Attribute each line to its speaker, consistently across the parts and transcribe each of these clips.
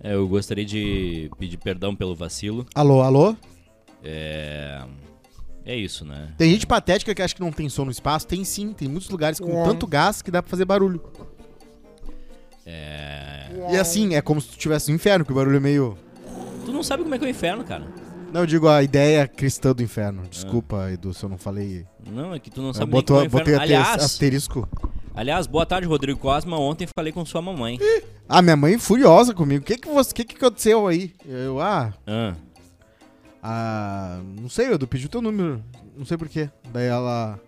Speaker 1: É, Eu gostaria de pedir perdão pelo vacilo.
Speaker 2: Alô, alô?
Speaker 1: É. É isso, né?
Speaker 2: Tem gente patética que acha que não tem som no espaço. Tem sim, tem muitos lugares com tanto gás que dá pra fazer barulho.
Speaker 1: É.
Speaker 2: E assim, é como se tu tivesse no inferno, que o barulho é meio.
Speaker 1: Tu não sabe como é que é o inferno, cara.
Speaker 2: Não, eu digo a ideia cristã do inferno. Desculpa, Edu, se eu não falei.
Speaker 1: É. Não, é que tu não
Speaker 2: Eu
Speaker 1: sabe nem
Speaker 2: botou,
Speaker 1: como é o inferno.
Speaker 2: botei ater-
Speaker 1: Aliás,
Speaker 2: asterisco.
Speaker 1: aliás, boa tarde, Rodrigo Cosma. Ontem falei com sua mamãe.
Speaker 2: Ah, minha mãe furiosa comigo. O que que, você, que que aconteceu aí? Eu, ah,
Speaker 1: Ah,
Speaker 2: ah, não sei, Edu, pediu teu número. Não sei porquê. Daí ela...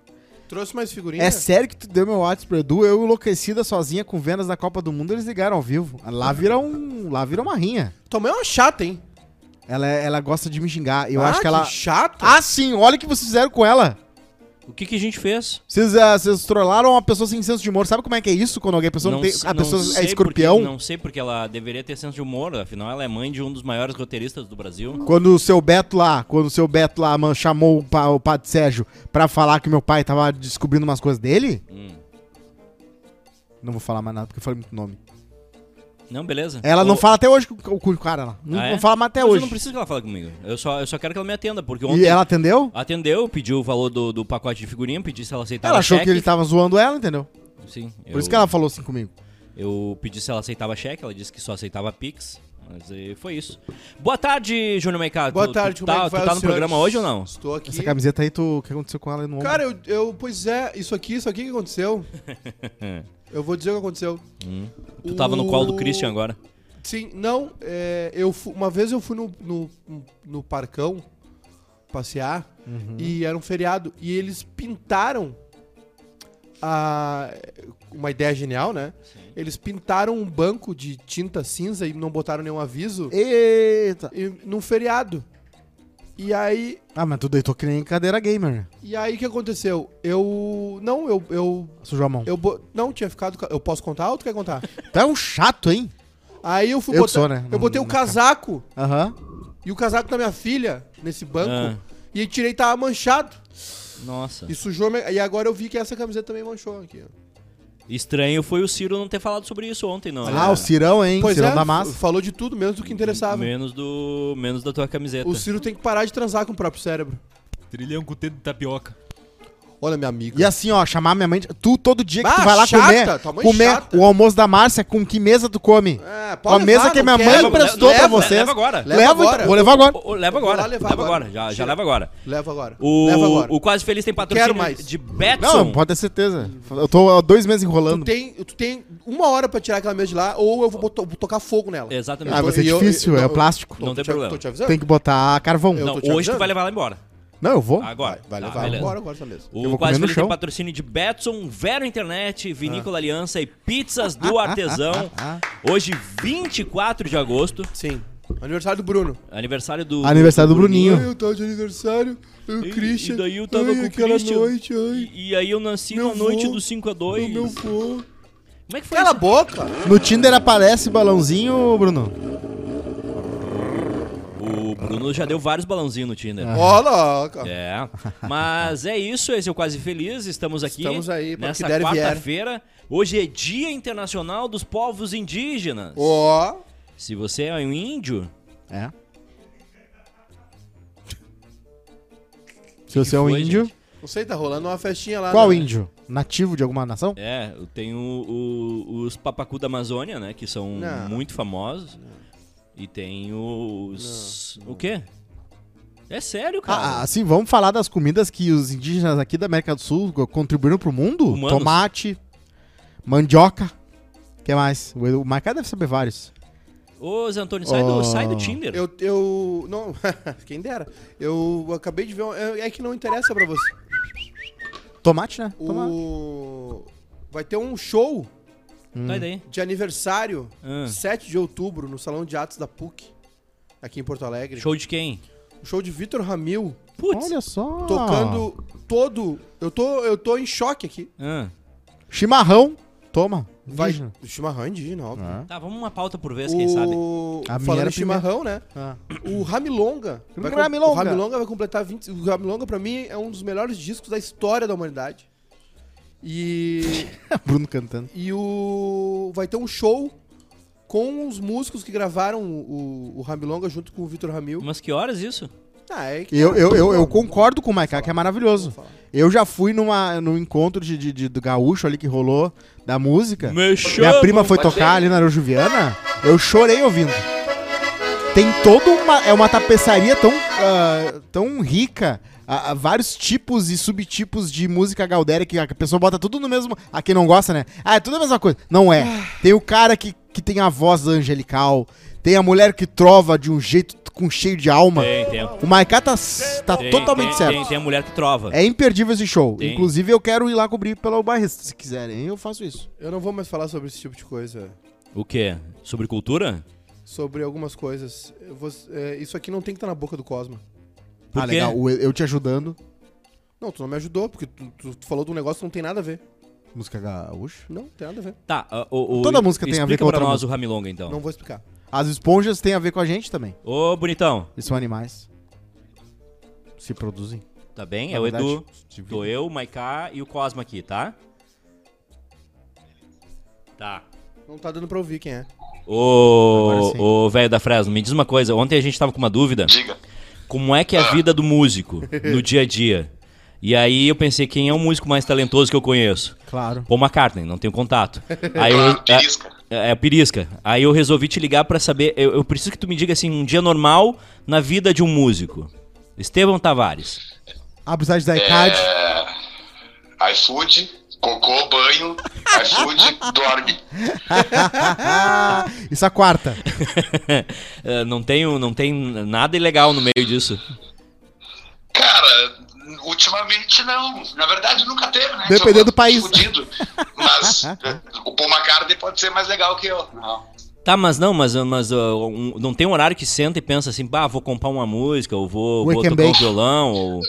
Speaker 3: Trouxe mais figurinha?
Speaker 2: É sério que tu deu meu WhatsApp pro Edu? Eu enlouquecida sozinha com vendas da Copa do Mundo, eles ligaram ao vivo. Lá vira um... Lá vira uma rinha.
Speaker 3: Tua mãe é uma chata, hein?
Speaker 2: Ela, é, ela gosta de me xingar. Eu
Speaker 3: Ah,
Speaker 2: acho que ela...
Speaker 3: chata.
Speaker 2: Ah, sim, olha o que vocês fizeram com ela.
Speaker 1: o que, que a gente fez?
Speaker 2: Vocês, ah, vocês trollaram uma pessoa sem senso de humor. Sabe como é que é isso quando alguém a pessoa não, tem,
Speaker 1: se-
Speaker 2: a pessoa
Speaker 1: sei
Speaker 2: é
Speaker 1: porque-
Speaker 2: escorpião?
Speaker 1: não sei porque ela deveria ter senso de humor, afinal ela é mãe de um dos maiores roteiristas do Brasil.
Speaker 2: Quando o seu Beto lá, quando o seu Beto lá man, chamou o, pa, o padre Sérgio pra falar que meu pai tava descobrindo umas coisas dele?
Speaker 1: Hum.
Speaker 2: Não vou falar mais nada porque eu falei muito nome.
Speaker 1: Não, beleza.
Speaker 2: Ela não
Speaker 1: Ô,
Speaker 2: fala até hoje com, com o cara lá. Não,
Speaker 1: Ah, é?
Speaker 2: não fala mais até
Speaker 1: mas Eu
Speaker 2: hoje.
Speaker 1: não preciso que ela fale comigo. Eu só, eu só quero que ela me atenda, porque
Speaker 2: E
Speaker 1: ontem
Speaker 2: ela atendeu?
Speaker 1: atendeu, pediu o valor do, do pacote de figurinha, pedi se ela aceitava
Speaker 2: Ela achou
Speaker 1: cheque.
Speaker 2: que ele tava zoando ela, entendeu?
Speaker 1: Sim,
Speaker 2: Por isso que ela falou assim comigo.
Speaker 1: Eu pedi se ela aceitava cheque, ela disse que só aceitava Pix. Mas eh, foi isso. Boa tarde, Júnior Mercado.
Speaker 3: Boa
Speaker 1: Tu-
Speaker 3: tarde,
Speaker 1: tu
Speaker 3: como é
Speaker 1: tá,
Speaker 3: que vai,
Speaker 1: Tu tá no
Speaker 3: senhores?
Speaker 1: programa hoje ou não?
Speaker 3: Estou aqui.
Speaker 2: Essa é camiseta aí, tu, o que aconteceu com ela no ombro?
Speaker 3: Cara, eu, eu- Pois é, isso aqui, isso aqui que aconteceu. eu vou dizer o que aconteceu.
Speaker 1: Hum. Tu tava no
Speaker 3: O-
Speaker 1: colo do Christian agora.
Speaker 3: Sim, não, é, eu fu- uma vez eu fui no, no, no Parcão passear
Speaker 2: Uhum.
Speaker 3: e era um feriado e eles pintaram a, uma ideia genial, né? Eles pintaram um banco de tinta cinza e não botaram nenhum aviso
Speaker 2: Eita.
Speaker 3: e, num feriado. E aí,
Speaker 2: Ah, mas tu deitou que nem cadeira gamer. né?
Speaker 3: e aí o que aconteceu? Eu não, eu eu,
Speaker 2: Sujou a mão.
Speaker 3: eu bo- não tinha ficado, ca- eu posso contar ou tu quer contar?
Speaker 2: Tu é um chato, hein?
Speaker 3: Aí eu fui
Speaker 2: Eu que
Speaker 3: botar,
Speaker 2: sou, né?
Speaker 3: eu
Speaker 2: Não-
Speaker 3: botei o
Speaker 2: não-
Speaker 3: casaco
Speaker 2: Aham.
Speaker 3: E o casaco da minha filha, nesse banco,
Speaker 1: Ah. Tá.
Speaker 3: e tirei, tava manchado.
Speaker 1: Nossa.
Speaker 3: E sujou minha... E agora eu vi que essa camiseta também manchou aqui. ó.
Speaker 1: Estranho foi o Ciro não ter falado sobre isso ontem, não.
Speaker 2: Ah, o Cirão, hein? Cirão da massa.
Speaker 3: f- é, falou de tudo, menos do que interessava.
Speaker 1: Menos, do, menos da tua camiseta.
Speaker 3: O Ciro tem que parar de transar com o próprio cérebro.
Speaker 4: Trilhão com o dedo de tapioca.
Speaker 3: Olha, minha amiga.
Speaker 2: E assim, ó, chamar minha mãe. de- Tu todo dia que
Speaker 3: Bah,
Speaker 2: tu vai lá
Speaker 3: chata, tua
Speaker 2: comer,
Speaker 3: mãe
Speaker 2: comer
Speaker 3: chata.
Speaker 2: o almoço da Márcia, com que mesa tu come?
Speaker 3: É,
Speaker 2: Ó, a mesa que a minha
Speaker 3: não
Speaker 2: mãe
Speaker 3: quero.
Speaker 2: me prestou
Speaker 3: leva,
Speaker 2: pra vocês.
Speaker 1: leva agora.
Speaker 3: Leva
Speaker 2: então.
Speaker 3: agora.
Speaker 2: Vou levar agora.
Speaker 1: Ô, ô, leva
Speaker 3: vou
Speaker 1: agora.
Speaker 3: lá
Speaker 1: Leva
Speaker 3: levar
Speaker 1: agora.
Speaker 3: agora.
Speaker 1: Já, já
Speaker 3: Tira.
Speaker 1: leva agora.
Speaker 3: Leva agora.
Speaker 1: O,
Speaker 3: Leva agora.
Speaker 1: o Quase Feliz tem
Speaker 3: Quero
Speaker 1: patrocínio
Speaker 3: mais.
Speaker 1: de Betson.
Speaker 2: Não, pode ter certeza. Eu tô há dois meses
Speaker 3: Tu
Speaker 2: enrolando.
Speaker 3: tem, tu tem uma hora pra tirar aquela mesa de lá, ou eu vou, botar- vou tocar fogo nela.
Speaker 1: Exatamente.
Speaker 2: Ah, vai ser
Speaker 3: E eu-
Speaker 2: difícil,
Speaker 3: eu-
Speaker 2: é
Speaker 3: eu-
Speaker 2: plástico.
Speaker 1: Não tem
Speaker 3: te-
Speaker 1: problema.
Speaker 3: Tô te avisando?
Speaker 2: Tem que botar carvão.
Speaker 3: Eu
Speaker 1: não,
Speaker 3: tô
Speaker 1: hoje
Speaker 3: te avisando.
Speaker 1: tu vai levar ela embora.
Speaker 2: Não, eu vou.
Speaker 1: Agora.
Speaker 3: Vai
Speaker 1: Tá,
Speaker 3: levar
Speaker 1: beleza.
Speaker 3: agora, é agora essa mesa.
Speaker 2: Eu
Speaker 1: O
Speaker 2: vou
Speaker 1: Quase
Speaker 2: comer no
Speaker 1: Feliz tem
Speaker 2: chão.
Speaker 1: patrocínio de Betson, Vero Internet, Vinícola
Speaker 3: Ah.
Speaker 1: Aliança e Pizzas do Artesão.
Speaker 2: ah,
Speaker 1: Hoje, 24 de agosto,
Speaker 3: Sim. Aniversário do Bruno.
Speaker 1: aniversário do...
Speaker 2: Aniversário do
Speaker 3: Ai,
Speaker 2: Bruninho.
Speaker 3: eu tava tá de aniversário, eu,
Speaker 1: E-
Speaker 3: o Christian.
Speaker 1: E daí eu tava
Speaker 3: ai,
Speaker 1: com o
Speaker 3: aquela
Speaker 1: Christian.
Speaker 3: noite, ai.
Speaker 1: E, e aí eu nasci
Speaker 3: Meu
Speaker 1: na noite
Speaker 3: vô,
Speaker 1: do 5 a
Speaker 3: O
Speaker 1: 2
Speaker 3: meu vô.
Speaker 1: Como é que foi
Speaker 3: Cala a
Speaker 1: isso?
Speaker 3: boca!
Speaker 2: No Tinder aparece balãozinho, Bruno.
Speaker 1: O Bruno já deu vários balãozinhos no Tinder.
Speaker 3: Ah. Olha, cara.
Speaker 1: É. Mas é isso, esse é o Quase Feliz. Estamos aqui
Speaker 3: Estamos aí, para o
Speaker 1: nessa
Speaker 3: que der e vier.
Speaker 1: quarta-feira. Hoje é Dia Internacional dos Povos Indígenas.
Speaker 3: Ó.
Speaker 1: Se você é um índio,
Speaker 2: É. Se você é um
Speaker 1: foi,
Speaker 2: índio.
Speaker 1: gente?
Speaker 3: Não sei, tá rolando uma festinha lá.
Speaker 2: Qual
Speaker 3: né?
Speaker 2: índio? Nativo de alguma nação?
Speaker 1: é, tem o- o- os papacu da Amazônia, né? Que são
Speaker 3: Não.
Speaker 1: muito famosos. E tem os. o quê? É sério, cara.
Speaker 2: Ah, assim, vamos falar das comidas que os indígenas aqui da América do Sul co- contribuíram pro mundo?
Speaker 1: Humanos.
Speaker 2: Tomate, mandioca, que mais? O Edu- o Marcado deve saber vários.
Speaker 1: Ô, Zé Antônio, sai, do,
Speaker 2: Oh.
Speaker 1: sai do Tinder.
Speaker 3: Eu, eu. Não, quem dera. Eu acabei de ver. um- É é que não interessa pra você.
Speaker 2: Tomate, né? Tomate.
Speaker 3: O. Vai ter um show
Speaker 2: Hum.
Speaker 1: Sai daí.
Speaker 3: de aniversário,
Speaker 1: Ah.
Speaker 3: 7 de outubro, no Salão de Atos da PUC, aqui em Porto Alegre.
Speaker 1: Show de quem?
Speaker 3: O show de Vitor Ramil,
Speaker 1: Putz.
Speaker 2: Olha só.
Speaker 3: tocando
Speaker 2: Ah.
Speaker 3: todo. Eu tô, eu tô em choque aqui.
Speaker 1: Ah.
Speaker 2: Chimarrão. Toma.
Speaker 3: Vai.
Speaker 2: Indígena.
Speaker 3: Chimarrão é indígena, óbvio.
Speaker 2: Ah.
Speaker 1: Tá, vamos uma pauta por vez, quem sabe.
Speaker 3: O...
Speaker 2: A minha
Speaker 3: Falando
Speaker 2: era
Speaker 3: em chimarrão, né? O Ramilonga. vai com-
Speaker 2: Ramilonga.
Speaker 3: O Ramilonga vai completar 20. O Ramilonga, pra mim, é um dos melhores discos da história da humanidade. E.
Speaker 2: Bruno cantando.
Speaker 3: e o. Vai ter um show com os músicos que gravaram o, o Ramilonga junto com o Vitor Ramil.
Speaker 1: Mas que horas isso?
Speaker 3: Ah, é que-
Speaker 2: Eu, eu, eu, eu
Speaker 3: Vamos
Speaker 2: concordo com o Maiká, que é maravilhoso.
Speaker 3: falar.
Speaker 2: Eu já fui numa, num encontro de, de- de- do gaúcho ali que rolou da música.
Speaker 1: Mexeu.
Speaker 2: Minha prima foi
Speaker 5: pode
Speaker 2: tocar
Speaker 5: ser.
Speaker 2: ali na Arujuviana, eu chorei ouvindo. Tem toda uma. É uma tapeçaria tão, ah, tão rica. ah, ah, vários tipos e subtipos de música gaudéria que a pessoa bota tudo no mesmo. A quem não gosta, né? Ah, é tudo a mesma coisa. Não é. Tem o cara que, que tem a voz angelical. Tem a mulher que trova de um jeito com cheio de alma.
Speaker 1: Tem, tem.
Speaker 2: O Maiká tá, s- tá
Speaker 1: Tem,
Speaker 2: totalmente
Speaker 1: tem,
Speaker 2: certo.
Speaker 1: Tem, tem a mulher que trova.
Speaker 2: É imperdível esse show.
Speaker 1: Tem.
Speaker 2: Inclusive, eu quero ir lá cobrir pelo bairrista. Se quiserem, eu faço isso.
Speaker 3: Eu não vou mais falar sobre esse tipo de coisa.
Speaker 1: O quê? Sobre cultura?
Speaker 3: Sobre algumas coisas. Eu vou- é, isso aqui não tem que estar na boca do Cosma.
Speaker 1: Por
Speaker 2: ah,
Speaker 1: quê?
Speaker 2: legal. O Eu Eu te ajudando.
Speaker 3: Não, tu não me ajudou, porque tu, tu- tu falou de um negócio que não tem nada a ver.
Speaker 2: Música gaúcha.
Speaker 3: Não, tem nada a ver.
Speaker 1: Tá, ah, o, o-
Speaker 2: Toda música tem a ver
Speaker 1: explica
Speaker 2: com outra
Speaker 1: pra nós o Ramilonga, então.
Speaker 3: Não vou explicar.
Speaker 2: As esponjas têm a ver com a gente também.
Speaker 1: Ô, bonitão.
Speaker 2: Eles são animais. Se produzem.
Speaker 1: Tá bem?
Speaker 2: Na
Speaker 1: É o
Speaker 2: verdade,
Speaker 1: Edu.
Speaker 2: se
Speaker 1: Tô eu, o Maiká e o Cosma aqui, tá? Tá.
Speaker 3: Não tá dando pra ouvir quem é.
Speaker 1: Ô,
Speaker 2: Agora sim.
Speaker 1: ô velho da Fresno, me diz uma coisa. Ontem a gente tava com uma dúvida.
Speaker 5: Diga. Ah.
Speaker 1: Como é que é a vida do músico no dia a dia? E aí eu pensei, quem é o músico mais talentoso que eu conheço?
Speaker 2: Claro.
Speaker 1: Paul McCartney, não tenho contato. Aí eu,
Speaker 5: Claro,
Speaker 1: é-
Speaker 5: Pisca.
Speaker 1: é, é, pirisca. Aí eu resolvi te ligar pra saber. Eu, eu preciso que tu me diga assim, um dia normal na vida de um músico. Estevão Tavares.
Speaker 2: Abre o site da ICAD.
Speaker 5: é, iFood, cocô, banho, iFood, dorme.
Speaker 2: isso é a quarta.
Speaker 1: É, não, tenho, não tem nada ilegal no meio disso.
Speaker 5: Cara, ultimamente não. Na verdade, nunca teve, né?
Speaker 2: Dependendo do país.
Speaker 5: Fudido. Mas eh, o Paul McCartney pode ser mais legal que eu. Não.
Speaker 1: Tá, mas não, mas, mas ó, um- não tem um horário que senta e pensa assim, bah, vou comprar uma música, ou vou, vou
Speaker 2: Wake and
Speaker 1: tocar um
Speaker 2: bake.
Speaker 1: violão, ou.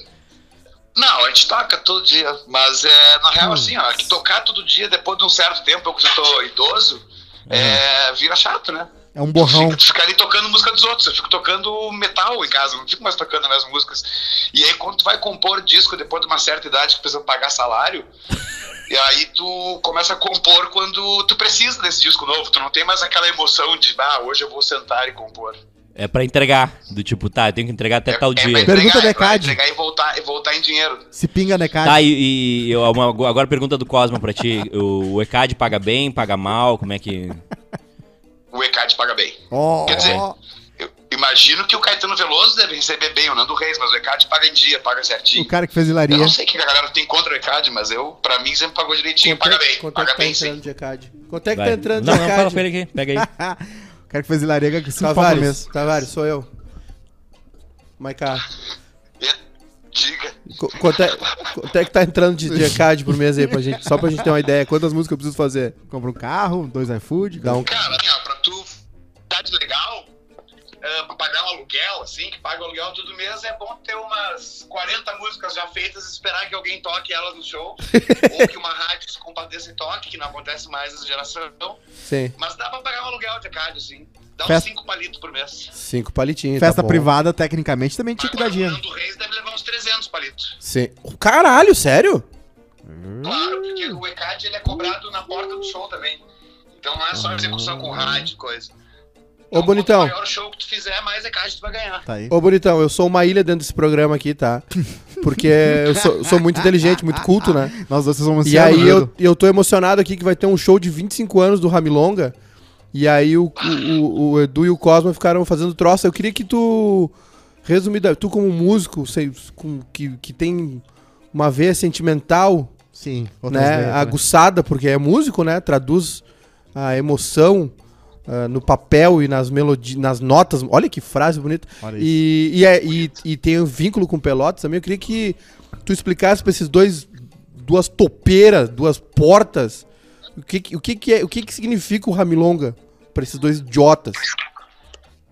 Speaker 5: Não, a gente toca todo dia, mas é, na
Speaker 2: Hum.
Speaker 5: real, assim, ó, que tocar todo dia, depois de um certo tempo, eu que já tô idoso,
Speaker 2: Uhum.
Speaker 5: é, vira chato, né?
Speaker 2: É um borrão.
Speaker 5: Fica, fica ali tocando música dos outros. Eu fico tocando metal em casa, não fico mais tocando as mesmas músicas. E aí, quando tu vai compor disco depois de uma certa idade que precisa pagar salário, e aí tu começa a compor quando tu precisa desse disco novo. Tu não tem mais aquela emoção de, ah, hoje eu vou sentar e compor.
Speaker 1: É pra entregar. Do tipo, tá, eu tenho que entregar até tal
Speaker 5: pra
Speaker 1: dia.
Speaker 5: entregar,
Speaker 2: Pergunta
Speaker 5: é pra
Speaker 2: Decade.
Speaker 5: entregar e voltar, e voltar em dinheiro.
Speaker 2: Se pinga na ICAD.
Speaker 1: Tá, e, e eu- uma- agora pergunta do Cosmo pra ti. O, o ECAD paga bem, paga mal? Como é que.
Speaker 5: O ECAD paga bem.
Speaker 2: Ó,
Speaker 5: Quer dizer,
Speaker 2: ó,
Speaker 5: Eu imagino que o Caetano Veloso deve receber bem, o Nando Reis, mas o ECAD paga em dia, paga certinho.
Speaker 2: o cara que fez
Speaker 5: Eu
Speaker 2: hilaria.
Speaker 5: não sei o que a galera tem contra o ECAD, mas eu, pra mim, sempre pagou direitinho, paga
Speaker 3: é-
Speaker 5: bem,
Speaker 3: quanto é
Speaker 5: paga
Speaker 3: que tá
Speaker 5: bem sim.
Speaker 3: entrando de ECAD? Quanto é que
Speaker 1: vai?
Speaker 3: tá entrando
Speaker 1: não,
Speaker 3: de
Speaker 1: não,
Speaker 3: ECAD?
Speaker 1: fala pra ele aqui. Pega aí.
Speaker 2: O cara que fez hilaria ganha cinco pau por
Speaker 3: Tavares,
Speaker 2: mês.
Speaker 3: Tavares, sou eu. Maiká,
Speaker 5: É, Diga.
Speaker 3: qu- quanto é, quanto é que tá entrando de, de ECAD por mês aí pra gente? Só pra gente ter uma ideia. Quantas músicas eu preciso fazer?
Speaker 2: Compra um carro, dois iFood.
Speaker 3: Dá um
Speaker 5: Cara, assim, ó, pra tu tá de legal, ah, pra pagar um aluguel, assim, que paga o aluguel todo mês, é bom ter umas 40 músicas já feitas e esperar que alguém toque elas no show. ou que uma rádio se compadeça e toque, que não acontece mais nessa geração.
Speaker 3: Sim.
Speaker 5: Mas dá pra pagar um aluguel de card, assim. Dá uns
Speaker 2: Festa-
Speaker 5: 5 palitos por mês.
Speaker 3: Cinco palitinhos. tá
Speaker 2: Festa
Speaker 3: bom.
Speaker 2: privada, tecnicamente, também tinha que dar
Speaker 5: Agora, O
Speaker 2: dinheiro.
Speaker 5: Nando Reis deve levar uns 300 palitos.
Speaker 3: Sim. Caralho, sério?
Speaker 2: Hum.
Speaker 5: Claro, porque o ECAD ele é cobrado na porta do show também. Então não é
Speaker 2: Ah.
Speaker 5: só execução com rádio e coisa.
Speaker 3: Ô,
Speaker 5: Então,
Speaker 3: bonitão.
Speaker 5: Quanto maior o show que tu fizer, mais ECAD tu vai ganhar.
Speaker 2: Tá aí.
Speaker 3: Ô, bonitão, eu sou uma ilha dentro desse programa aqui, tá? Porque eu sou, sou muito inteligente, muito culto, né?
Speaker 2: Nós dois vamos
Speaker 3: E aí eu, eu tô emocionado aqui que vai ter um show de 25 anos do Ramilonga. E aí o, o- o- o Edu e o Cosma ficaram fazendo troça. Eu queria que tu, resumida, tu como músico, sei, com- que, que tem uma veia sentimental,
Speaker 2: Sim. outras
Speaker 3: né,
Speaker 2: ideias também.
Speaker 3: aguçada, porque é músico, né, traduz a emoção ah, no papel e nas melodias, nas notas. Olha que frase bonita.
Speaker 2: Olha isso.
Speaker 3: E, e, é- e- e tem um vínculo com Pelotas também. Eu queria que tu explicasse pra esses dois, duas topeiras, duas portas, o que, que- o que, que, é, o que, que significa o Ramilonga pra esses dois idiotas.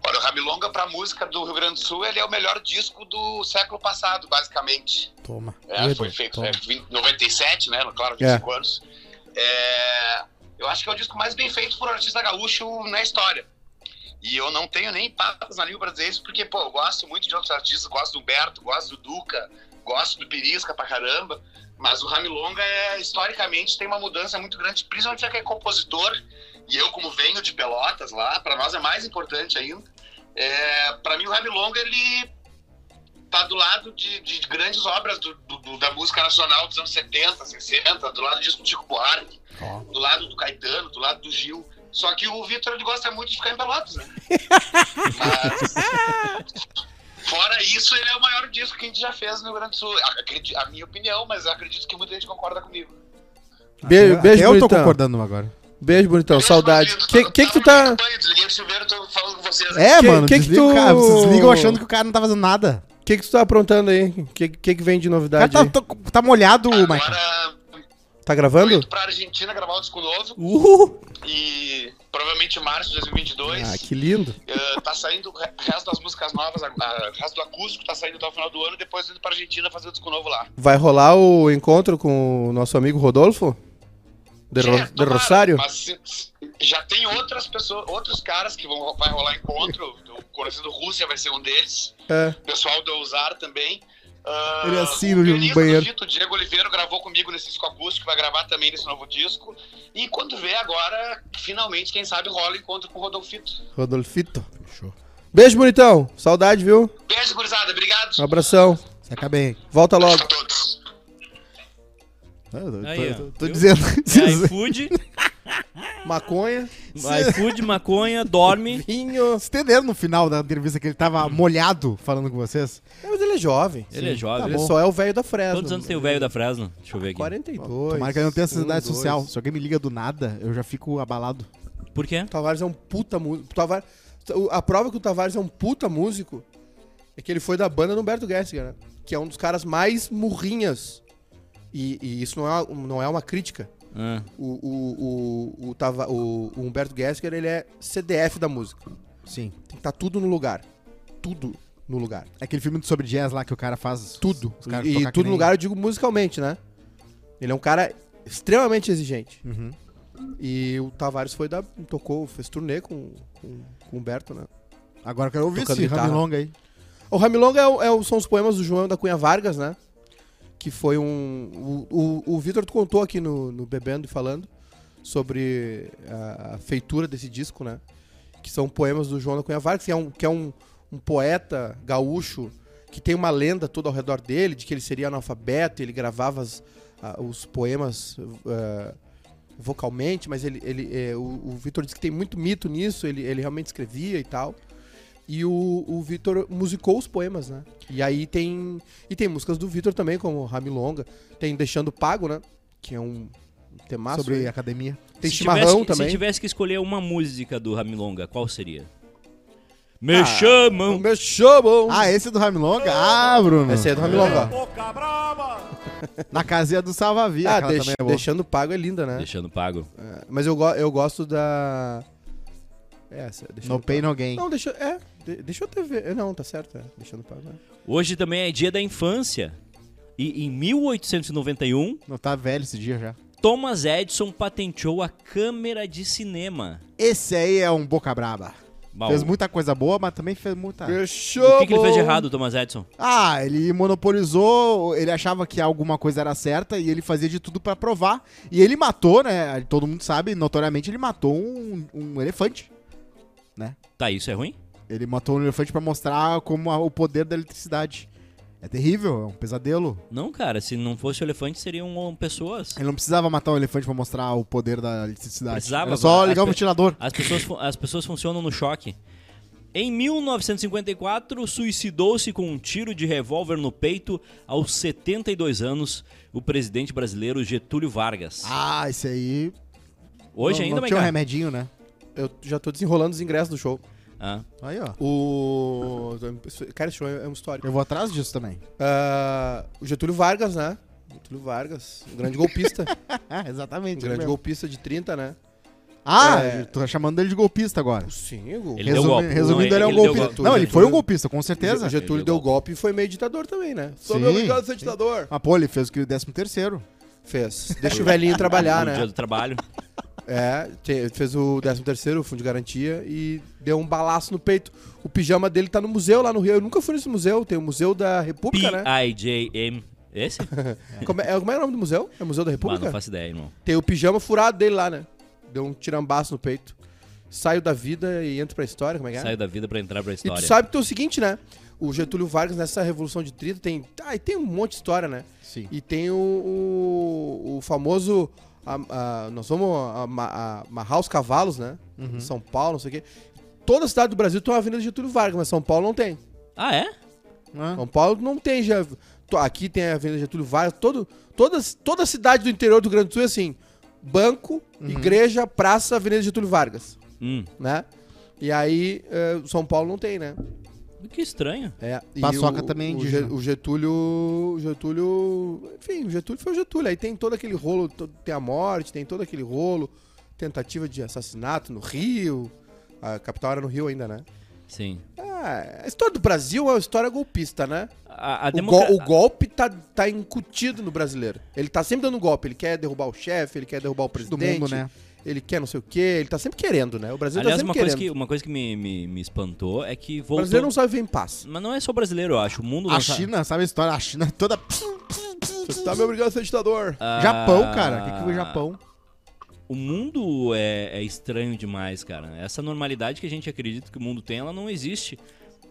Speaker 5: Olha, o Ramilonga pra música do Rio Grande do Sul, ele é o melhor disco do século passado, basicamente.
Speaker 2: Toma.
Speaker 5: É,
Speaker 3: Eita,
Speaker 5: foi feito
Speaker 3: toma.
Speaker 5: em 97, né? Claro,
Speaker 3: É.
Speaker 5: 25 anos. É, eu acho que é o disco mais bem feito por um artista gaúcho na história. E eu não tenho nem papas na língua pra dizer isso, porque, pô, eu gosto muito de outros artistas, gosto do Humberto, gosto do Duca, gosto do Pirisca pra caramba, mas o Ramilonga, é, historicamente, tem uma mudança muito grande, principalmente já que é compositor E eu, como venho de Pelotas lá, para nós é mais importante ainda. É, para mim, o Ramilonga, ele tá do lado de, de grandes obras do- do- do- da música nacional dos anos 70, 60, do lado disso do Chico Buarque, do lado do Caetano, do lado do Gil. Só que o Vitor ele gosta muito de ficar em Pelotas, né? Mas, fora isso, ele é o maior disco que a gente já fez no Rio Grande do Sul. Acredi- a minha opinião, mas eu acredito que muita gente concorda comigo.
Speaker 3: Beijo,
Speaker 2: Até
Speaker 3: beijo,
Speaker 2: eu tô
Speaker 3: bonitão.
Speaker 2: concordando agora.
Speaker 3: Beijo, bonitão. Saudade.
Speaker 5: Beijo,
Speaker 3: Quem
Speaker 5: Vitor.
Speaker 3: que, que tu
Speaker 5: Tava no
Speaker 3: tá.
Speaker 5: banho, Desliguei o chuveiro, tô falando com vocês.
Speaker 2: É,
Speaker 3: Que-
Speaker 2: mano,
Speaker 3: que que
Speaker 2: desliga o
Speaker 3: tu-
Speaker 2: cara. Vocês ligam achando que o cara não tá fazendo nada.
Speaker 3: que, que tu tá aprontando aí? Que, que, que vem de
Speaker 2: O cara
Speaker 3: novidade?
Speaker 2: tá,
Speaker 3: aí?
Speaker 2: tá- tá molhado, Michael.
Speaker 5: Agora,
Speaker 3: Tá
Speaker 5: tô
Speaker 3: gravando?
Speaker 5: indo pra Argentina gravar o disco novo
Speaker 3: Uh!
Speaker 5: e provavelmente em março de 2022.
Speaker 3: Ah, que lindo.
Speaker 5: Eh, tá saindo o re- resto das músicas novas, a- a- o resto do acústico tá saindo até o final do ano e depois indo pra Argentina fazer o disco novo lá.
Speaker 3: Vai rolar o encontro com o nosso amigo Rodolfo? De, Ro-
Speaker 5: É,
Speaker 3: de
Speaker 5: tomara,
Speaker 3: Rosário?
Speaker 5: Mas se- se- já tem outras pessoas, outros caras que vão vai rolar encontro. o Conhecido Rússia vai ser um deles.
Speaker 3: É.
Speaker 5: O pessoal do Ousar também. Ah,
Speaker 2: Ele assina
Speaker 5: o
Speaker 2: no
Speaker 5: pianista
Speaker 2: banheiro.
Speaker 5: do Dito, Diego Oliveiro gravou comigo nesse disco acústico, vai gravar também nesse novo disco. E quando vê agora, finalmente, quem sabe rola encontro com o Rodolfito.
Speaker 3: Rodolfito. Beijo, bonitão. Saudade, viu?
Speaker 5: Beijo, gurizada. Obrigado
Speaker 3: Um abração.
Speaker 2: Se acabei.
Speaker 3: Volta logo.
Speaker 5: a todos.
Speaker 2: Tô, Ah, tô-
Speaker 1: Aí, ó.
Speaker 2: tô- tô
Speaker 1: Viu?
Speaker 2: dizendo.
Speaker 1: É iFood,
Speaker 3: Maconha.
Speaker 1: iFood, maconha, dorme.
Speaker 3: Vinho.
Speaker 2: Vocês entenderam no final da entrevista que ele tava molhado falando com vocês?
Speaker 3: É, Mas ele é jovem.
Speaker 1: Ele é jovem.
Speaker 3: Ele
Speaker 1: Tá bom.
Speaker 3: só é o velho da Fresno.
Speaker 1: Quantos anos tem o velho da Fresno? Deixa eu ver aqui.
Speaker 3: 42.
Speaker 2: Tomara que ele não tenha essa
Speaker 3: um,
Speaker 2: idade
Speaker 3: dois.
Speaker 2: social. Se alguém me liga do nada, eu já fico abalado.
Speaker 1: Por quê?
Speaker 3: Tavares é um puta músico. Tavares... o- A prova que o Tavares é um puta músico é que ele foi da banda do Humberto Gessinger, né? Que é um dos caras mais murrinhas. E, e isso não é, não é uma crítica.
Speaker 1: Ah,
Speaker 3: O, o, o, o, Tava- o- o Humberto Gessinger, ele é CDF da música.
Speaker 2: Sim.
Speaker 3: Tem que estar tudo no lugar. Tudo no lugar.
Speaker 2: Aquele filme sobre jazz lá que o cara faz.
Speaker 3: Tudo.
Speaker 2: Os caras
Speaker 3: E
Speaker 2: tocar que
Speaker 3: tudo
Speaker 2: nem-
Speaker 3: no lugar, eu digo musicalmente, né? Ele é um cara extremamente exigente.
Speaker 2: Uhum.
Speaker 3: E o Tavares foi dar. tocou, fez turnê com, com, com o Humberto, né?
Speaker 2: Agora eu quero ouvir
Speaker 3: Tocando
Speaker 2: esse
Speaker 3: guitarra.
Speaker 2: Ramilonga aí.
Speaker 3: O Ramilonga é o- é o- são os poemas do João da Cunha Vargas, né? Que foi um. O, o, o Vitor contou aqui no, no Bebendo e Falando sobre a, a feitura desse disco, né? Que são poemas do João da Cunha Vargas, que é, um, que é um, um poeta gaúcho que tem uma lenda toda ao redor dele, de que ele seria analfabeto, ele gravava as- a- os poemas eh, vocalmente, mas ele, ele, eh, o, o Vitor disse que tem muito mito nisso, ele, ele realmente escrevia e tal. E o, o Vitor musicou os poemas, né? E aí tem. E tem músicas do Vitor também, como Ramilonga. Tem Deixando Pago, né? Que é um temaço.
Speaker 2: sobre
Speaker 3: né?
Speaker 2: academia.
Speaker 3: Tem
Speaker 1: se
Speaker 3: Chimarrão
Speaker 1: tivesse que,
Speaker 3: também.
Speaker 1: Se tivesse que escolher uma música do Ramilonga, qual seria?
Speaker 3: Ah,
Speaker 1: Me chamam.
Speaker 3: Me chamam.
Speaker 2: Ah, esse é do Ramilonga? Ah, Bruno.
Speaker 3: Essa aí é do Ramilonga. ó.
Speaker 2: Na casinha do Salvavia.
Speaker 3: Ah,
Speaker 2: aquela
Speaker 3: Deix-
Speaker 2: também é boa.
Speaker 3: Deixando Pago é linda, né?
Speaker 1: Deixando pago.
Speaker 3: É, Mas eu, go- eu gosto da. É Essa, Deixando
Speaker 2: No Pain,
Speaker 3: Pago.
Speaker 2: No Gain.
Speaker 3: Não, deixa. É, de- deixa eu te ver. É, Não, tá certo. É. Deixando Pago. é.
Speaker 1: Hoje também é dia da infância. E em 1891,
Speaker 2: Não tá velho esse dia já.
Speaker 1: Thomas Edison patenteou a câmera de cinema.
Speaker 2: Esse aí é um boca braba.
Speaker 1: Bom,
Speaker 2: Fez muita coisa boa, mas também fez muita...
Speaker 3: Me
Speaker 1: o que, que ele fez de
Speaker 3: chamam.
Speaker 1: errado, Thomas Edison?
Speaker 2: Ah, ele monopolizou, ele achava que alguma coisa era certa e ele fazia de tudo pra provar. E ele matou, né? Todo mundo sabe, notoriamente, ele matou um, um elefante.
Speaker 1: Tá, isso é ruim?
Speaker 2: Ele matou um elefante pra mostrar como a- o poder da eletricidade. É terrível, é um pesadelo.
Speaker 1: Não, cara, se não fosse o elefante, seriam um, pessoas.
Speaker 2: Ele não precisava matar um elefante pra mostrar o poder da eletricidade.
Speaker 1: Precisava,
Speaker 2: Era só
Speaker 1: mas-
Speaker 2: ligar o
Speaker 1: as pe-
Speaker 2: ventilador.
Speaker 1: As pessoas, fu- as pessoas funcionam no choque. Em 1954, suicidou-se com um tiro de revólver no peito aos 72 anos o presidente brasileiro Getúlio Vargas.
Speaker 2: Ah, esse aí.
Speaker 1: Hoje
Speaker 2: não,
Speaker 1: ainda,
Speaker 2: não
Speaker 1: mas
Speaker 2: tinha um remedinho, né?
Speaker 3: Eu já tô desenrolando os ingressos do show.
Speaker 1: ah,
Speaker 2: Aí, ó.
Speaker 3: O. Cara, esse show é é um histórico.
Speaker 2: Eu vou atrás disso também.
Speaker 3: Ah, o Getúlio Vargas, né? Getúlio Vargas, um grande golpista.
Speaker 2: Ah,
Speaker 3: um
Speaker 2: exatamente.
Speaker 3: grande
Speaker 2: mesmo.
Speaker 3: golpista de 30, né?
Speaker 2: Ah,
Speaker 3: É.
Speaker 2: tu tá chamando ele de golpista agora.
Speaker 3: Sim, o
Speaker 1: Ele deu
Speaker 2: Resumi-
Speaker 1: golpe.
Speaker 2: Resumindo,
Speaker 1: Não,
Speaker 2: ele é
Speaker 1: ele
Speaker 2: um
Speaker 1: deu
Speaker 2: golpista.
Speaker 1: golpe.
Speaker 2: Não, ele
Speaker 1: Ele
Speaker 2: foi
Speaker 1: deu
Speaker 2: um golpista, com certeza.
Speaker 3: O Getúlio
Speaker 1: Ele
Speaker 3: deu
Speaker 1: deu
Speaker 3: golpe e foi meio ditador também, né?
Speaker 2: Sim,
Speaker 3: obrigado a ser
Speaker 2: sim.
Speaker 3: ditador.
Speaker 2: Mas, pô, ele fez o que o 13 terceiro.
Speaker 3: Fez. Deixa o velhinho trabalhar,
Speaker 1: no dia
Speaker 3: né?
Speaker 1: do trabalho.
Speaker 3: É, te- fez o 13 terceiro, o fundo de garantia, e deu um balaço no peito. O pijama dele tá no museu lá no Rio. Eu nunca fui nesse museu, tem o Museu da República,
Speaker 1: Ah.
Speaker 3: né?
Speaker 1: P.I.J.M. Esse?
Speaker 3: Como é, como é o nome do museu? É o Museu da
Speaker 1: Mano,
Speaker 3: República?
Speaker 1: não faço ideia, irmão.
Speaker 3: Tem o pijama furado dele lá, né? Deu um tirambaço no peito. Saio da vida e entro pra história, como é que é?
Speaker 1: Saiu da vida pra entrar pra
Speaker 3: E tu
Speaker 1: história.
Speaker 3: sabe que é o seguinte, né? O Getúlio Vargas nessa Revolução de 30 tem. Ah, e tem um monte de história, né?
Speaker 2: Sim.
Speaker 3: E tem o, o, o famoso. a- a- nós vamos ama- a- amarrar os cavalos, né?
Speaker 2: Uhum.
Speaker 3: São Paulo, não sei o quê. Toda cidade do Brasil tem uma avenida Getúlio Vargas, mas São Paulo não tem.
Speaker 1: Ah, é?
Speaker 2: Ah,
Speaker 3: São Paulo não tem já. to- Aqui tem a Avenida Getúlio Vargas, todo, toda, toda cidade do interior do Rio Grande do Sul é assim: banco,
Speaker 2: Uhum.
Speaker 3: igreja, praça, Avenida Getúlio Vargas,
Speaker 1: Hum.
Speaker 3: né? E aí, eh, São Paulo não tem, né?
Speaker 1: Que estranho.
Speaker 3: É, e
Speaker 2: Paçoca
Speaker 3: o-
Speaker 2: também é
Speaker 3: o,
Speaker 2: indígena.
Speaker 3: Ge- o Getúlio, o Getúlio, enfim, o Getúlio foi o Getúlio. Aí tem todo aquele rolo, to- tem a morte, tem todo aquele rolo, tentativa de assassinato no Rio. A capital era no Rio ainda, né?
Speaker 1: Sim.
Speaker 3: Ah, a história do Brasil é uma história golpista, né?
Speaker 1: A, a
Speaker 3: O,
Speaker 1: democra-
Speaker 3: go- o golpe tá, tá incutido no brasileiro. Ele tá sempre dando golpe. Ele quer derrubar o chefe, ele quer derrubar o
Speaker 2: do
Speaker 3: presidente.
Speaker 2: mundo, né?
Speaker 3: Ele quer não sei o quê. Ele tá sempre querendo, né? O Brasil
Speaker 1: Aliás,
Speaker 3: tá sempre
Speaker 1: uma coisa,
Speaker 3: querendo.
Speaker 1: que, uma coisa que me, me, me espantou é que
Speaker 3: O
Speaker 1: voltou...
Speaker 3: brasileiro não sabe viver em paz.
Speaker 1: Mas não é só brasileiro, eu acho. O mundo
Speaker 2: A
Speaker 1: não sabe-
Speaker 2: China, sabe a história? A China é toda.
Speaker 3: Você tá me obrigando a ser ditador.
Speaker 1: Hum, Ah,
Speaker 2: Japão, cara. O que, que foi Japão?
Speaker 1: O mundo é, é estranho demais, cara. Essa normalidade que a gente acredita que o mundo tem, ela não existe.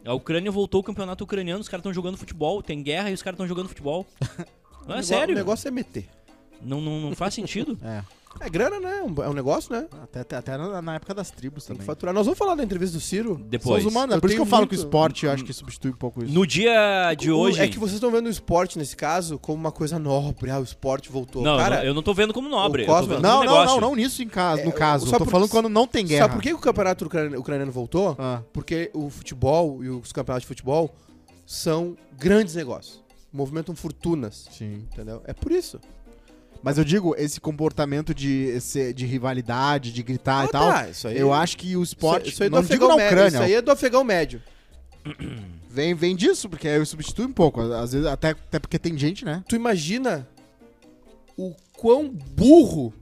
Speaker 1: A Ucrânia voltou ao campeonato ucraniano, os caras estão jogando futebol, tem guerra e os caras estão jogando futebol. Não é
Speaker 3: O nego-
Speaker 1: sério.
Speaker 3: O negócio é meter.
Speaker 1: Não, não, não faz sentido.
Speaker 2: É.
Speaker 3: É grana, né? É um- É um negócio, né?
Speaker 2: Até, até, até na na época das tribos
Speaker 3: Tem que
Speaker 2: também.
Speaker 3: faturar. Nós vamos falar da entrevista do Ciro.
Speaker 1: Depois.
Speaker 2: São os humanos,
Speaker 3: Eu
Speaker 2: é por isso que
Speaker 3: tenho
Speaker 2: eu falo que o
Speaker 3: muito-
Speaker 2: esporte eu acho que substitui um pouco isso.
Speaker 1: No dia de
Speaker 3: O-
Speaker 1: hoje.
Speaker 3: É que vocês estão vendo o esporte, nesse caso, como uma coisa nobre. Ah, o esporte voltou.
Speaker 1: Não,
Speaker 3: Cara,
Speaker 1: não, eu não tô vendo como nobre.
Speaker 3: o
Speaker 1: eu tô
Speaker 3: Cosma-
Speaker 1: vendo
Speaker 2: Não,
Speaker 1: como
Speaker 2: não,
Speaker 1: negócio.
Speaker 2: não, não nisso em caso, no
Speaker 3: É,
Speaker 2: caso.
Speaker 3: só
Speaker 2: Eu tô
Speaker 3: por-
Speaker 2: falando quando não tem guerra.
Speaker 3: Sabe por que que o campeonato ucraniano, ucraniano voltou?
Speaker 2: Ah,
Speaker 3: Porque o futebol e os campeonatos de futebol são grandes negócios. Movimentam fortunas.
Speaker 2: sim.
Speaker 3: Entendeu? É por isso.
Speaker 2: Mas eu digo, esse comportamento de, esse- de rivalidade, de gritar e tal,
Speaker 3: tá, isso aí-
Speaker 2: eu acho que o esporte.
Speaker 3: isso, isso aí é do
Speaker 2: não digo na
Speaker 3: afegão médio. Isso aí
Speaker 2: Ucrânia.
Speaker 3: é do afegão médio.
Speaker 2: Vem, vem disso, porque aí eu substituo um pouco. Às vezes, até, até porque tem gente, né?
Speaker 3: Tu imagina o quão burro.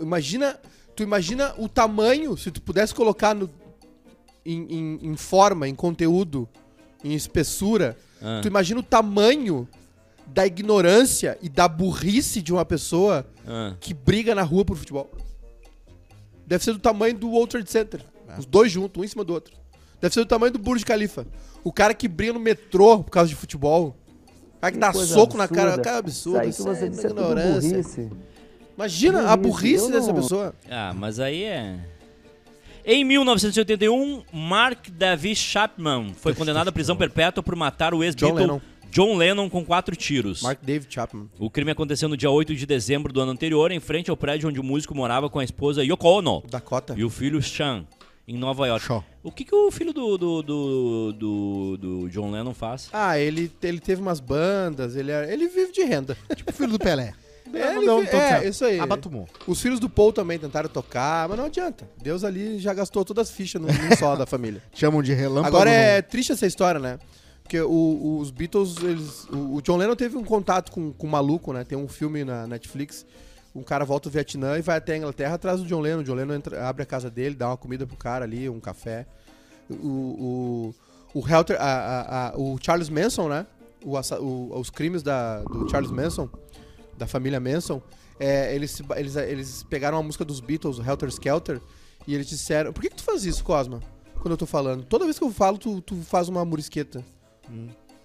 Speaker 3: Imagina. Tu imagina o tamanho, se tu pudesse colocar no, em, em- em forma, em conteúdo, em espessura,
Speaker 1: Ah.
Speaker 3: tu imagina o tamanho da ignorância e da burrice de uma pessoa
Speaker 1: Ah,
Speaker 3: que briga na rua por futebol. Deve ser do tamanho do World Trade Center.
Speaker 6: É.
Speaker 3: Os dois juntos, um em cima do outro. Deve ser do tamanho do Burj Khalifa. O cara que briga no metrô por causa de futebol. O cara que dá
Speaker 6: coisa
Speaker 3: soco na cara.
Speaker 6: absurda.
Speaker 3: Cara, é
Speaker 6: Isso
Speaker 3: absurdo.
Speaker 6: aí que
Speaker 3: isso é
Speaker 6: você disse é tudo
Speaker 3: ignorância.
Speaker 6: burrice.
Speaker 3: Imagina a burrice
Speaker 6: Burrice, eu
Speaker 3: dessa
Speaker 6: não-
Speaker 3: pessoa.
Speaker 1: ah, mas aí é. Em 1981, Mark David Chapman foi condenado à prisão perpétua por matar o
Speaker 3: John
Speaker 1: ex-Beatle
Speaker 3: Lennon.
Speaker 1: John Lennon com quatro tiros.
Speaker 3: Mark David Chapman.
Speaker 1: O crime aconteceu no dia 8 de dezembro do ano anterior, em frente ao prédio onde o músico morava com a esposa Yoko Ono
Speaker 3: Dakota.
Speaker 1: e o filho Sean, em Nova York.
Speaker 2: Shaw.
Speaker 1: O que, que o filho do, do, do, do- do John Lennon faz?
Speaker 3: Ah, ele, ele teve umas bandas, ele, era- ele vive de renda.
Speaker 2: Tipo o filho do Pelé.
Speaker 3: É,
Speaker 2: Não
Speaker 3: ele
Speaker 6: um
Speaker 2: deu
Speaker 3: vi-
Speaker 2: tanto
Speaker 3: é,
Speaker 2: certo.
Speaker 3: isso
Speaker 6: Ah,
Speaker 3: aí.
Speaker 2: Abatumou.
Speaker 3: Os filhos do Paul também tentaram tocar, mas não adianta. Deus ali já gastou todas as fichas num- num só da família.
Speaker 2: Chamam de relâmpago.
Speaker 3: Agora é
Speaker 2: no-
Speaker 3: triste essa história, né? Porque o- o- os Beatles, eles, o, o John Lennon teve um contato com, com um maluco, né? Tem um filme na Netflix. Um cara volta do Vietnã e vai até a Inglaterra atrás do John Lennon. O John Lennon entra- abre a casa dele, dá uma comida pro cara ali, um café. O, o, o, Helter, a- a- a- o Charles Manson, né? O assa- o- os crimes da, do Charles Manson, da família Manson, é, eles, se ba- eles, eles pegaram a música dos Beatles, o Helter Skelter, e eles disseram... Por que, que tu faz isso, Cosma? Quando eu tô falando. Toda vez que eu falo, tu, tu faz uma murisqueta.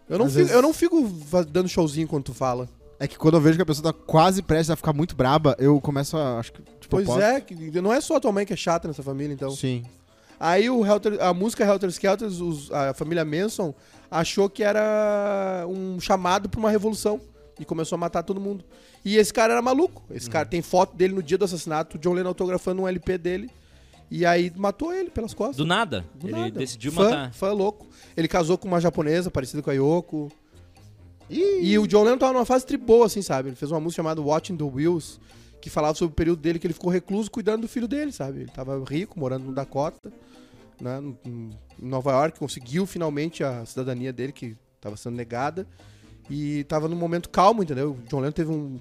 Speaker 3: Eu, não
Speaker 2: Hum. Às
Speaker 3: fico,
Speaker 2: vezes-
Speaker 3: eu não fico fa- dando showzinho quando tu fala.
Speaker 2: É que quando eu vejo que a pessoa tá quase prestes a ficar muito braba, eu começo a. Acho que. Tipo,
Speaker 3: Pois é, que- não é só a tua mãe que é chata nessa família, então.
Speaker 2: Sim.
Speaker 3: Aí o Helter, a música Helter Skelter, os- a família Manson, achou que era um chamado pra uma revolução. E começou a matar todo mundo. E esse cara era maluco. Esse cara tem foto dele no dia do assassinato, o John Lennon autografando um LP dele. E aí matou ele pelas costas.
Speaker 1: Do nada.
Speaker 3: Do
Speaker 1: ele
Speaker 3: nada.
Speaker 1: decidiu
Speaker 3: fã,
Speaker 1: matar.
Speaker 3: Fã louco. Ele casou com uma japonesa parecida com a Yoko. E o John Lennon tava numa fase triboa, assim, sabe? Ele fez uma música chamada Watching the Wheels, que falava sobre o período dele que ele ficou recluso cuidando do filho dele, sabe? Ele tava rico, morando no Dakota, né? no- em Nova York, conseguiu finalmente a cidadania dele, que tava sendo negada. E tava num momento calmo, entendeu? O John Lennon teve um,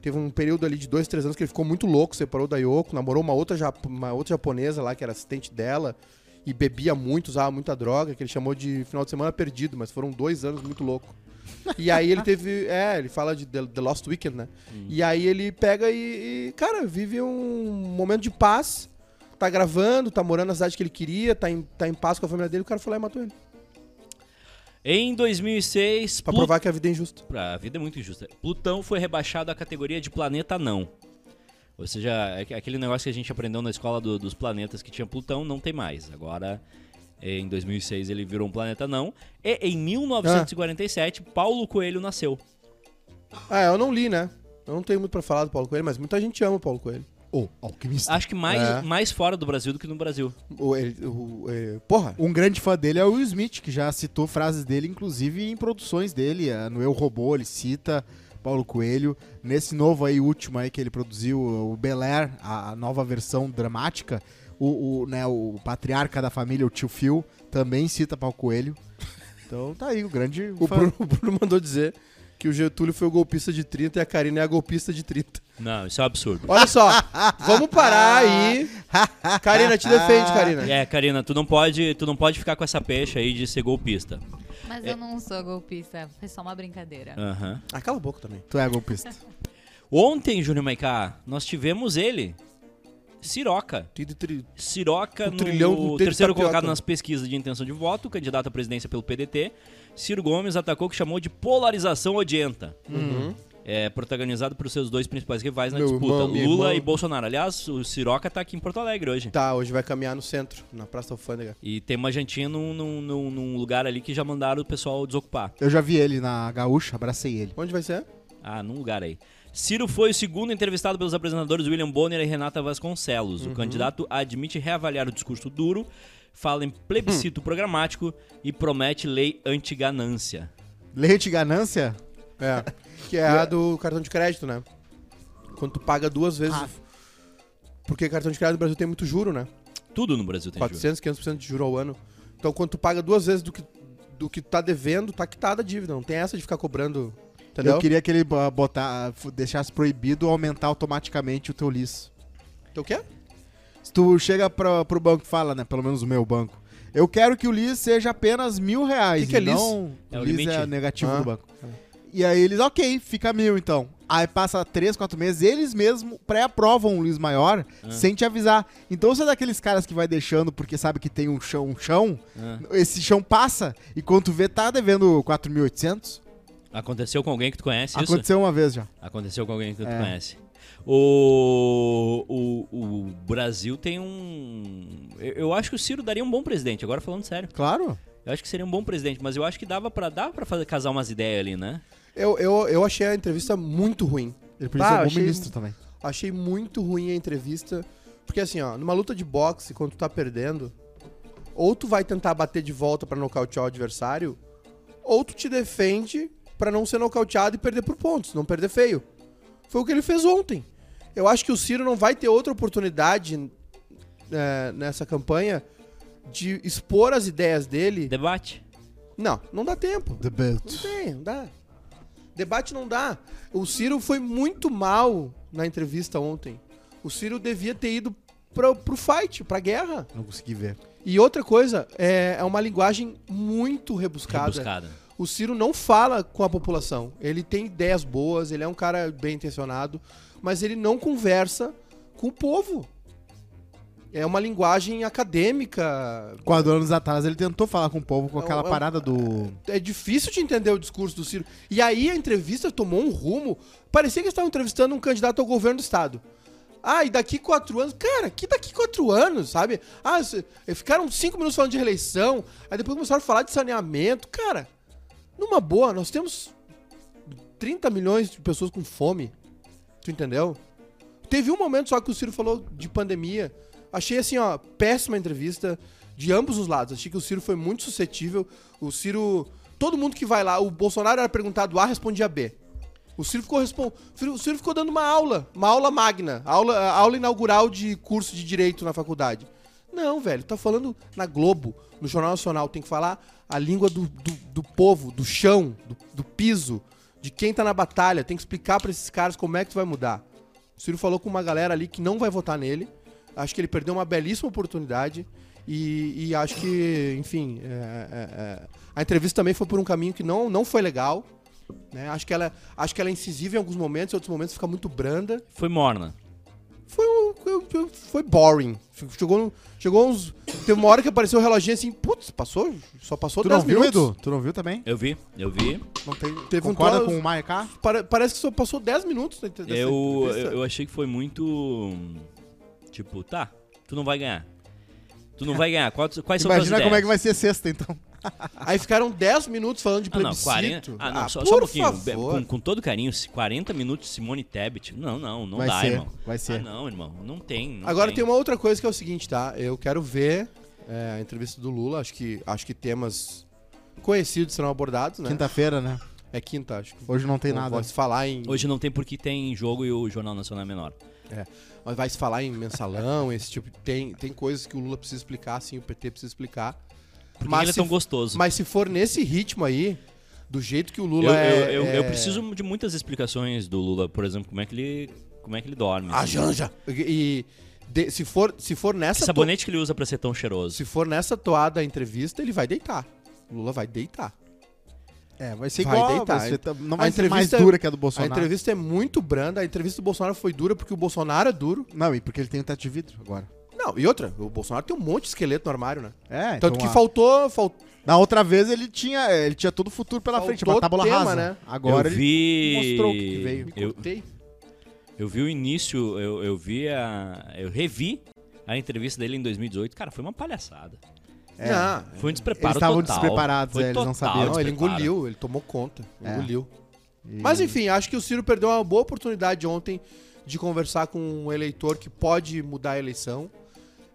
Speaker 3: teve um período ali de dois, três anos que ele ficou muito louco, separou da Yoko, namorou uma outra, jap- uma outra japonesa lá, que era assistente dela, e bebia muito, usava muita droga, que ele chamou de final de semana perdido, mas foram dois anos muito louco. E aí ele teve. É, ele fala de The, The Lost Weekend, né? E aí ele pega e, e, cara, vive um momento de paz. Tá gravando, tá morando na cidade que ele queria, tá em, tá em paz com a família dele, o cara foi lá e matou ele.
Speaker 1: Em 2006,
Speaker 3: Pra
Speaker 1: Plutão.
Speaker 3: provar que a vida é injusta.
Speaker 1: A vida é muito injusta. Plutão foi rebaixado à categoria de planeta não. Ou seja, é aquele negócio que a gente aprendeu na escola do- dos planetas que tinha Plutão, não tem mais. Agora, é, em 2006, ele virou um planeta não. E em 1947, Paulo Coelho nasceu.
Speaker 3: Ah, eu não li, né? Eu não tenho muito pra falar do Paulo Coelho, mas muita gente ama o Paulo Coelho.
Speaker 2: O alquimista.
Speaker 1: Acho que mais,
Speaker 3: É.
Speaker 1: mais fora do Brasil do que no Brasil.
Speaker 3: O, ele, o, é, porra,
Speaker 2: Um grande fã dele é o Will Smith, que já citou frases dele, inclusive em produções dele. ah, No Eu Robô, ele cita Paulo Coelho. Nesse novo aí, último aí que ele produziu, o Bel Air, a a nova versão dramática, o, o, né, o patriarca da família, o tio Phil, também cita Paulo Coelho. Então tá aí, o grande
Speaker 3: o
Speaker 2: fã.
Speaker 3: Bruno, o Bruno mandou dizer que o Getúlio foi o golpista de 30 e a Karina é a golpista de 30.
Speaker 1: Não, isso é um absurdo.
Speaker 3: Olha só, vamos parar aí. Karina, te defende, Karina.
Speaker 1: É, Karina, tu não pode, tu não pode ficar com essa peixe aí de ser golpista.
Speaker 6: Mas eu não sou golpista, foi só uma brincadeira.
Speaker 1: Aham.
Speaker 3: Ah, cala a boca também.
Speaker 2: Tu é golpista.
Speaker 1: Ontem, Júnior Maiká, nós tivemos ele, Siroca.
Speaker 3: Tudo tri-
Speaker 1: Siroca
Speaker 3: O
Speaker 1: no
Speaker 3: trilhão do Tênis
Speaker 1: terceiro
Speaker 3: Tapioca.
Speaker 1: colocado nas pesquisas de intenção de voto, candidato à presidência pelo PDT. Ciro Gomes atacou o que chamou de polarização odienta. É, protagonizado por seus dois principais rivais na
Speaker 3: Meu
Speaker 1: disputa,
Speaker 3: irmão, minha
Speaker 1: Lula
Speaker 3: irmã.
Speaker 1: e Bolsonaro. Aliás, o Siroca tá aqui em Porto Alegre hoje.
Speaker 3: Tá, hoje vai caminhar no centro, na Praça da Alfândega.
Speaker 1: E tem uma jantinha num, num- num- num lugar ali que já mandaram o pessoal desocupar.
Speaker 2: Eu já vi ele na Gaúcha, abracei ele.
Speaker 3: Onde vai ser?
Speaker 1: Ah, num lugar aí. Ciro foi o segundo entrevistado pelos apresentadores William Bonner e Renata Vasconcelos. O candidato admite reavaliar o discurso duro, fala em plebiscito programático e promete lei anti-ganância.
Speaker 2: Leite Ganância?
Speaker 3: É. Que é a do cartão de crédito, né? Quando tu paga duas vezes.
Speaker 2: Ah.
Speaker 3: Porque cartão de crédito no Brasil tem muito juro, né?
Speaker 1: Tudo no Brasil tem juro.
Speaker 3: 400, 500% de juro ao ano. Então, quando tu paga duas vezes do que, do que tu tá devendo, tá quitada a dívida. Não tem essa de ficar cobrando. Entendeu?
Speaker 2: Eu queria que ele ah, botar, deixasse proibido aumentar automaticamente o teu liso.
Speaker 3: Então, o quê?
Speaker 2: Se tu chega pra, pro banco e fala, né? Pelo menos o meu banco. Eu quero que o LIS seja apenas mil reais.
Speaker 3: Que que é
Speaker 2: e Não,
Speaker 1: É
Speaker 2: o
Speaker 1: o
Speaker 2: LIS é
Speaker 1: limite.
Speaker 2: negativo
Speaker 3: Ah.
Speaker 2: do banco. E aí eles, ok, fica mil então. Aí passa três, quatro meses, eles mesmos pré-aprovam um LIS maior
Speaker 1: Ah.
Speaker 2: sem te avisar. Então você é daqueles caras que vai deixando porque sabe que tem um chão, um chão.
Speaker 1: Ah.
Speaker 2: Esse chão passa e quando tu vê, tá devendo 4.800.
Speaker 1: Aconteceu com alguém que tu conhece isso?
Speaker 2: Aconteceu uma vez já.
Speaker 1: Aconteceu com alguém que tu conhece. O, o, o Brasil tem um. Eu, eu acho que o Ciro daria um bom presidente, agora falando sério.
Speaker 2: Claro.
Speaker 1: Eu acho que seria um bom presidente, mas eu acho que dava pra dar pra fazer, casar umas ideias ali, né?
Speaker 3: Eu, eu, eu achei a entrevista muito ruim.
Speaker 2: Ele podia ser
Speaker 3: Ah,
Speaker 2: um bom
Speaker 3: achei-
Speaker 2: ministro também.
Speaker 3: Achei muito ruim a entrevista. Porque assim, ó, numa luta de boxe, quando tu tá perdendo, ou tu vai tentar bater de volta pra nocautear o adversário, ou tu te defende pra não ser nocauteado e perder por pontos, não perder feio. Foi o que ele fez ontem. Eu acho que o Ciro não vai ter outra oportunidade é, nessa campanha de expor as ideias dele.
Speaker 1: Debate.
Speaker 3: Não, não dá tempo. Não
Speaker 2: Debate.
Speaker 3: tem, não dá. Debate não dá. O Ciro foi muito mal na entrevista ontem. O Ciro devia ter ido pra, pro fight, pra guerra.
Speaker 2: Não consegui ver.
Speaker 3: E outra coisa, é, é uma linguagem muito rebuscada.
Speaker 1: Rebuscada.
Speaker 3: O Ciro não fala com a população. Ele tem ideias boas, ele é um cara bem intencionado, mas ele não conversa com o povo. É uma linguagem acadêmica.
Speaker 2: Quatro anos atrás ele tentou falar com o povo com
Speaker 3: É um-
Speaker 2: aquela
Speaker 3: é um-
Speaker 2: parada do.
Speaker 3: É difícil de entender o discurso do Ciro. E aí a entrevista tomou um rumo. Parecia que eles estavam entrevistando um candidato ao governo do estado. Ah, e daqui quatro anos. Cara, que daqui quatro anos, sabe? Ah, se- eh, ficaram cinco minutos falando de reeleição. Aí depois começaram a falar de saneamento. Cara, numa boa, nós temos 30 milhões de pessoas com fome. Tu entendeu? Teve um momento só que o Ciro falou de pandemia. Achei assim, ó, péssima entrevista de ambos os lados. Achei que o Ciro foi muito suscetível. O Ciro. Todo mundo que vai lá, o Bolsonaro era perguntado A, respondia B. O Ciro ficou respon... o Ciro ficou dando uma aula, uma aula magna, aula, aula inaugural de curso de direito na faculdade. Não, velho, tá falando na Globo, no Jornal Nacional, tem que falar a língua do, do, do povo, do chão, do, do piso, de quem tá na batalha, tem que explicar pra esses caras como é que tu vai mudar. O Ciro falou com uma galera ali que não vai votar nele. Acho que ele perdeu uma belíssima oportunidade. E, e acho que, enfim, é, é, é, a entrevista também foi por um caminho que não, não foi legal. né? Acho que ela, acho que ela é incisiva em alguns momentos, em outros momentos fica muito branda.
Speaker 1: Foi morna.
Speaker 3: Foi um- foi boring. Chegou, no- chegou uns, teve uma hora que apareceu o reloginho assim, putz, passou, só passou
Speaker 2: Tu não
Speaker 3: 10
Speaker 2: viu,
Speaker 3: minutos.
Speaker 2: Edu? Tu não viu também?
Speaker 1: Eu vi, eu vi.
Speaker 2: Não tem...
Speaker 3: Teve um
Speaker 2: Concorda
Speaker 3: tos-
Speaker 2: com o Maia K?
Speaker 3: Pare- parece que só passou 10 minutos da inter- dessa
Speaker 1: Eu,
Speaker 3: entrevista.
Speaker 1: eu, eu achei que foi muito. hum, Tipo, tá, tu não vai ganhar. Tu não vai ganhar. Quais, quais são as
Speaker 2: Imagina
Speaker 1: ideias?
Speaker 2: como é que vai ser sexta, então.
Speaker 3: Aí ficaram 10 minutos falando de
Speaker 1: Ah, não,
Speaker 3: plebiscito.
Speaker 1: 40. Ah, não, só,
Speaker 3: por
Speaker 1: só um pouquinho. Be-
Speaker 3: favor.
Speaker 1: Com, com todo carinho, se 40 minutos Simone Tebet. Não, não, não
Speaker 2: vai
Speaker 1: dá,
Speaker 2: ser,
Speaker 1: irmão.
Speaker 2: vai
Speaker 1: Ah,
Speaker 2: ser.
Speaker 1: não, irmão, não tem. não
Speaker 3: Agora
Speaker 1: tem.
Speaker 3: tem uma outra coisa que é o seguinte, tá? Eu quero ver é, a entrevista do Lula, acho que, acho que temas conhecidos serão abordados, né?
Speaker 2: Quinta-feira, né?
Speaker 3: É quinta, acho que.
Speaker 2: Hoje não tem
Speaker 3: Não
Speaker 2: nada.
Speaker 3: Vai se falar em,
Speaker 1: Hoje não tem porque tem jogo e o Jornal Nacional é Menor.
Speaker 3: mas vai se falar em mensalão, esse tipo. Tem, tem coisas que o Lula precisa explicar, sim, o PT precisa explicar.
Speaker 1: Porque
Speaker 3: Mas
Speaker 1: ele é
Speaker 3: se
Speaker 1: tão gostoso.
Speaker 3: Mas se for nesse ritmo aí, do jeito que o
Speaker 1: eu,
Speaker 3: Lula
Speaker 1: eu,
Speaker 3: é,
Speaker 1: eu-
Speaker 3: é-
Speaker 1: eu preciso de muitas explicações do Lula, por exemplo, como é que ele, como é que ele dorme.
Speaker 3: A
Speaker 1: assim.
Speaker 3: Janja! E de- se, for, se for
Speaker 1: Que
Speaker 3: nessa. to-
Speaker 1: sabonete que ele usa pra ser tão cheiroso.
Speaker 3: Se for nessa toada a entrevista, ele vai deitar. O Lula vai deitar.
Speaker 2: É, vai ser
Speaker 3: Vai
Speaker 2: igual.
Speaker 3: deitar.
Speaker 2: vai ser- tá- não
Speaker 3: A
Speaker 2: vai ser mais
Speaker 3: entrevista-
Speaker 2: dura que a do
Speaker 3: A
Speaker 2: Bolsonaro.
Speaker 3: entrevista é muito branda. A entrevista do Bolsonaro foi dura porque o Bolsonaro é duro.
Speaker 2: Não, e porque ele tem o teto de vidro agora.
Speaker 3: Não, e outra, o Bolsonaro tem um monte de esqueleto no armário, né?
Speaker 2: É,
Speaker 3: Tanto
Speaker 2: então
Speaker 3: que
Speaker 2: a-
Speaker 3: faltou, fal-
Speaker 2: Na outra vez ele tinha, ele tinha todo o futuro pela
Speaker 3: Faltou
Speaker 2: frente, uma tábula
Speaker 3: tema,
Speaker 2: rasa.
Speaker 3: né?
Speaker 2: Agora
Speaker 1: eu
Speaker 2: ele
Speaker 1: vi...
Speaker 2: mostrou o que que veio.
Speaker 3: Me
Speaker 1: Eu,
Speaker 3: cortei.
Speaker 1: eu vi o início, eu, eu vi a... Eu revi a entrevista dele em 2018. Cara, foi uma palhaçada.
Speaker 2: É.
Speaker 3: Não,
Speaker 1: Foi um despreparo
Speaker 2: Eles estavam
Speaker 1: total.
Speaker 2: despreparados,
Speaker 1: Foi
Speaker 2: é, eles não
Speaker 1: total
Speaker 2: sabiam.
Speaker 3: Ah, não, ele
Speaker 1: despreparo.
Speaker 3: engoliu, ele tomou conta.
Speaker 2: É.
Speaker 3: Engoliu.
Speaker 2: E-
Speaker 3: Mas enfim, acho que o Ciro perdeu uma boa oportunidade ontem de conversar com um eleitor que pode mudar a eleição.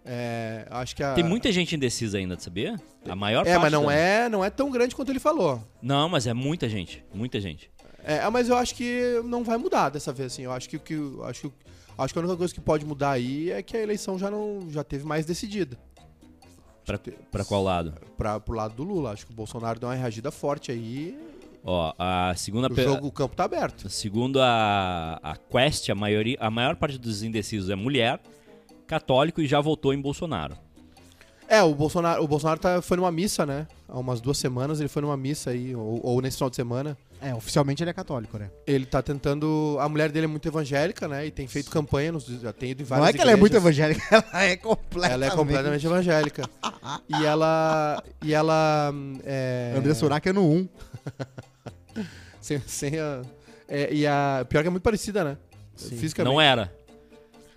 Speaker 3: É, acho que a.
Speaker 1: Tem muita gente indecisa ainda, sabia? A maior
Speaker 3: É,
Speaker 1: parte
Speaker 3: mas não
Speaker 1: da-
Speaker 3: é, não é tão grande quanto ele falou.
Speaker 1: Não, mas é muita gente. Muita gente.
Speaker 3: É, mas eu acho que não vai mudar dessa vez, assim. Eu acho que o que. eu Acho que, acho que a única coisa que pode mudar aí é que a eleição já não já teve mais decidida
Speaker 1: Pra, pra qual lado?
Speaker 3: para pro lado do Lula. Acho que o Bolsonaro deu uma reagida forte aí.
Speaker 1: Ó, a segunda...
Speaker 3: O
Speaker 1: pe-
Speaker 3: jogo, o campo tá aberto.
Speaker 1: Segundo a, a Quest, a, maioria, a maior parte dos indecisos é mulher, católico e já votou em Bolsonaro.
Speaker 3: É, o Bolsonaro, o Bolsonaro tá, foi numa missa, né? Há umas duas semanas ele foi numa missa aí, ou, ou nesse final de semana.
Speaker 2: É, oficialmente ele é católico, né?
Speaker 3: Ele tá tentando. A mulher dele é muito evangélica, né? E tem feito campanha, nos, já tem ido em
Speaker 2: Não
Speaker 3: várias
Speaker 2: é que ela é muito
Speaker 3: igrejas.
Speaker 2: evangélica, ela é completamente.
Speaker 3: Ela é completamente evangélica. e ela. E ela. hum, É,
Speaker 2: André Surak é no 1.
Speaker 3: Sem, sem a. é, e a. Pior que é muito parecida, né? Fisicamente.
Speaker 1: Não é era.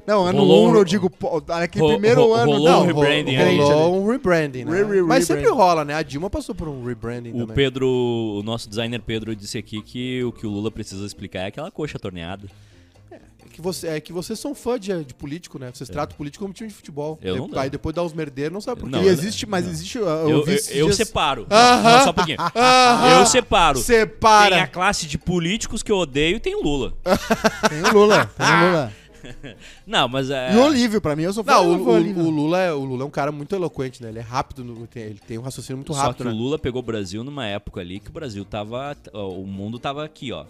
Speaker 2: Não, é no
Speaker 1: Rolou
Speaker 2: 1
Speaker 1: um-
Speaker 2: eu digo, pô, naquele
Speaker 1: Ro-
Speaker 2: primeiro
Speaker 1: ro-
Speaker 2: ano.
Speaker 1: rolou
Speaker 2: não,
Speaker 1: um rebranding,
Speaker 2: ro-
Speaker 1: é.
Speaker 2: rolou um-
Speaker 3: Rolou um rebranding, né?
Speaker 2: Re- re-
Speaker 3: Mas sempre
Speaker 2: rebranding.
Speaker 3: rola, né? A Dilma passou por um rebranding
Speaker 1: O
Speaker 3: também.
Speaker 1: Pedro, o nosso designer Pedro, disse aqui que o que o Lula precisa explicar é aquela coxa torneada.
Speaker 3: É que, você, é que vocês são fã de, de político, né? Vocês tratam político como time de futebol.
Speaker 1: É. Eu não
Speaker 3: Aí
Speaker 1: dou.
Speaker 3: depois dá os merdeiros, não sabe por quê.
Speaker 1: Não,
Speaker 2: e
Speaker 1: né?
Speaker 2: existe, mas existe. uh,
Speaker 1: Eu,
Speaker 2: Eu,
Speaker 1: eu,
Speaker 2: vi esses
Speaker 1: eu
Speaker 2: dias-
Speaker 1: separo. Não, só um pouquinho. Eu separo.
Speaker 3: Ah, Separa!
Speaker 1: Tem a classe de políticos que eu odeio e tem o Lula.
Speaker 2: Tem o Lula. Tem o Lula.
Speaker 1: Não, mas é.
Speaker 2: E o Olívio, pra mim, eu sou fã
Speaker 3: Não,
Speaker 2: do
Speaker 3: o, o-
Speaker 2: Olívio.
Speaker 3: o Lula é, o Lula é um cara muito eloquente, né? Ele é rápido, no- tem- ele tem um raciocínio muito
Speaker 1: Só que
Speaker 3: rápido,
Speaker 1: o
Speaker 3: né?
Speaker 1: Lula pegou o Brasil numa época ali que o Brasil tava. ó, O mundo tava aqui, ó.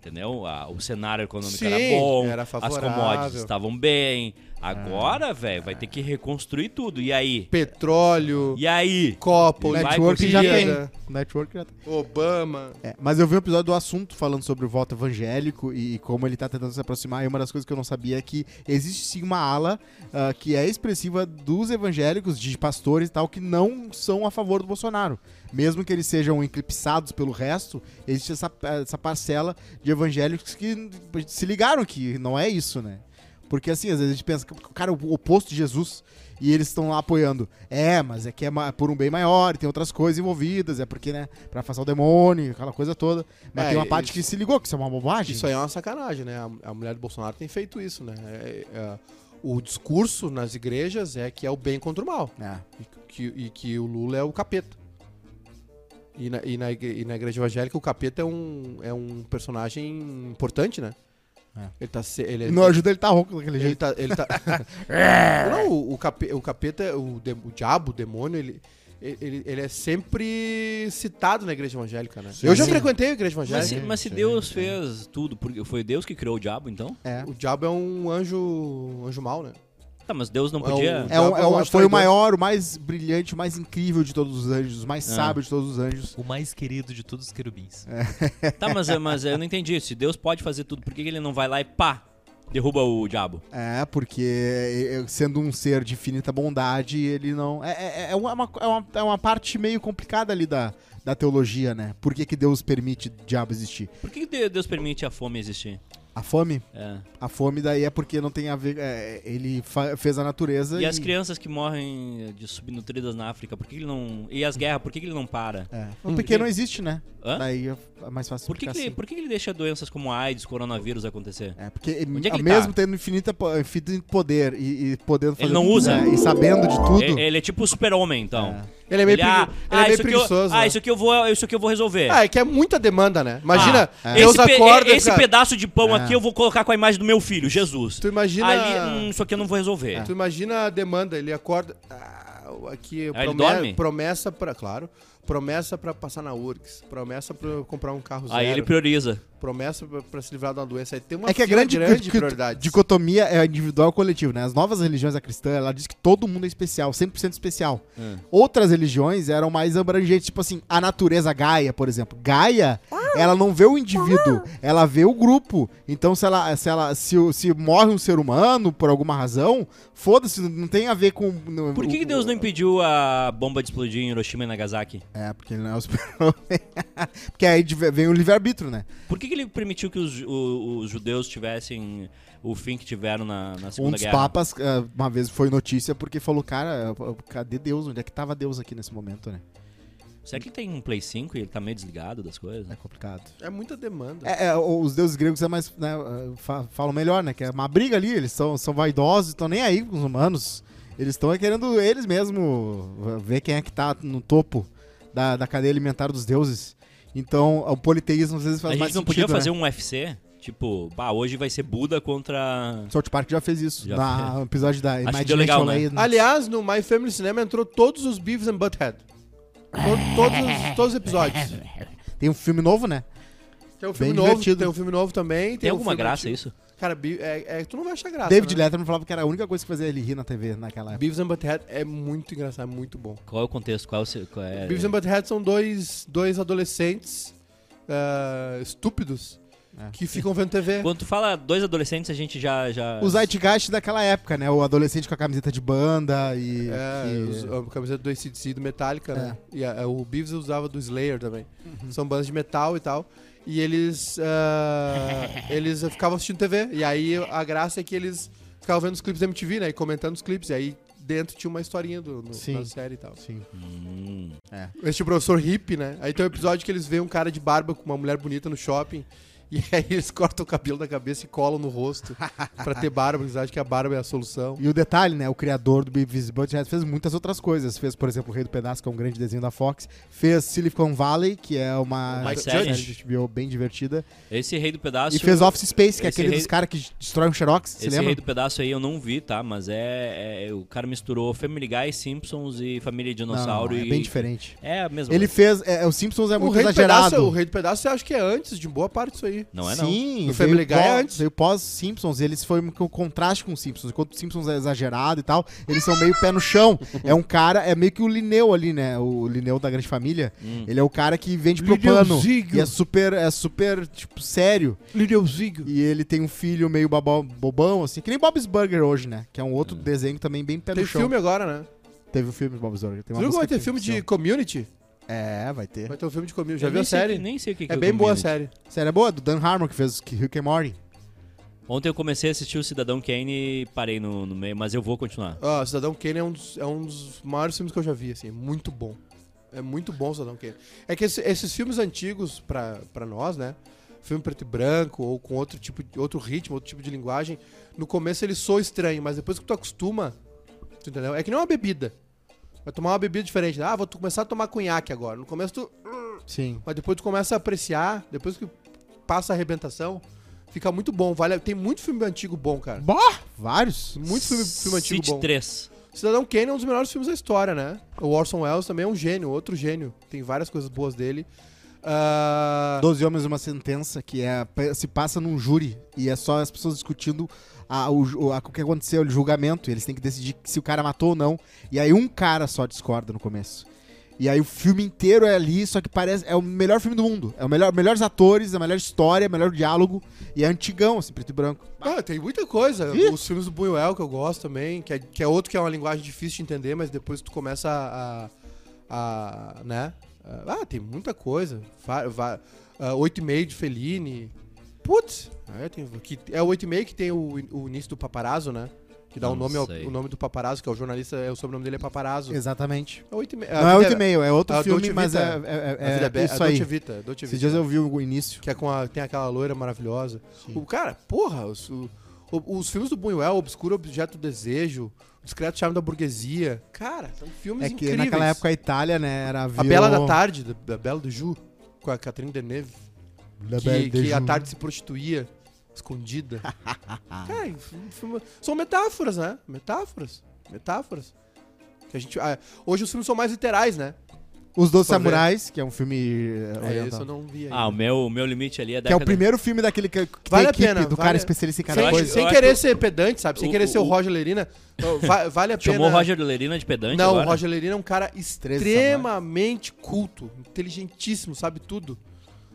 Speaker 1: Entendeu? A- O cenário econômico
Speaker 3: Sim,
Speaker 1: era bom,
Speaker 3: era
Speaker 1: as
Speaker 3: favorável. É.
Speaker 1: commodities estavam bem. Agora, velho, vai ter que reconstruir tudo. E aí?
Speaker 3: Petróleo,
Speaker 1: E aí?
Speaker 3: Copa,
Speaker 1: Vai né?
Speaker 2: Network
Speaker 1: curtir,
Speaker 2: já tem.
Speaker 3: Olimpíada,
Speaker 2: Network já tem.
Speaker 3: Obama.
Speaker 2: É, mas eu vi um episódio do assunto falando sobre o voto evangélico e, e como ele tá tentando se aproximar. E uma das coisas que eu não sabia é que existe sim uma ala ah, que é expressiva dos evangélicos, de pastores e tal, que não são a favor do Bolsonaro. Mesmo que eles sejam eclipsados pelo resto, existe essa, essa parcela de evangélicos que se ligaram que não é isso, né? Porque assim, às vezes a gente pensa, cara, o oposto de Jesus. E eles estão lá apoiando. É, mas é que é ma- por um bem maior, e tem outras coisas envolvidas, é porque, né, pra afastar o demônio, aquela coisa toda. Mas
Speaker 3: É,
Speaker 2: tem uma
Speaker 3: e-
Speaker 2: parte que se ligou, que isso é uma bobagem.
Speaker 3: Isso aí é uma sacanagem, né? A, a mulher do Bolsonaro tem feito isso, né? É- é- o discurso nas igrejas é que é o bem contra o mal.
Speaker 2: É.
Speaker 3: E que, e que o Lula é o capeta. E na, e na igre- e na igreja evangélica, o capeta é um, é um personagem importante, né?
Speaker 2: É.
Speaker 3: Ele tá. se- Ele,
Speaker 2: E
Speaker 3: ele
Speaker 2: não ajuda ele tá rouco daquele
Speaker 3: Ele
Speaker 2: jeito.
Speaker 3: tá. Ele tá... não, o, o cape- o capeta, o, de- o diabo, o demônio, ele, ele, ele é sempre citado na igreja evangélica, né?
Speaker 2: Sim.
Speaker 3: Eu já
Speaker 2: Sim.
Speaker 3: frequentei a igreja evangélica.
Speaker 1: Mas, se- mas se Deus fez tudo, porque foi Deus que criou o diabo, então?
Speaker 2: É.
Speaker 3: O diabo é um anjo. anjo mau, né?
Speaker 1: Tá, mas Deus não
Speaker 3: É o-
Speaker 1: podia.
Speaker 2: É um- é um-
Speaker 3: Diabo
Speaker 2: foi o
Speaker 3: traidor.
Speaker 2: maior, o mais brilhante, o mais incrível de todos os anjos, o mais
Speaker 1: É.
Speaker 2: sábio de todos os anjos.
Speaker 4: O mais querido de todos os querubins.
Speaker 1: Tá, mas, mas eu não entendi. Se Deus pode fazer tudo, por que que ele não vai lá e pá, derruba o diabo?
Speaker 2: É, porque é, é, sendo um ser de infinita bondade, ele não. É, é- é uma, é, uma, é uma parte meio complicada ali da, da teologia, né? Por que, que Deus permite o diabo existir?
Speaker 1: Por que que de- Deus permite a fome existir?
Speaker 2: A fome?
Speaker 1: É.
Speaker 2: A fome daí é porque não tem a ver. é, ele fa- fez a natureza.
Speaker 1: E as crianças que morrem eh, de subnutridas na África, por que que ele não. E as guerras, por que que ele não para?
Speaker 2: É. Porque não existe, né?
Speaker 1: Hum, Hã?
Speaker 2: Daí é é mais fácil
Speaker 1: Por que, que
Speaker 2: explicar
Speaker 1: ele,
Speaker 2: assim.
Speaker 1: por que que ele deixa doenças como AIDS, coronavírus acontecer?
Speaker 2: É, porque
Speaker 1: Onde é que
Speaker 2: a-
Speaker 1: ele
Speaker 2: mesmo
Speaker 1: tá?
Speaker 2: tendo infinita, po- infinito poder e, e podendo fazer.
Speaker 1: não
Speaker 2: tudo,
Speaker 1: usa.
Speaker 2: né, E sabendo de tudo.
Speaker 1: E- Ele é tipo o super-homem, então.
Speaker 3: Ele é meio, pregui-
Speaker 1: ah,
Speaker 3: ele é
Speaker 1: ah,
Speaker 3: meio
Speaker 1: isso aqui eu-
Speaker 3: preguiçoso.
Speaker 1: ah,
Speaker 3: né?
Speaker 1: isso aqui eu vou, isso aqui eu vou resolver.
Speaker 3: Ah, é que é muita demanda, né? Imagina,
Speaker 1: Ah,
Speaker 3: Deus
Speaker 1: esse pe-
Speaker 3: acorda. e
Speaker 1: esse
Speaker 3: fica-
Speaker 1: pedaço de
Speaker 2: É.
Speaker 1: pão aqui eu vou colocar com a imagem do meu filho, Jesus.
Speaker 3: Tu imagina. É.
Speaker 1: Ali, hum, isso aqui eu não vou resolver.
Speaker 3: Tu imagina a demanda, ele acorda. Ah, aqui,
Speaker 1: Ah, ele
Speaker 3: prome-
Speaker 1: dorme?
Speaker 3: promessa pra. Claro. Promessa pra passar na URGS. Promessa pra eu comprar um carro zero.
Speaker 1: Aí ele prioriza.
Speaker 3: Promessa pra, pra se livrar de uma doença. Aí tem uma
Speaker 2: É que a
Speaker 3: fila
Speaker 2: grande,
Speaker 3: grande
Speaker 2: cri- cri-
Speaker 3: prioridade.
Speaker 2: dicotomia é individual e coletivo, né? As novas religiões da cristã, ela diz que todo mundo é especial, 100% especial.
Speaker 1: Hum.
Speaker 2: Outras religiões eram mais abrangentes, tipo assim, a natureza Gaia, por exemplo. Gaia, ela não vê o indivíduo, ela vê o grupo. Então, se ela, se ela, se, o- se morre um ser humano por alguma razão, foda-se, não tem a ver com. no-
Speaker 1: Por que, que
Speaker 2: o-
Speaker 1: Deus não impediu a bomba de explodir em Hiroshima e Nagasaki?
Speaker 2: É, porque ele não é o super-homem. porque aí de- vem o livre-arbítrio, né?
Speaker 1: Por que, que ele permitiu que os, o- os judeus tivessem o fim que tiveram na, na
Speaker 2: Um
Speaker 1: Segunda
Speaker 2: dos
Speaker 1: Guerra?
Speaker 2: papas, eh, uma vez foi notícia, porque falou, cara, eh, cadê Deus? Onde é que tava Deus aqui nesse momento, né?
Speaker 1: Será que ele tem um Play 5 e ele tá meio desligado das coisas?
Speaker 2: É complicado.
Speaker 3: É muita demanda.
Speaker 2: É, é, os deuses gregos é mais, né, fa- falam melhor, né? Que é uma briga ali, eles são, são vaidosos, estão nem aí com os humanos. Eles estão é querendo eles mesmo eh, ver quem é que tá no topo da, da cadeia alimentar dos deuses. Então, o politeísmo às vezes
Speaker 1: a
Speaker 2: faz
Speaker 1: gente não
Speaker 2: mais
Speaker 1: podia
Speaker 2: sentido,
Speaker 1: fazer
Speaker 2: né?
Speaker 1: um UFC? Tipo, bah, hoje vai ser Buda contra.
Speaker 2: South Park já fez isso,
Speaker 1: um Já
Speaker 2: na- no episódio da
Speaker 1: Acho que
Speaker 2: Imagine
Speaker 1: deu legal, né?
Speaker 3: Aliás, no My Family Cinema entrou todos os Beavis and Butthead. To- todos, os- todos os episódios.
Speaker 2: Tem um filme novo, né?
Speaker 3: Tem um filme
Speaker 2: Bem
Speaker 3: novo,
Speaker 2: divertido.
Speaker 3: tem um filme novo também.
Speaker 1: Tem
Speaker 3: um
Speaker 1: alguma
Speaker 3: filme
Speaker 1: graça
Speaker 3: antigo.
Speaker 1: isso?
Speaker 3: Cara, Be- é, é- tu não vai achar graça.
Speaker 2: David
Speaker 3: né?
Speaker 2: Letterman falava que era a única coisa que fazia ele rir na TV naquela época.
Speaker 3: Beavis and Butthead é muito engraçado, é muito bom.
Speaker 1: Qual é o contexto? Qual é o. se- Qual é...
Speaker 3: Beavis and Butthead são dois, dois adolescentes ah, estúpidos
Speaker 2: É.
Speaker 3: que ficam vendo TV.
Speaker 1: Quando tu fala dois adolescentes, a gente já. já...
Speaker 2: O Zeitgeist daquela época, né? O adolescente com a camiseta de banda e.
Speaker 3: É,
Speaker 2: e-
Speaker 3: os- a camiseta do ACDC e do Metallica, né?
Speaker 2: É.
Speaker 3: E a- o Beavis usava do Slayer também.
Speaker 2: Uhum.
Speaker 3: São bandas de metal e tal. E eles, ah, eles ficavam assistindo TV. E aí a graça é que eles ficavam vendo os clipes da MTV, né? E comentando os clipes. E aí dentro tinha uma historinha do, no-
Speaker 2: Sim.
Speaker 3: da série e tal.
Speaker 2: Sim.
Speaker 1: Hum.
Speaker 3: Esse professor hippie, né? Aí tem um episódio que eles veem um cara de barba com uma mulher bonita no shopping. E aí eles cortam o cabelo da cabeça e colam no rosto pra ter barba. Eles acham que a barba é a solução.
Speaker 2: E o detalhe, né? O criador do Beavis and Butthead fez muitas outras coisas. Fez, por exemplo, o Rei do Pedaço, que é um grande desenho da Fox. Fez Silicon Valley, que é uma,
Speaker 1: Uma série.
Speaker 2: série de HBO bem divertida.
Speaker 1: Esse rei do pedaço.
Speaker 2: E fez Office Space, que é
Speaker 1: esse
Speaker 2: aquele
Speaker 1: rei-
Speaker 2: dos caras que destroem o Xerox, se
Speaker 1: Esse
Speaker 2: lembra?
Speaker 1: rei do pedaço aí eu não vi, tá? Mas é, é- O cara misturou Family Guy, Simpsons e Família
Speaker 2: Não, não,
Speaker 1: Dinossauro.
Speaker 2: é
Speaker 1: e...
Speaker 2: bem diferente.
Speaker 1: É a mesma
Speaker 2: Ele
Speaker 1: coisa.
Speaker 2: fez... é, o Simpsons é
Speaker 3: o,
Speaker 2: muito
Speaker 3: Rei do Pedaço, o
Speaker 2: exagerado.
Speaker 3: Rei do Pedaço eu acho que é antes de boa parte disso aí.
Speaker 1: Não é, não.
Speaker 2: Sim,
Speaker 3: No
Speaker 2: veio
Speaker 3: Family Guy
Speaker 2: pós,
Speaker 3: é antes.
Speaker 2: Veio pós-Simpsons, eles foram com contraste com os Simpsons. Enquanto os Simpsons é exagerado e tal, eles são meio pé no chão. É um cara, é meio que o Lineu ali, né? O Lineu da grande família.
Speaker 1: Hum.
Speaker 2: Ele é o cara que vende propano.
Speaker 3: Lineuzinho.
Speaker 2: E é super, é super, tipo, sério.
Speaker 3: Lideuzinho.
Speaker 2: E ele tem um filho meio babó, bobão, assim, que nem Bob's Burger hoje, né? Que é um
Speaker 1: Hum.
Speaker 2: outro desenho também bem pé
Speaker 3: Tem
Speaker 2: no chão.
Speaker 3: filme agora, né?
Speaker 2: Teve um filme de Bob's Burger. Tem uma
Speaker 3: Viu que
Speaker 2: música
Speaker 3: vai ter
Speaker 2: que-
Speaker 3: filme de
Speaker 2: não.
Speaker 3: community?
Speaker 2: É, vai ter.
Speaker 3: Vai ter um filme de community. Já
Speaker 1: Eu
Speaker 3: viu
Speaker 1: nem
Speaker 3: a
Speaker 1: sei
Speaker 3: série?
Speaker 1: que- nem sei o que que
Speaker 3: É
Speaker 1: eu
Speaker 3: bem boa a
Speaker 1: combino.
Speaker 3: série.
Speaker 2: Série é boa, do Dan Harmon, que fez Rick and Morty.
Speaker 1: Ontem eu comecei a assistir o Cidadão Kane e parei no, no meio, mas eu vou continuar.
Speaker 3: Ah, Cidadão Kane é um, dos, é um dos maiores filmes que eu já vi, assim, é muito bom. É muito bom Cidadão Kane. É que esse- esses filmes antigos pra, pra nós, né? Filme preto e branco, ou com outro tipo de outro ritmo, outro tipo de linguagem, no começo ele soa estranho, mas depois que tu acostuma, tu entendeu? É que nem uma bebida. Vai tomar uma bebida diferente. Ah, vou tu- começar a tomar cunhaque agora. No começo tu.
Speaker 2: Sim.
Speaker 3: Mas depois tu começa a apreciar, depois que passa a arrebentação, fica muito bom. Vale, a- tem muito filme antigo bom, cara.
Speaker 2: Bah, vários.
Speaker 3: Muito filme, filme antigo
Speaker 1: City
Speaker 3: bom.
Speaker 1: 3.
Speaker 3: Cidadão Kane é um dos melhores filmes da história, né? O Orson Welles também é um gênio, outro gênio. Tem várias coisas boas dele. Ah,
Speaker 2: Doze Homens e uma Sentença, que é, se passa num júri e é só as pessoas discutindo a, o, ju- a- o que aconteceu, o julgamento. E eles têm que decidir se o cara matou ou não. E aí um cara só discorda no começo. E aí o filme inteiro é ali, só que parece. É o melhor filme do mundo. É o melhor, melhores atores, a melhor história, melhor diálogo. E é antigão, assim, preto e branco.
Speaker 3: Ah, tem muita coisa.
Speaker 2: Ih.
Speaker 3: Os filmes do Buñuel que eu gosto também, que é, que é outro que é uma linguagem difícil de entender, mas depois tu começa a... a, a, né? Ah, tem muita coisa. Va- va- ah, Oito e meio de Fellini. Putz! É, tem, que, é o oito e meio que tem o, in- o início do paparazzo, né? Que dá o
Speaker 1: Não
Speaker 3: nome, ao,
Speaker 1: sei.
Speaker 3: o nome do paparazzo, que é o jornalista, é, o sobrenome dele é paparazzo.
Speaker 2: Exatamente.
Speaker 3: É oito e meio.
Speaker 2: Não é 8 e meio, é outro
Speaker 3: a
Speaker 2: filme,
Speaker 3: Dolce
Speaker 2: mas é,
Speaker 3: Vita.
Speaker 2: é-
Speaker 3: É, a vida
Speaker 2: é,
Speaker 3: Be-
Speaker 2: é isso
Speaker 3: a
Speaker 2: aí.
Speaker 3: Dolce Vita, Dolce
Speaker 2: Esses
Speaker 3: Vita.
Speaker 2: dias eu vi o início.
Speaker 3: Que é com a- tem aquela loira maravilhosa. O cara, porra, os, o- o- os filmes do Buñuel, Obscuro Objeto do Desejo, O Discreto Charme da Burguesia. Cara, são filmes
Speaker 2: É que
Speaker 3: incríveis.
Speaker 2: naquela época a Itália, né, era
Speaker 3: A Bela da Tarde, da, da Bela do Ju, com a Catherine Deneuve, que, que à tarde se prostituía, escondida. cara, um filme- são metáforas, né? Metáforas. Metáforas. Que a gente, ah, hoje os filmes são mais literais, né?
Speaker 2: Os Dois
Speaker 3: Pra ver.
Speaker 2: Samurais, que é um filme eh,
Speaker 3: É, isso
Speaker 2: oriental.
Speaker 3: eu não vi ainda.
Speaker 1: Ah, o meu, o meu limite ali é
Speaker 2: que é
Speaker 1: década...
Speaker 2: o primeiro filme daquele que, que
Speaker 3: Vale
Speaker 2: tem
Speaker 3: a
Speaker 2: equipe
Speaker 3: pena,
Speaker 2: do
Speaker 3: vale
Speaker 2: cara
Speaker 3: a-
Speaker 2: especialista em cada
Speaker 3: Sem,
Speaker 1: acho-
Speaker 2: coisa.
Speaker 1: eu
Speaker 3: sem
Speaker 1: acho
Speaker 3: querer
Speaker 1: o-
Speaker 3: ser pedante, sabe? Sem
Speaker 1: o-
Speaker 3: querer
Speaker 1: o-
Speaker 3: ser o
Speaker 1: o-
Speaker 3: Roger Lerina. Ó, va- Vale a pena.
Speaker 1: Chamou o Roger Lerina né? de pedante
Speaker 3: é Não,
Speaker 1: agora?
Speaker 3: o Roger Lerina é um cara
Speaker 2: Treze
Speaker 3: extremamente culto, inteligentíssimo, sabe tudo.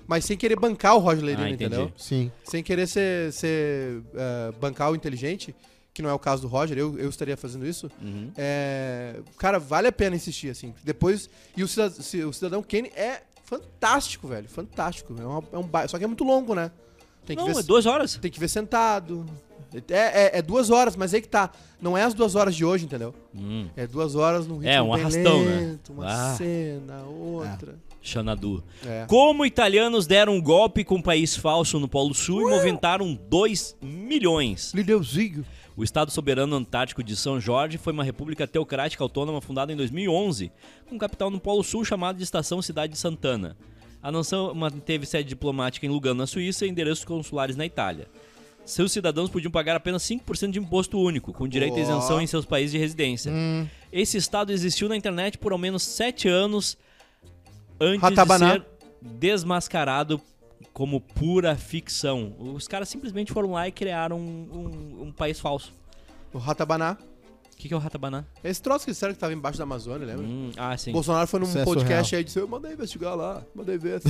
Speaker 3: Mas sem querer bancar o Roger Lerina,
Speaker 1: Ah, entendi.
Speaker 3: entendeu?
Speaker 2: Sim.
Speaker 3: Sem querer ser, ser eh, bancar o inteligente, que não é o caso do Roger, eu, eu estaria fazendo isso.
Speaker 1: Uhum.
Speaker 3: É, cara, vale a pena insistir, assim. Depois. E o Cidadão, o Cidadão Kane é fantástico, velho. Fantástico. É, uma- é um ba- Só que é muito longo, né? Tem que
Speaker 1: Não,
Speaker 3: ver
Speaker 1: é duas horas.
Speaker 3: tem que ver sentado. É, é- é duas horas, mas aí que tá. Não é as duas horas de hoje, entendeu?
Speaker 1: Hum,
Speaker 3: É duas horas num ritmo
Speaker 1: É, um
Speaker 3: bem
Speaker 1: arrastão, né?
Speaker 3: lento, uma
Speaker 1: Ah.
Speaker 3: cena, outra.
Speaker 1: Xanadu.
Speaker 3: É.
Speaker 1: Como italianos deram um golpe com um país falso no Polo Sul e movimentaram 2 milhões.
Speaker 3: Lideuzinho.
Speaker 1: O Estado Soberano Antártico de São Jorge foi uma república teocrática autônoma fundada em 2011, com capital no Polo Sul chamada de Estação Cidade de Santana. A nação manteve sede diplomática em Lugano, na Suíça, e endereços consulares na Itália. Seus cidadãos podiam pagar apenas 5% de imposto único, com direito à isenção em seus países de residência. Esse estado existiu na internet por ao menos 7 anos antes de
Speaker 3: Ratabaná.
Speaker 1: ser desmascarado como pura ficção. Os caras simplesmente foram lá e criaram um- um- um país falso.
Speaker 3: O Ratabaná.
Speaker 1: O que, que é o ratabaná?
Speaker 3: Esse troço que disseram que tava embaixo da Amazônia, lembra?
Speaker 1: Hum, ah, sim.
Speaker 3: Bolsonaro foi num
Speaker 2: Isso é
Speaker 3: podcast aí e disse: Eu mandei investigar lá, mandei ver assim.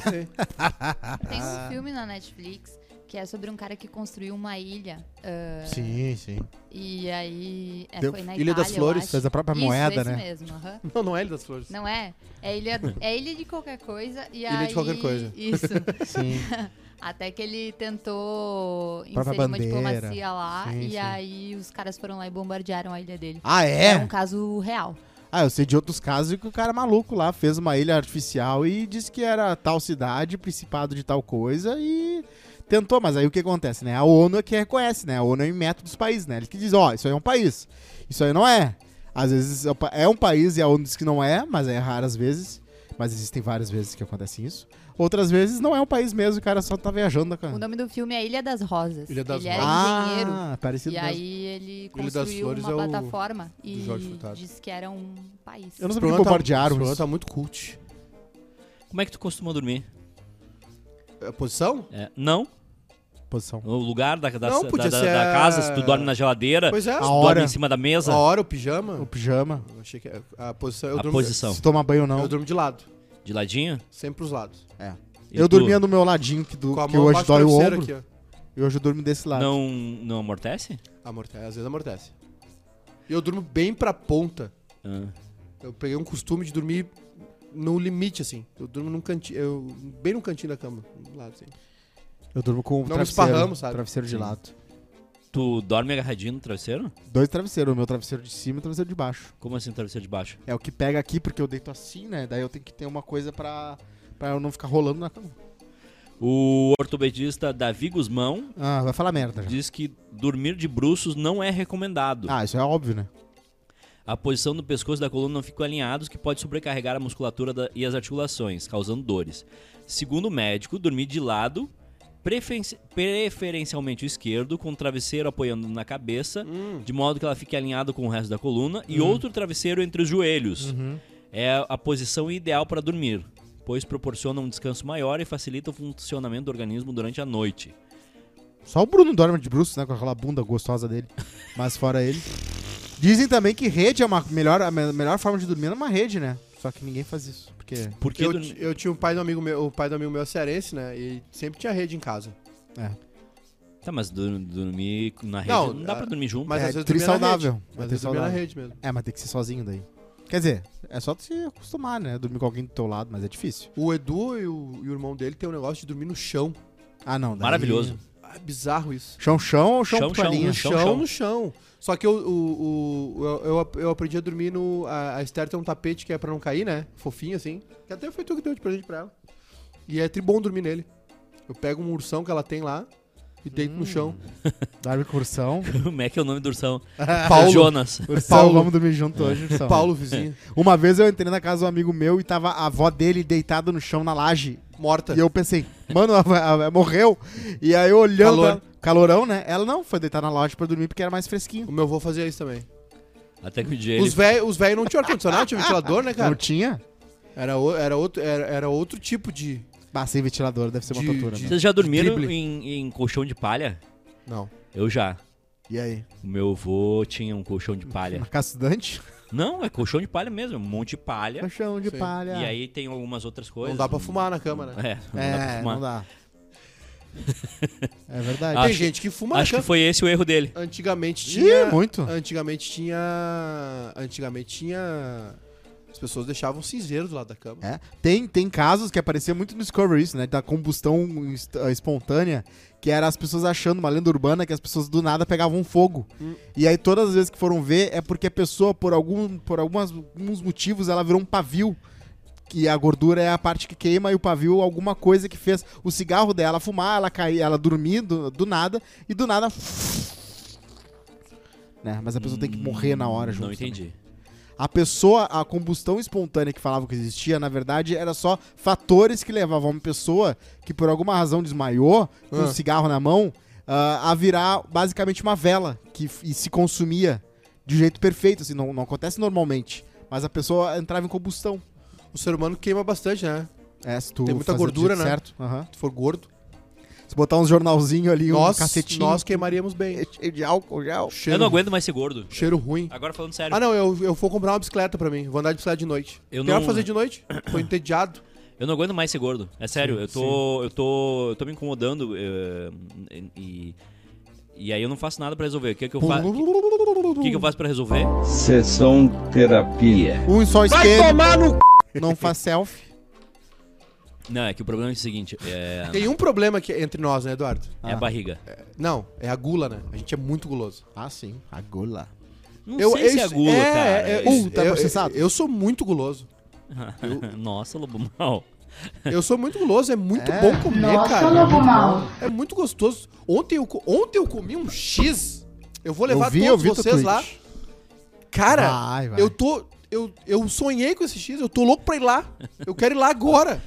Speaker 6: Tem um filme na Netflix que é sobre um cara que construiu uma ilha. ah,
Speaker 2: Sim, sim.
Speaker 6: E aí. É,
Speaker 2: Deu-
Speaker 6: foi na
Speaker 3: Ilha
Speaker 6: Itália,
Speaker 3: das
Speaker 6: eu
Speaker 3: Flores,
Speaker 6: acho.
Speaker 2: Fez a própria
Speaker 6: Isso,
Speaker 2: moeda,
Speaker 6: esse
Speaker 2: né?
Speaker 6: mesmo, aham.
Speaker 3: não, não é Ilha das Flores.
Speaker 6: Não é? É ilha, é ilha de qualquer coisa e
Speaker 3: Ilha de
Speaker 6: aí...
Speaker 3: qualquer coisa.
Speaker 6: Isso.
Speaker 2: Sim.
Speaker 6: Até que ele tentou
Speaker 2: Própria
Speaker 6: inserir uma
Speaker 2: bandeira.
Speaker 6: diplomacia lá
Speaker 2: Sim,
Speaker 6: e
Speaker 2: sim.
Speaker 6: aí os caras foram lá e bombardearam a ilha dele.
Speaker 2: Ah,
Speaker 6: É um
Speaker 2: é?
Speaker 6: caso real.
Speaker 2: Ah, eu sei de outros casos que o cara maluco lá fez uma ilha artificial e disse que era tal cidade, principado de tal coisa e tentou, mas aí o que acontece, né? A ONU é que reconhece, né? A ONU é o método dos países, né? Ele que diz, ó, isso aí é um país, isso aí não é. Às vezes é um pa- é um país e a ONU diz que não é, mas é raras vezes. Mas existem várias vezes que acontece isso. Outras vezes não é um país mesmo, o cara só tá viajando.
Speaker 6: O
Speaker 2: Cara.
Speaker 6: nome do filme é Ilha das Rosas.
Speaker 3: Ilha das
Speaker 6: ele era
Speaker 2: ah,
Speaker 6: é engenheiro.
Speaker 2: parecido
Speaker 6: E
Speaker 2: mesmo.
Speaker 6: aí ele
Speaker 3: das
Speaker 6: construiu
Speaker 3: Flores é
Speaker 6: uma
Speaker 3: o-
Speaker 6: plataforma
Speaker 3: do Jorge
Speaker 6: e
Speaker 3: Furtado.
Speaker 6: disse que era um país.
Speaker 2: Eu não sei por
Speaker 3: O
Speaker 2: que
Speaker 3: programa tá-
Speaker 2: bombardearam
Speaker 3: o programa
Speaker 2: isso.
Speaker 3: tá muito cult.
Speaker 1: Como é que tu costuma dormir?
Speaker 3: A posição?
Speaker 1: É, não?
Speaker 2: Posição.
Speaker 1: O lugar da, da,
Speaker 3: Não,
Speaker 1: da-
Speaker 3: podia
Speaker 1: da-
Speaker 3: ser
Speaker 1: da
Speaker 3: a-
Speaker 1: casa, se tu dorme na geladeira,
Speaker 3: Pois é.
Speaker 1: se
Speaker 2: A
Speaker 1: tu
Speaker 2: hora.
Speaker 1: dorme em cima da mesa,
Speaker 3: A hora, o
Speaker 2: O
Speaker 3: pijama.
Speaker 2: pijama.
Speaker 3: Eu achei que é, a posição. Eu
Speaker 1: a
Speaker 3: durmo,
Speaker 1: posição.
Speaker 2: Se toma banho ou não.
Speaker 3: Eu durmo de lado,
Speaker 1: De ladinho?
Speaker 3: sempre pros lados.
Speaker 1: E
Speaker 2: Eu
Speaker 1: tu
Speaker 2: dormia do meu ladinho, que, do,
Speaker 3: Com a
Speaker 2: que
Speaker 3: mão
Speaker 2: hoje
Speaker 3: abaixo do
Speaker 2: dói o
Speaker 3: travesseiro
Speaker 2: ombro.
Speaker 3: aqui, ó.
Speaker 2: E hoje eu durmo desse lado.
Speaker 1: Não, não amortece?
Speaker 3: Amortece, às vezes amortece. E eu durmo bem pra ponta.
Speaker 1: Ah.
Speaker 3: Eu peguei um costume de dormir no limite, assim. Eu durmo num cantinho, eu, bem no cantinho da cama. Do lado, assim.
Speaker 2: Eu durmo com o
Speaker 3: Não me
Speaker 2: travesseiro.
Speaker 3: esparramo, sabe?
Speaker 2: Travesseiro de
Speaker 1: Sim.
Speaker 2: lado.
Speaker 1: Tu dorme agarradinho no travesseiro?
Speaker 2: Dois travesseiros, o meu travesseiro de cima e o travesseiro de baixo.
Speaker 1: Como assim travesseiro de baixo?
Speaker 2: É o que pega aqui, porque eu deito assim, né? Daí eu tenho que ter uma coisa pra, pra eu não ficar rolando na cama.
Speaker 1: O ortopedista Davi Guzmão
Speaker 2: Ah, vai falar merda já.
Speaker 1: diz que dormir de bruços não é recomendado.
Speaker 2: Ah, isso é óbvio, né?
Speaker 1: A posição do pescoço e da coluna não ficam alinhados, que pode sobrecarregar a musculatura da- e as articulações, causando dores. Segundo o médico, dormir de lado, prefen- preferencialmente o esquerdo, com o travesseiro apoiando na cabeça,
Speaker 3: Hum.
Speaker 1: de modo que ela fique alinhada com o resto da
Speaker 3: Uhum.
Speaker 1: coluna, e outro travesseiro entre os joelhos. É a posição ideal para dormir. pois proporciona um descanso maior e facilita o funcionamento do organismo durante a noite.
Speaker 2: Só o Bruno dorme de bruxo, né? Com aquela bunda gostosa dele. Mas fora ele. Dizem também que rede é uma melhor, a me- melhor forma de dormir é numa rede, né? Só que ninguém faz isso. Porque.
Speaker 1: Por que
Speaker 3: Eu,
Speaker 1: do-
Speaker 3: ti- eu tinha um pai do amigo meu, o pai do amigo meu é cearense, né? E sempre tinha rede em casa.
Speaker 1: Tá, mas dur- dormir na rede não,
Speaker 3: Não,
Speaker 1: dá pra
Speaker 3: ah,
Speaker 1: dormir junto.
Speaker 3: Mas
Speaker 2: É,
Speaker 3: às vezes
Speaker 2: tri
Speaker 3: dormia na
Speaker 2: saudável.
Speaker 3: rede.
Speaker 2: É
Speaker 3: Mas
Speaker 2: tri
Speaker 3: eu dormia na
Speaker 2: saudável.
Speaker 3: rede mesmo.
Speaker 2: É, mas tem que ser sozinho daí. Quer dizer, é só tu se acostumar, né? Dormir com alguém do teu lado, mas é difícil.
Speaker 3: O Edu e o, e o irmão dele tem um negócio de dormir no chão.
Speaker 2: Ah, não. daí-
Speaker 1: Maravilhoso.
Speaker 3: Ah, é bizarro isso.
Speaker 2: Chão, chão ou chão,
Speaker 1: Chão,
Speaker 2: chão
Speaker 3: No
Speaker 1: No
Speaker 3: chão,
Speaker 1: chão, chão.
Speaker 3: no chão. Só que eu, o, o- eu, eu, eu aprendi a dormir no. A, a Esther tem um tapete que é pra não cair, né? Fofinho assim. Que até foi tu que deu de presente pra ela. E é tribom dormir nele. Eu pego um ursão que ela tem lá e deito
Speaker 1: Hum.
Speaker 3: no chão.
Speaker 1: Tá
Speaker 2: Dorme com ursão.
Speaker 1: Como é que é o nome do ursão?
Speaker 3: Paulo.
Speaker 1: Jonas.
Speaker 2: Ursão,
Speaker 3: Paulo.
Speaker 2: vamos dormir junto hoje, ursão.
Speaker 3: Paulo, vizinho.
Speaker 2: É. Uma vez eu entrei na casa de um amigo meu e tava a avó dele deitada no chão na laje.
Speaker 3: Morta.
Speaker 2: E eu pensei, mano, a, a- a- morreu. E aí eu olhando.
Speaker 3: Calor.
Speaker 2: ela- calorão, né? Ela não, foi deitar na loja pra dormir porque era mais fresquinho.
Speaker 3: O meu avô fazia isso também.
Speaker 1: Até que o dia
Speaker 3: Os
Speaker 1: ele...
Speaker 3: velhos os véio não tinham ar-condicionado, tinha ventilador, né,
Speaker 2: Não
Speaker 3: cara?
Speaker 2: tinha?
Speaker 3: Era, o- era, outro, era, era outro tipo de.
Speaker 2: Bah, Ah, sem ventilador, deve ser uma
Speaker 3: De-
Speaker 2: tortura.
Speaker 3: de-
Speaker 2: né?
Speaker 1: Vocês já dormiram
Speaker 3: drible.
Speaker 1: em, em colchão de palha?
Speaker 3: Não.
Speaker 1: Eu já.
Speaker 2: E aí?
Speaker 1: O meu avô tinha um colchão de
Speaker 2: Na
Speaker 1: palha.
Speaker 2: casa estudante?
Speaker 1: Não, é colchão de palha mesmo, é um monte de palha.
Speaker 2: No chão de
Speaker 3: Sim.
Speaker 2: palha.
Speaker 1: E aí tem algumas outras coisas.
Speaker 3: é. Não dá pra fumar na cama, né?
Speaker 1: É, não dá pra
Speaker 2: É,
Speaker 1: fumar.
Speaker 2: não dá. É verdade.
Speaker 1: Ah,
Speaker 3: Tem
Speaker 1: acho-
Speaker 3: gente que fuma
Speaker 1: Acho
Speaker 3: na
Speaker 1: que
Speaker 3: cama.
Speaker 1: foi esse o erro dele.
Speaker 3: Antigamente
Speaker 2: Ih,
Speaker 3: tinha.
Speaker 2: é muito.
Speaker 3: Antigamente tinha. Antigamente tinha. As pessoas deixavam cinzeiro do lado da cama.
Speaker 2: É. Tem, tem casos que aparecia muito no Discovery isso, né? Da combustão est- ah, espontânea, que era as pessoas achando, uma lenda urbana, que as pessoas do nada pegavam fogo.
Speaker 3: Hum.
Speaker 2: E aí todas as vezes que foram ver, é porque a pessoa, por, algum, por algumas, alguns motivos, ela virou um pavio. Que a gordura é a parte que queima e o pavio alguma coisa que fez o cigarro dela fumar, ela cair, ela dormir do, do nada, e do nada. Né? Mas a pessoa tem que morrer na hora, junto
Speaker 1: Não
Speaker 2: também.
Speaker 1: entendi.
Speaker 2: A pessoa, a combustão espontânea que falavam que existia, na verdade, era só fatores que levavam uma pessoa que por alguma razão desmaiou, com
Speaker 3: Ah.
Speaker 2: um cigarro na mão, ah, a virar basicamente uma vela que f- e se consumia de jeito perfeito, assim, não, não acontece normalmente. Mas a pessoa entrava em combustão.
Speaker 3: O ser humano queima bastante, né?
Speaker 2: É, se tu
Speaker 3: Tem muita
Speaker 2: fazer do
Speaker 3: gordura,
Speaker 2: jeito
Speaker 3: né?
Speaker 2: Certo. aham.
Speaker 3: Se for gordo.
Speaker 2: Se botar um jornalzinho ali,
Speaker 3: nós,
Speaker 2: um cacetinho é
Speaker 3: nós queimaríamos bem.
Speaker 2: cheio de álcool, gel.
Speaker 3: Cheiro,
Speaker 1: Eu não aguento mais ser gordo.
Speaker 3: cheiro ruim.
Speaker 1: Agora falando sério,
Speaker 3: Ah, não, eu, eu vou comprar uma bicicleta pra mim. Vou andar de bicicleta de noite.
Speaker 1: Eu
Speaker 3: Quero
Speaker 1: não-
Speaker 3: fazer de noite? Tô entediado.
Speaker 1: eu não aguento mais ser gordo. É sério, eu tô. Eu tô. Eu tô me incomodando. eh, e. E aí eu não faço nada pra resolver. O que, que eu faço? O que, que eu faço pra resolver?
Speaker 7: Sessão terapia.
Speaker 2: Um só esquerdo. Vai tomar no Não faz selfie.
Speaker 1: Não, é que o problema é o seguinte: é,
Speaker 3: Tem um problema aqui entre nós, né, Eduardo?
Speaker 1: é a barriga.
Speaker 3: Não, é a gula, né? A gente é muito guloso.
Speaker 2: Ah, sim. A gola.
Speaker 1: Não sei se é
Speaker 3: isso-
Speaker 1: gula,
Speaker 3: é,
Speaker 1: cara.
Speaker 3: é, é,
Speaker 2: Isso-
Speaker 3: uh, tá
Speaker 2: eu-
Speaker 3: processado. Eu, sou muito guloso.
Speaker 1: Nossa, lobo mal.
Speaker 3: Eu sou muito guloso, é muito
Speaker 2: É?
Speaker 3: bom comer,
Speaker 6: Nossa,
Speaker 3: cara.
Speaker 6: lobo
Speaker 3: É muito
Speaker 6: mau.
Speaker 3: bom. É muito gostoso. Ontem eu, co- ontem eu comi um X. Eu vou levar
Speaker 2: Eu vi, eu
Speaker 3: todos
Speaker 2: vi teu
Speaker 3: vocês
Speaker 2: tweet.
Speaker 3: lá. Cara,
Speaker 2: Vai, vai.
Speaker 3: eu tô. Eu, eu sonhei com esse X, eu tô louco pra ir lá. Eu quero ir lá agora.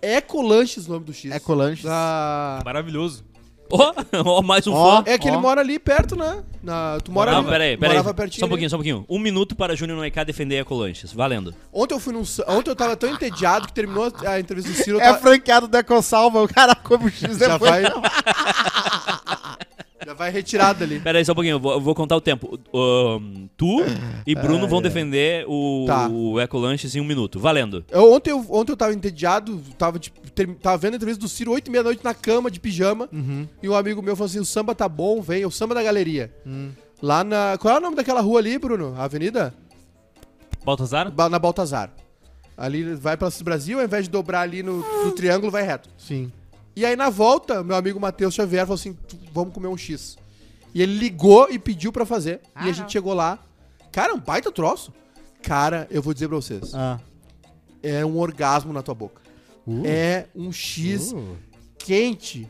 Speaker 3: Ecolanches o nome do X.
Speaker 2: É colanches.
Speaker 3: Ah, Da-
Speaker 4: Maravilhoso.
Speaker 1: Ó, ó, mais um
Speaker 2: Ó,
Speaker 1: fã.
Speaker 3: É que ele
Speaker 2: Ó.
Speaker 3: mora ali perto, né? Na... Tu mora
Speaker 1: Não,
Speaker 3: ali,
Speaker 1: peraí, peraí.
Speaker 3: morava pertinho.
Speaker 1: Só um
Speaker 3: ali.
Speaker 1: pouquinho, só um pouquinho. Um minuto para Júnior Noicá defender a Colanches. Valendo.
Speaker 3: Ontem eu fui num. sa- Ontem eu tava tão entediado que terminou a- a entrevista do Ciro. eu
Speaker 2: É
Speaker 3: tava-
Speaker 2: franqueado do EcoSalva, o cara come o X
Speaker 3: Já
Speaker 2: depois.
Speaker 3: vai. já vai retirado ali.
Speaker 1: Pera aí, só um pouquinho, eu vou, eu vou contar o tempo. Ahn, tu e Bruno vão defender o,
Speaker 3: É. Tá.
Speaker 1: o Eco Lanches em um minuto. Valendo.
Speaker 3: Eu- É, ontem, eu, ontem eu tava entediado, tava, de- ter- tava vendo a entrevista do Ciro 8 e meia da noite na cama, de pijama. E um amigo meu falou assim: o samba tá bom, vem, é o samba da galeria. Lá na. Qual é o nome daquela rua ali, Bruno? A Avenida?
Speaker 4: Baltazar?
Speaker 3: Ba- na Baltazar. Ali vai pra Brasil, ao invés de dobrar ali no, no triângulo, vai reto.
Speaker 2: Sim.
Speaker 3: E aí na volta, meu amigo Matheus Xavier falou assim: "Tu- vamos comer um X. E ele ligou e pediu pra fazer.
Speaker 1: Ah,
Speaker 3: e a gente chegou lá. Cara, é um baita troço. Cara, eu vou dizer pra vocês:
Speaker 2: Ah.
Speaker 3: é um orgasmo na tua boca.
Speaker 2: Uh.
Speaker 3: É um X quente,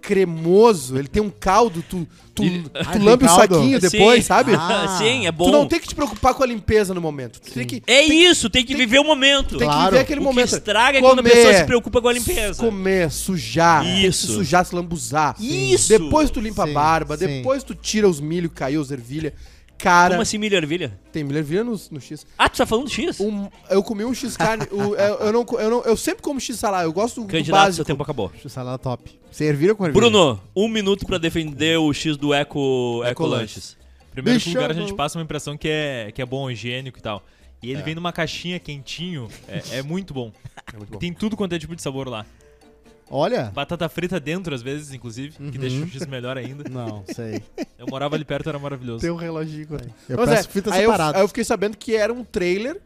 Speaker 3: cremoso. Ele tem um caldo, tu, tu, tu
Speaker 2: Ah, tem
Speaker 3: lambe o
Speaker 2: caldo?
Speaker 3: saquinho depois,
Speaker 1: Sim.
Speaker 3: sabe?
Speaker 2: Ah,
Speaker 1: Sim, é bom.
Speaker 3: Tu não tem que te preocupar com a limpeza no momento. Tu tem que,
Speaker 1: É isso, tem que
Speaker 3: tem-
Speaker 1: viver o momento.
Speaker 3: tem que
Speaker 2: Claro.
Speaker 3: viver aquele
Speaker 1: o
Speaker 3: momento.
Speaker 1: que estraga é quando a
Speaker 3: Comer.
Speaker 1: pessoa se preocupa com a limpeza.
Speaker 3: Comer, sujar, tem que
Speaker 1: Isso.
Speaker 3: se sujar, se lambuzar.
Speaker 1: Isso.
Speaker 3: Depois tu limpa
Speaker 2: Sim,
Speaker 3: a barba,
Speaker 2: sim.
Speaker 3: depois tu tira os milho, caiu as ervilhas. Cara,
Speaker 1: Como assim milho e ervilha?
Speaker 3: tem Millervilha no, no X.
Speaker 1: Ah, tu tá falando X?
Speaker 3: Um- eu comi um X carne. o- eu, eu não, co- eu, não, eu sempre como X salada. Eu gosto do, do
Speaker 1: Candidato, seu
Speaker 3: básico.
Speaker 1: tempo acabou.
Speaker 2: Deixa o salada tá top. Serviram com ervilha?
Speaker 1: Bruno, um minuto pra defender o X do Eco, eco Lanches.
Speaker 4: Primeiro
Speaker 2: Bicho,
Speaker 4: lugar, a
Speaker 2: eu
Speaker 4: gente
Speaker 2: não-
Speaker 4: passa uma impressão que é, que é bom, higiênico e tal. E ele vem numa caixinha quentinho, é, é muito bom. Tem tudo quanto é tipo de sabor lá.
Speaker 2: Olha.
Speaker 4: Batata frita dentro, às vezes, inclusive, que
Speaker 3: Uhum.
Speaker 4: deixa o X melhor ainda.
Speaker 2: Não, sei.
Speaker 4: Eu morava ali perto, era maravilhoso.
Speaker 3: Tem um reloginho. cara.
Speaker 2: Eu
Speaker 3: Mas
Speaker 2: peço
Speaker 3: é,
Speaker 2: fita
Speaker 3: aí eu,
Speaker 2: separada.
Speaker 3: aí eu fiquei sabendo que era um trailer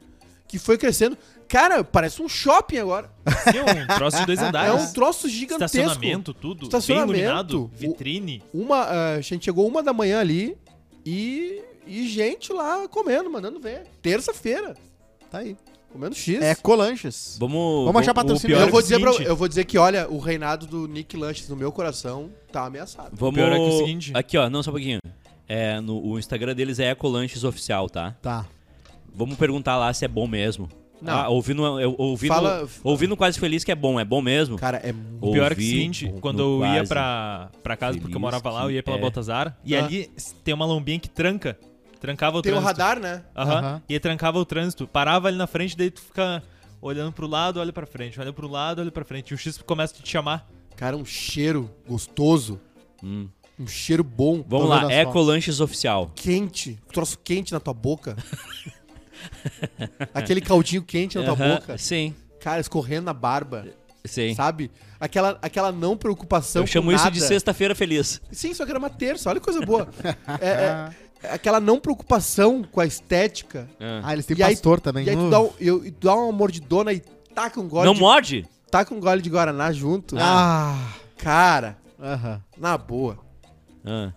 Speaker 3: que foi crescendo. Cara, parece um shopping agora.
Speaker 4: Tinha um troço de dois
Speaker 3: é um
Speaker 4: andares.
Speaker 3: troço gigantesco.
Speaker 4: Estacionamento, tudo.
Speaker 3: Estacionamento.
Speaker 4: Bem iluminado,
Speaker 3: O-
Speaker 4: vitrine.
Speaker 3: Uma, ah, a gente chegou uma da manhã ali e, e gente lá comendo, mandando ver. Terça-feira,
Speaker 2: Tá aí.
Speaker 3: comendo X.
Speaker 2: É Colanches.
Speaker 1: Vamos.
Speaker 2: Vamos achar
Speaker 1: o- o
Speaker 2: patrocínio.
Speaker 1: pior
Speaker 3: eu,
Speaker 1: é
Speaker 3: vou
Speaker 1: o
Speaker 3: dizer pra-
Speaker 1: seguinte,
Speaker 3: eu vou dizer que, olha, o reinado do Nick Lanches no meu coração tá ameaçado.
Speaker 1: Vamos.
Speaker 4: pior é que é o seguinte-
Speaker 1: Aqui, ó, não, só um pouquinho. É, no, o Instagram deles é Ecolanches Oficial, tá?
Speaker 2: Tá.
Speaker 1: Vamos perguntar lá se é bom mesmo.
Speaker 3: Não.
Speaker 1: Ah, ouvindo, eu- ouvindo,
Speaker 3: Fala-
Speaker 1: ouvindo quase feliz que é bom, é bom mesmo?
Speaker 3: Cara, é muito.
Speaker 4: O pior é que é o
Speaker 1: Ouvi
Speaker 4: seguinte,
Speaker 1: no
Speaker 4: quando eu ia
Speaker 1: quase.
Speaker 4: pra, pra casa, porque
Speaker 1: Feliz
Speaker 4: eu morava lá, eu ia
Speaker 1: que
Speaker 4: pela
Speaker 1: é.
Speaker 4: Baltazar. E
Speaker 3: Ah.
Speaker 4: ali s- tem uma lombinha que tranca. Trancava o
Speaker 3: Tem o
Speaker 4: trânsito.
Speaker 3: radar, né?
Speaker 4: Aham.
Speaker 2: Aham.
Speaker 4: E aí trancava o trânsito. Parava ali na frente, daí tu fica olhando pro lado, olha pra frente, olha pro lado, olha pra frente. E o X começa a te chamar.
Speaker 3: Cara, um cheiro gostoso. Um cheiro bom.
Speaker 1: Hum. Vamos
Speaker 2: Tô
Speaker 1: lá,
Speaker 2: vendo as
Speaker 1: Ecolanches Oficial.
Speaker 3: Quente. Um troço quente na tua boca. Aquele caldinho quente na tua
Speaker 1: Aham,
Speaker 3: Então tá boca.
Speaker 1: Sim,
Speaker 3: Cara, escorrendo na barba.
Speaker 1: sim.
Speaker 3: Sabe? Aquela, aquela não preocupação
Speaker 1: Eu chamo
Speaker 3: com
Speaker 1: isso
Speaker 3: nada.
Speaker 1: de sexta-feira feliz.
Speaker 3: Sim, só que era uma terça. Olha que coisa boa. É, é, é aquela não preocupação com a estética.
Speaker 1: É.
Speaker 2: Ah, eles têm
Speaker 3: E aí-
Speaker 2: pastor também.
Speaker 3: E aí tu
Speaker 2: Uh.
Speaker 3: dá, um, eu, e tu dá uma mordidona e taca um gole,
Speaker 1: Não
Speaker 3: de,
Speaker 1: morde?
Speaker 3: taca um gole de Guaraná junto.
Speaker 2: Ah.
Speaker 3: Cara,
Speaker 2: Aham.
Speaker 3: na boa.
Speaker 1: Ah.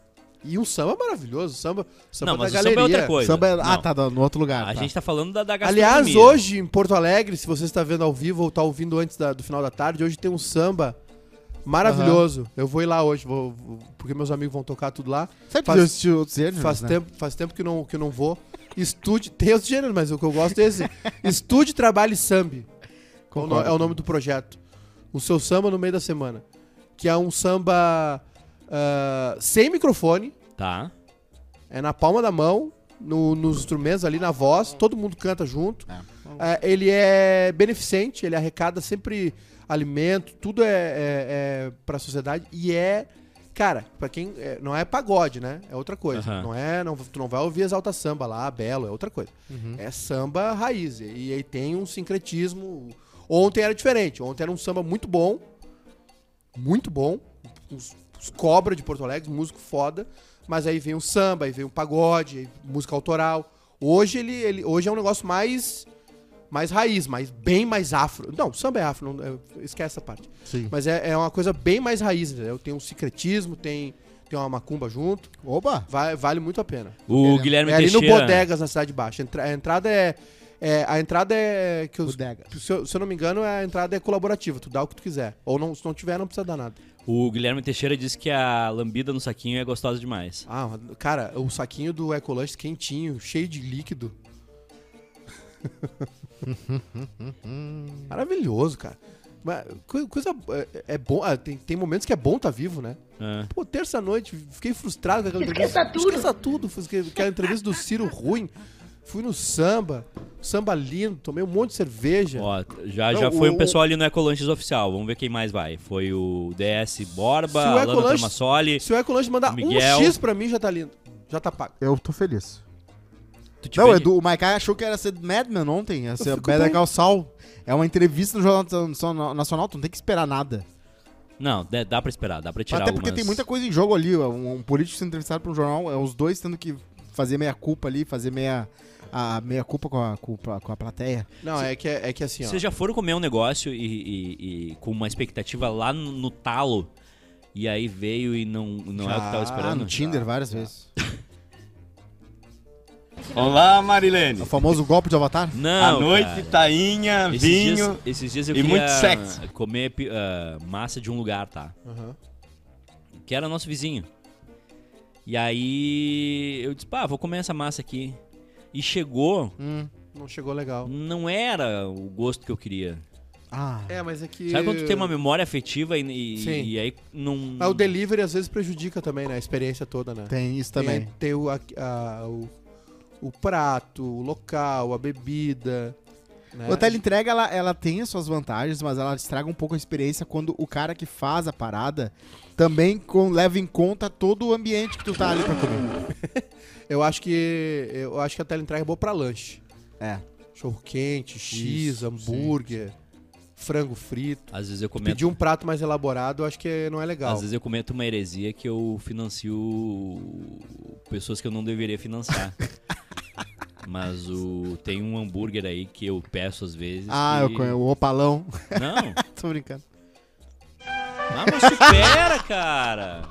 Speaker 3: E um samba maravilhoso. Samba, samba
Speaker 1: Não, mas
Speaker 3: da
Speaker 1: o samba
Speaker 3: galeria.
Speaker 1: é outra coisa.
Speaker 2: Samba é- Ah,
Speaker 1: Não.
Speaker 2: tá. No outro lugar.
Speaker 1: A
Speaker 2: tá.
Speaker 1: gente tá falando da, da gastronomia.
Speaker 3: Aliás, hoje em Porto Alegre, se você está vendo ao vivo ou está ouvindo antes da- do final da tarde, hoje tem um samba maravilhoso. Eu vou ir lá hoje, vou- vou- porque meus amigos vão tocar tudo lá.
Speaker 2: Sabe
Speaker 3: faz-
Speaker 2: que eu assisti outros gêneros,
Speaker 3: Faz,
Speaker 2: né?
Speaker 3: tempo, faz tempo que eu não, que eu não vou. Estude, tem outros gêneros, mas o que eu gosto é esse. Estude, trabalhe samba. É o no-
Speaker 2: Concordo.
Speaker 3: É o nome do projeto. O seu samba no meio da semana. Que é um samba ah, sem microfone,
Speaker 1: Tá.
Speaker 3: é na palma da mão, no- nos instrumentos ali, na voz, todo mundo canta junto. É, ele é beneficente, ele arrecada sempre alimento, tudo é, é, é pra sociedade e é. Cara, pra quem. é, não é pagode, né? É outra coisa.
Speaker 1: Aham.
Speaker 3: Não é. Não, tu não vai ouvir exalta samba lá, belo, é outra coisa. É samba raiz. E aí tem um sincretismo. Ontem era diferente. Ontem era um samba muito bom. Muito bom. Os, os cobra de Porto Alegre, músico foda. Mas aí vem o samba, aí vem o pagode, aí música autoral. Hoje ele, ele hoje é um negócio mais mais raiz, mas bem mais afro. Não, samba é afro, não, é, esquece essa parte.
Speaker 2: Sim.
Speaker 3: Mas é, é uma coisa bem mais raiz, entendeu? Tem um secretismo, tem, tem uma macumba junto.
Speaker 2: Oba.
Speaker 3: Vai- vale muito a pena.
Speaker 1: O Guilherme
Speaker 3: é ali no
Speaker 1: Teixeira.
Speaker 3: Bodegas, na Cidade Baixa. Entra- a entrada é, é- A entrada é. Que os,
Speaker 2: Bodegas.
Speaker 3: se, eu, se eu não me engano, a entrada é colaborativa. Tu dá o que tu quiser. Ou não, se não tiver, não precisa dar nada.
Speaker 1: O Guilherme Teixeira disse que a lambida no saquinho é gostosa demais.
Speaker 3: Ah, cara, o saquinho do Ecolunch quentinho, cheio de líquido. Maravilhoso, cara. Mas coi- coisa. É, é bom. ah, tem, tem momentos que é bom tá vivo, né?
Speaker 1: Ah.
Speaker 3: Pô, terça-noite, fiquei frustrado com aquela entrevista. Esqueça tudo. Esqueça tudo. Aquela entrevista do Ciro ruim. Fui no samba. Samba lindo. Tomei um monte de cerveja.
Speaker 1: Ó, já,
Speaker 3: Não,
Speaker 1: já foi
Speaker 3: o-
Speaker 1: um pessoal ali no Ecolanches Oficial. Vamos ver quem mais vai. Foi o DS Borba,
Speaker 3: Se o
Speaker 1: a Lana
Speaker 3: Ecolanches-
Speaker 1: Tramassoli.
Speaker 3: Se o Ecolunch mandar
Speaker 1: Miguel.
Speaker 3: um X pra mim, já tá lindo. Já tá pago.
Speaker 2: Eu tô feliz.
Speaker 1: Tu te
Speaker 2: não,
Speaker 1: pedi-
Speaker 2: Edu, o Maikai achou que era ser Madman ontem, ia ser
Speaker 3: Tipo, fico
Speaker 2: Better
Speaker 3: bem.
Speaker 2: Call Saul. É uma entrevista no Jornal Nacional- Nacional, tu não tem que esperar nada.
Speaker 1: Não, dá dá pra esperar, dá pra tirar
Speaker 2: Até porque
Speaker 1: algumas.
Speaker 2: tem muita coisa em jogo ali. ó. Um, um político sendo entrevistado por um jornal, é, os dois tendo que fazer meia culpa ali, fazer meia, a, meia culpa com a, com, a- com a plateia.
Speaker 3: Não, é que, é que assim, ó.
Speaker 1: Vocês já foram comer um negócio e, e- e com uma expectativa lá no, no talo e aí veio e não, não é o que tava
Speaker 3: Já,
Speaker 2: Ah,
Speaker 1: esperando?
Speaker 2: no Tinder várias vezes.
Speaker 8: Olá, Marilene.
Speaker 2: O famoso golpe de avatar.
Speaker 1: Não,
Speaker 8: à noite,
Speaker 1: cara.
Speaker 8: tainha,
Speaker 1: Esses
Speaker 8: vinho.
Speaker 1: dias, esses dias eu
Speaker 8: e
Speaker 1: queria
Speaker 8: muito sexo.
Speaker 1: comer pi- ah, massa de um lugar, tá?
Speaker 3: Aham.
Speaker 1: Que era nosso vizinho. E aí eu disse, pá, vou comer essa massa aqui. E chegou,
Speaker 3: Não chegou legal.
Speaker 1: não era o gosto que eu queria.
Speaker 2: Ah,
Speaker 3: É, mas é que.
Speaker 1: Sabe quando tu tem uma memória afetiva e, e,
Speaker 3: Sim. É
Speaker 1: e aí não...
Speaker 3: Mas o delivery às vezes prejudica também, né? A experiência toda, né?
Speaker 2: tem isso
Speaker 3: Tem-
Speaker 2: também.
Speaker 3: Tem o, a- a- o o prato, o local, a bebida. Né?
Speaker 2: O hotel entrega, ela, ela tem as suas vantagens, mas ela estraga um pouco a experiência quando o cara que faz a parada também com- leva em conta todo o ambiente que tu tá ali pra comer.
Speaker 3: Eu acho que eu acho que a teleentrega é boa pra lanche.
Speaker 2: É.
Speaker 3: Churro quente, x,
Speaker 2: Isso,
Speaker 3: hambúrguer, frango frito.
Speaker 1: Às vezes eu
Speaker 3: Pedir
Speaker 1: cometo,
Speaker 3: um prato mais elaborado, eu acho que não é legal.
Speaker 1: às vezes eu cometo uma heresia que eu financio pessoas que eu não deveria financiar. Mas o tem um hambúrguer aí que eu peço às vezes.
Speaker 2: Ah, eu
Speaker 1: que-
Speaker 2: conheço o opalão.
Speaker 1: Não.
Speaker 2: Tô brincando.
Speaker 1: Ah, mas supera, cara.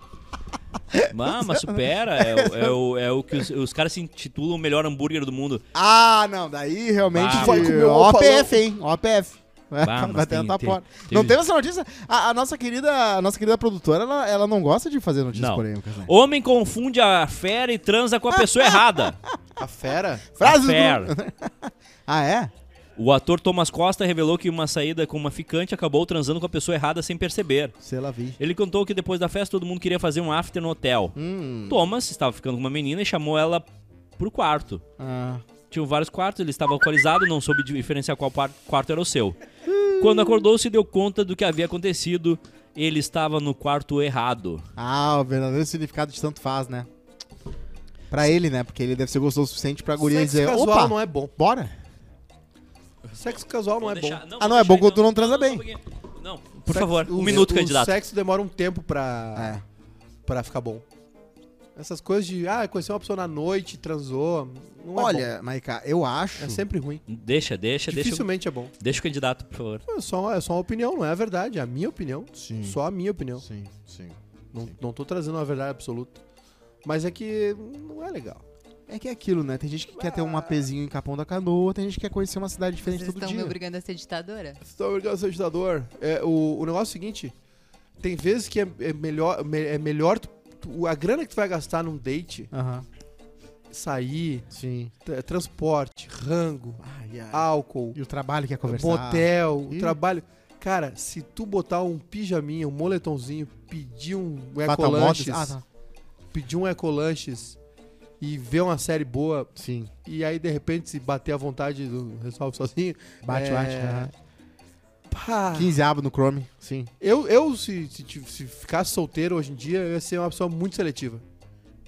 Speaker 1: Ah, mas supera. É, o- é o, é o que os, os caras se intitulam o melhor hambúrguer do mundo.
Speaker 2: Ah, não, daí realmente
Speaker 1: Ah,
Speaker 2: foi
Speaker 3: vai comer o
Speaker 2: OPF, hein? OPF. Vai,
Speaker 1: Bah, mas
Speaker 2: vai tentar
Speaker 1: tem- um-
Speaker 2: fora.
Speaker 1: teve-
Speaker 2: Não teve essa notícia? A, a nossa querida, a nossa querida produtora, ela, ela não gosta de fazer notícias
Speaker 1: Não.
Speaker 2: polêmicas, né?
Speaker 1: Homem confunde a fera e transa com a pessoa errada.
Speaker 3: A fera?
Speaker 2: Frases do-
Speaker 1: Affair.
Speaker 2: Ah, é?
Speaker 1: O ator Thomas Costa revelou que uma saída com uma ficante acabou transando com a pessoa errada sem perceber.
Speaker 2: Sei lá, vi.
Speaker 1: Ele contou que depois da festa todo mundo queria fazer um after no hotel.
Speaker 2: Hum.
Speaker 1: Thomas estava ficando com uma menina e chamou ela pro quarto.
Speaker 2: Ah.
Speaker 1: Tinham vários quartos, ele estava alcoolizado, não soube diferenciar qual par- quarto era o seu. Quando acordou, se deu conta do que havia acontecido. Ele estava no quarto errado.
Speaker 2: Ah, o verdadeiro significado de tanto faz, né? Pra ele, né? Porque ele deve ser gostoso o suficiente pra guria
Speaker 3: Sexo
Speaker 2: dizer,
Speaker 3: casual
Speaker 2: opa,
Speaker 3: não é bom.
Speaker 2: bora.
Speaker 3: Sexo casual não é bom.
Speaker 2: Ah, não, é bom quando tu não
Speaker 3: um
Speaker 2: transa bem.
Speaker 1: Não, por
Speaker 3: Sexo-
Speaker 1: favor,
Speaker 3: o-
Speaker 1: um minuto,
Speaker 3: o
Speaker 1: candidato.
Speaker 3: sexo demora um tempo pra,
Speaker 2: É.
Speaker 3: pra ficar bom. Essas coisas de, ah, conheceu uma pessoa na noite, transou, não é
Speaker 2: Olha, Maiká, eu
Speaker 3: bom.
Speaker 2: acho.
Speaker 3: É sempre ruim.
Speaker 1: Deixa, deixa, deixa. o-
Speaker 3: Dificilmente é bom.
Speaker 1: Deixa o candidato, por favor.
Speaker 3: É só, é só uma opinião, não é a verdade. É a minha opinião.
Speaker 2: Sim.
Speaker 3: Só a minha opinião.
Speaker 2: Sim, sim.
Speaker 3: Não, não tô trazendo uma verdade absoluta. Mas é que não é legal.
Speaker 2: É que é aquilo, né? Tem gente que quer ter um apezinho em Capão da Canoa, tem gente que quer conhecer uma cidade diferente
Speaker 6: Vocês
Speaker 2: todo
Speaker 6: estão me
Speaker 2: dia.
Speaker 6: obrigando a ser ditadora?
Speaker 3: Você tá obrigado a ser ditador. É, o, o negócio é o seguinte: tem vezes que é, é melhor, me- é melhor tu- tu- a grana que tu vai gastar num date,
Speaker 2: Aham,
Speaker 3: sair,
Speaker 2: sim.
Speaker 3: tra- transporte, rango,
Speaker 2: Ai, ai.
Speaker 3: álcool,
Speaker 2: E o trabalho que é conversar.
Speaker 3: motel, o
Speaker 2: Ih.
Speaker 3: trabalho. Cara, se tu botar um pijaminha, um moletomzinho, pedir um
Speaker 2: Fatal Models.
Speaker 3: ecolanches,
Speaker 2: Ah, tá.
Speaker 3: pedir um ecolanches e ver uma série boa,
Speaker 2: Sim.
Speaker 3: e aí de repente se bater à vontade do resolve sozinho.
Speaker 2: Bate,
Speaker 3: é,
Speaker 2: bate. aham.
Speaker 3: Pá,
Speaker 2: 15 abas no Chrome. Sim.
Speaker 3: Eu, eu se, se, tiv- se ficasse solteiro hoje em dia, eu ia ser uma pessoa muito seletiva.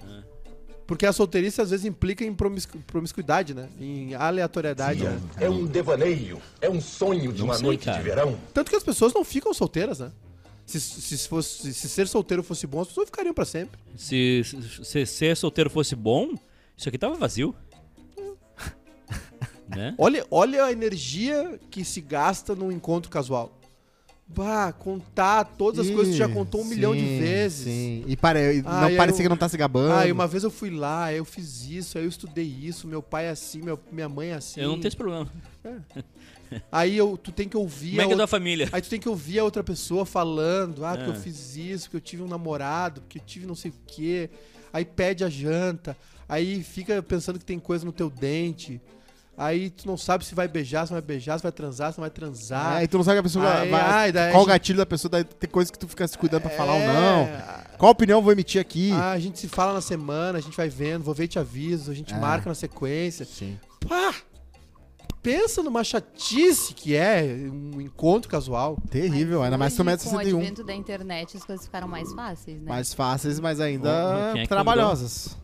Speaker 2: Ah.
Speaker 3: Porque a solteirice às vezes implica em promiscu- promiscuidade, né? Em aleatoriedade. né?
Speaker 9: É um devaneio, é um sonho de
Speaker 1: Não
Speaker 9: uma
Speaker 1: sei,
Speaker 9: noite
Speaker 1: cara.
Speaker 9: de verão.
Speaker 3: Tanto que as pessoas não ficam solteiras, né? Se, se, fosse, se ser solteiro fosse bom, as pessoas ficariam pra sempre.
Speaker 1: Se, se, se ser solteiro fosse bom, isso aqui tava vazio. né?
Speaker 3: Olha, olha a energia que se gasta num encontro casual. Bah, contar todas as coisas que tu já contou um
Speaker 2: Sim,
Speaker 3: milhão de vezes.
Speaker 2: Sim. E, pare... e
Speaker 3: Ah,
Speaker 2: não
Speaker 3: e aí
Speaker 2: parecer
Speaker 3: eu-
Speaker 2: que não tá se gabando.
Speaker 3: Ah, e uma vez eu fui lá, eu fiz isso, aí eu estudei isso, meu pai é assim, meu- minha mãe é assim.
Speaker 1: Eu não tenho esse problema.
Speaker 3: Aí eu, tu tem que ouvir.
Speaker 1: Como é
Speaker 3: a
Speaker 1: que é da
Speaker 3: outra-
Speaker 1: família?
Speaker 3: Aí tu tem que ouvir a outra pessoa falando, ah, porque
Speaker 1: Ah.
Speaker 3: eu fiz isso, porque eu tive um namorado, porque eu tive não sei o quê. Aí pede a janta, aí fica pensando que tem coisa no teu dente. Aí tu não sabe se vai beijar, se não vai beijar, se vai transar, se não vai transar.
Speaker 2: Ah, e tu não sabe a pessoa
Speaker 3: Ai,
Speaker 2: vai-
Speaker 3: ai, daí
Speaker 2: qual o
Speaker 3: a gente-
Speaker 2: gatilho da pessoa, daí tem coisa que tu fica se cuidando pra falar ou
Speaker 3: É,
Speaker 2: não. Qual opinião eu vou emitir aqui?
Speaker 3: Ah, a gente se fala na semana, a gente vai vendo, vou ver e te aviso, a gente
Speaker 2: É.
Speaker 3: marca na sequência.
Speaker 2: Sim.
Speaker 3: Pá! Pensa numa chatice que é um encontro casual.
Speaker 2: Terrível, ainda mais que tu é
Speaker 6: Hoje,
Speaker 2: mete
Speaker 3: um.
Speaker 6: Com o
Speaker 2: 61.
Speaker 6: advento da internet, as coisas ficaram mais fáceis, né?
Speaker 2: Mais fáceis, mas
Speaker 1: Ô,
Speaker 2: ainda
Speaker 1: quem é que
Speaker 2: trabalhosas.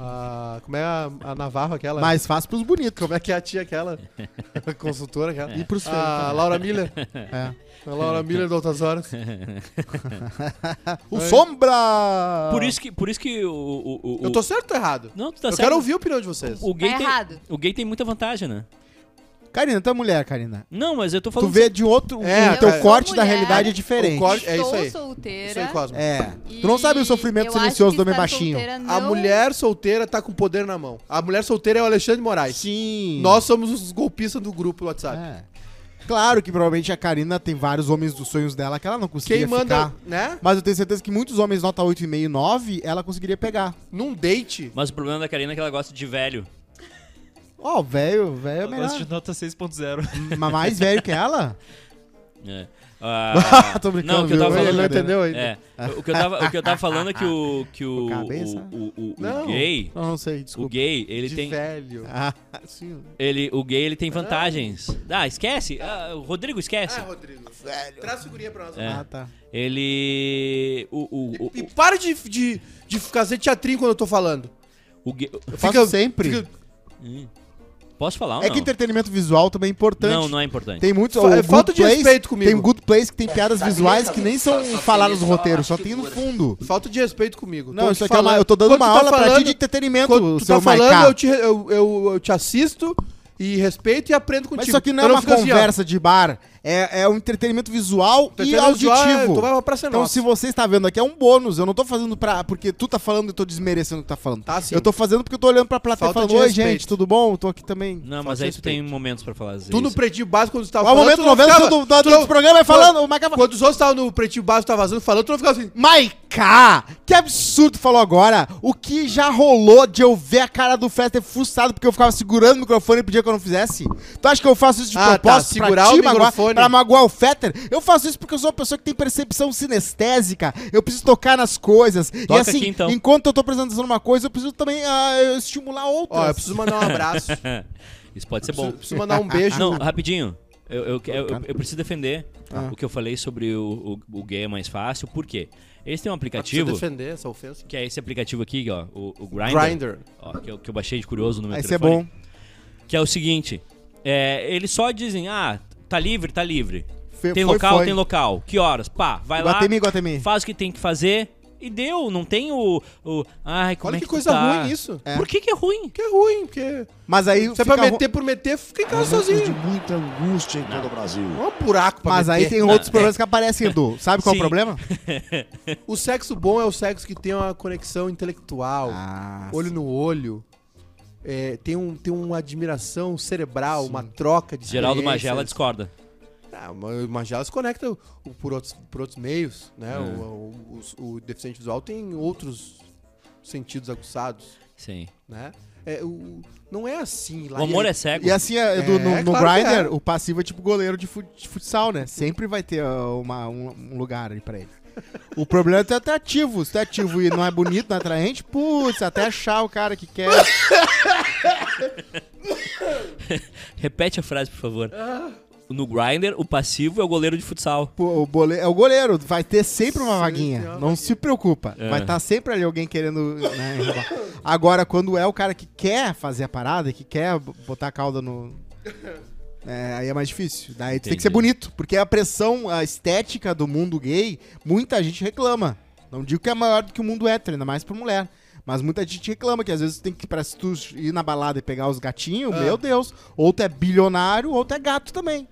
Speaker 3: Ah, como é a, a Navarro aquela?
Speaker 2: Mais fácil pros bonitos.
Speaker 3: Como é que é a tia aquela? A consultora aquela?
Speaker 1: É.
Speaker 2: E pros feios.
Speaker 3: A Laura Miller.
Speaker 2: É.
Speaker 3: A Laura Miller do Altas Horas. é.
Speaker 2: O Sombra!
Speaker 1: Por isso que, por isso que o, o, o-
Speaker 3: Eu tô certo ou errado?
Speaker 1: Não, tu tá
Speaker 3: eu
Speaker 1: certo.
Speaker 3: quero ouvir a opinião de vocês.
Speaker 1: O gay,
Speaker 6: Tá
Speaker 1: tem,
Speaker 6: errado.
Speaker 1: o gay tem muita vantagem, né?
Speaker 2: Karina, tu é mulher, Karina.
Speaker 1: Não, mas eu tô
Speaker 2: Tu
Speaker 1: falando.
Speaker 2: vê de outro. um,
Speaker 3: É,
Speaker 2: o teu
Speaker 3: cara.
Speaker 2: corte da
Speaker 6: Mulher,
Speaker 2: realidade é diferente.
Speaker 3: o corte- é isso
Speaker 6: Estou
Speaker 3: aí. Isso
Speaker 6: solteira.
Speaker 3: aí, Cosmo.
Speaker 2: É.
Speaker 6: e
Speaker 2: Tu não sabe o sofrimento
Speaker 6: eu
Speaker 2: silencioso
Speaker 6: acho que
Speaker 2: do homem
Speaker 6: estar
Speaker 2: baixinho.
Speaker 6: solteira
Speaker 3: A
Speaker 6: não-
Speaker 3: mulher solteira tá com poder na mão. A mulher solteira é o Alexandre Moraes.
Speaker 2: Sim.
Speaker 3: Nós somos os golpistas do grupo do WhatsApp.
Speaker 2: É. Claro que provavelmente a Karina tem vários homens dos sonhos dela que ela não
Speaker 3: Quem
Speaker 2: conseguiria
Speaker 3: manda,
Speaker 2: ficar.
Speaker 3: né?
Speaker 2: Mas eu tenho certeza que muitos homens nota 8,5 e 9, ela conseguiria pegar.
Speaker 3: Num date.
Speaker 1: Mas o problema da Karina é que ela gosta de velho.
Speaker 2: Ó, velho, velho é
Speaker 4: Eu gosto
Speaker 2: melhor.
Speaker 4: de nota 6.0.
Speaker 2: Mas mais velho que ela?
Speaker 1: É. Ah,
Speaker 2: Tô brincando,
Speaker 1: não, o que eu
Speaker 2: viu?
Speaker 1: tava
Speaker 2: Ele
Speaker 1: falando.
Speaker 2: não
Speaker 3: entendeu ainda.
Speaker 1: É, o, que eu tava, o que eu tava falando é que o. Que o,
Speaker 2: O cabeça?
Speaker 1: o, o- o- o
Speaker 3: Não.
Speaker 1: gay.
Speaker 2: Não, não sei,
Speaker 1: O
Speaker 2: desculpa.
Speaker 1: gay, ele
Speaker 3: de
Speaker 1: tem.
Speaker 3: velho.
Speaker 2: Ah, sim.
Speaker 1: Ele, o gay, ele tem vantagens. Ah, esquece. Ah, o Rodrigo, esquece.
Speaker 3: Rodrigo. Traz figurinha pra nós.
Speaker 1: É.
Speaker 2: Ah, tá.
Speaker 1: Ele. O, o, o,
Speaker 3: E para de, de, de fazer teatrinho quando eu tô falando.
Speaker 1: o gay.
Speaker 2: Eu faço sempre.
Speaker 3: fica-
Speaker 1: Posso falar ou
Speaker 2: é
Speaker 1: não?
Speaker 2: que entretenimento visual também é importante.
Speaker 1: Não, não é importante.
Speaker 2: Tem muitos.
Speaker 3: Fa-
Speaker 2: o
Speaker 3: é
Speaker 2: Good
Speaker 3: falta de
Speaker 2: Place-
Speaker 3: respeito comigo.
Speaker 2: Tem Good Place que tem piadas visuais que nem são faladas no roteiro, só tem no fundo.
Speaker 3: Falta de respeito comigo.
Speaker 2: Não,
Speaker 3: Tô
Speaker 2: isso
Speaker 3: te
Speaker 2: aqui é uma,
Speaker 3: falando-
Speaker 2: eu tô dando
Speaker 3: quando
Speaker 2: uma
Speaker 3: tu tá
Speaker 2: aula pra ti
Speaker 3: falando-
Speaker 2: de entretenimento,
Speaker 3: Quando tu
Speaker 2: seu
Speaker 3: tá falando,
Speaker 2: Maiká.
Speaker 3: eu te, eu, eu, eu te assisto e respeito e aprendo contigo.
Speaker 2: Mas isso aqui não é
Speaker 3: Eu
Speaker 2: uma
Speaker 3: fico assim, ó,
Speaker 2: conversa de bar, é, é um entretenimento visual e
Speaker 3: Entretenimento
Speaker 2: auditivo.
Speaker 3: visual é- tu vai pra Praça
Speaker 2: então,
Speaker 3: Nossa.
Speaker 2: se você está vendo aqui, é um bônus. Eu não tô fazendo pra. Porque tu tá falando e eu tô desmerecendo o que tá falando.
Speaker 3: Tá, sim.
Speaker 2: Eu tô fazendo porque eu tô olhando pra plateia e
Speaker 3: Falta
Speaker 2: falando:
Speaker 3: de
Speaker 2: Oi,
Speaker 3: respeito."
Speaker 2: gente, tudo bom? Eu tô aqui também.
Speaker 1: Não,
Speaker 2: Falta
Speaker 1: mas
Speaker 2: de
Speaker 1: aí tu
Speaker 2: respeito.
Speaker 1: tem momentos pra falar.
Speaker 3: Tu no
Speaker 1: isso.
Speaker 3: pretinho básico quando tu tava
Speaker 2: Ao momento
Speaker 3: tu não
Speaker 2: 90
Speaker 3: ficava-
Speaker 2: do, do,
Speaker 3: tu
Speaker 2: do
Speaker 3: não-
Speaker 2: programa vai falando.
Speaker 3: Quando-
Speaker 2: O Maica
Speaker 3: Quando os outros estavam no pretinho básico, tava vazando, falando, tu não ficava assim.
Speaker 2: Maiká! Que absurdo tu falou agora! O que já rolou de eu ver a cara do Fester frustrado porque eu ficava segurando o microfone e pedia que eu não fizesse? Tu acha que eu faço isso de
Speaker 3: Ah, tá,
Speaker 2: propósito
Speaker 3: segurar
Speaker 2: pra,
Speaker 3: o
Speaker 2: te magoar,
Speaker 3: microfone.
Speaker 2: pra magoar o Fetter? Eu faço isso porque eu sou uma pessoa que tem percepção sinestésica, eu preciso tocar nas coisas. e
Speaker 1: Toca
Speaker 2: assim,
Speaker 1: aqui, então.
Speaker 2: enquanto eu tô apresentando uma coisa, eu preciso também ah, estimular outras.
Speaker 3: Ó, eu preciso mandar um abraço.
Speaker 1: É. Isso pode ser bom.
Speaker 3: preciso, preciso mandar um beijo.
Speaker 1: Não, rapidinho. Eu, eu, eu- eu- eu preciso defender o que eu falei sobre o, o, o gay é mais fácil. Por quê? Eles têm um
Speaker 3: Preciso
Speaker 1: aplicativo,
Speaker 3: defender essa ofensa.
Speaker 1: que é esse aplicativo aqui, ó, o, o Grindr,
Speaker 3: Grinder.
Speaker 1: ó, que, eu, que eu baixei de curioso no meu
Speaker 2: Esse é
Speaker 1: telefone.
Speaker 2: bom.
Speaker 1: Que é o seguinte, é, eles só dizem, ah, tá livre, tá livre.
Speaker 2: Fe-
Speaker 1: tem
Speaker 2: foi,
Speaker 1: local,
Speaker 2: foi.
Speaker 1: tem local. Que horas? Pá, vai
Speaker 2: Guatemi,
Speaker 1: lá,
Speaker 2: Guatemi.
Speaker 1: faz o que tem que fazer e deu. Não tem o... o ai, como
Speaker 3: Olha
Speaker 1: é
Speaker 3: que
Speaker 1: tu
Speaker 3: coisa
Speaker 1: tá?
Speaker 3: ruim isso.
Speaker 1: Por que que é ruim?
Speaker 3: Que é ruim, porque.
Speaker 2: Mas aí.
Speaker 3: Se é
Speaker 2: fica
Speaker 3: pra
Speaker 2: ru-
Speaker 3: meter por meter, fica em casa sozinho.
Speaker 9: muita angústia em todo o Brasil.
Speaker 3: Não é um buraco pra
Speaker 2: Mas
Speaker 3: meter.
Speaker 2: aí tem outros problemas que aparecem, Edu. Sabe qual é
Speaker 1: Sim.
Speaker 2: o problema?
Speaker 3: O sexo bom é o sexo que tem uma conexão intelectual.
Speaker 2: Ah,
Speaker 3: olho no olho. É, tem, um, tem uma admiração cerebral, uma troca de
Speaker 1: Geraldo
Speaker 3: experiências.
Speaker 1: Magela discorda.
Speaker 3: Ah, mas o Magela se conecta o- o- por, outros, por outros meios, né?
Speaker 1: É.
Speaker 3: O, o- os- o deficiente visual tem outros sentidos aguçados,
Speaker 1: Sim.
Speaker 3: né? É, o, não é assim. lá-
Speaker 1: O amor é cego.
Speaker 2: E assim, Edu,
Speaker 3: É,
Speaker 2: no, no
Speaker 3: claro que
Speaker 2: Grindr,
Speaker 3: é.
Speaker 2: o passivo é tipo goleiro de, fut- de futsal, né? Sempre vai ter uh, uma- um, um lugar ali pra ele. O problema é tu é ativo. Se tu é ativo e não é bonito, não é atraente, putz, até achar o cara que quer. tipo,
Speaker 1: Repete a frase, por favor.
Speaker 3: Ah.
Speaker 1: No Grindr, o passivo é o goleiro de futsal.
Speaker 2: Pô, o bole- é o goleiro, vai ter sempre uma vaguinha.
Speaker 3: tem é uma
Speaker 2: não se preocupa.
Speaker 1: É.
Speaker 2: Vai estar sempre ali alguém querendo. né, roubar. Agora, quando é o cara que quer fazer a parada, que quer b- botar a cauda no. É, aí é mais difícil. Daí tu tem que
Speaker 1: Entendi.
Speaker 2: ser bonito. Porque a pressão a estética do mundo gay, muita gente reclama. Não digo que é maior do que o mundo hétero, ainda mais por mulher. Mas muita gente reclama que às vezes tem que, pra se tu ir na balada e pegar os gatinhos, meu Deus, ou tu é bilionário, ou tu é gato também.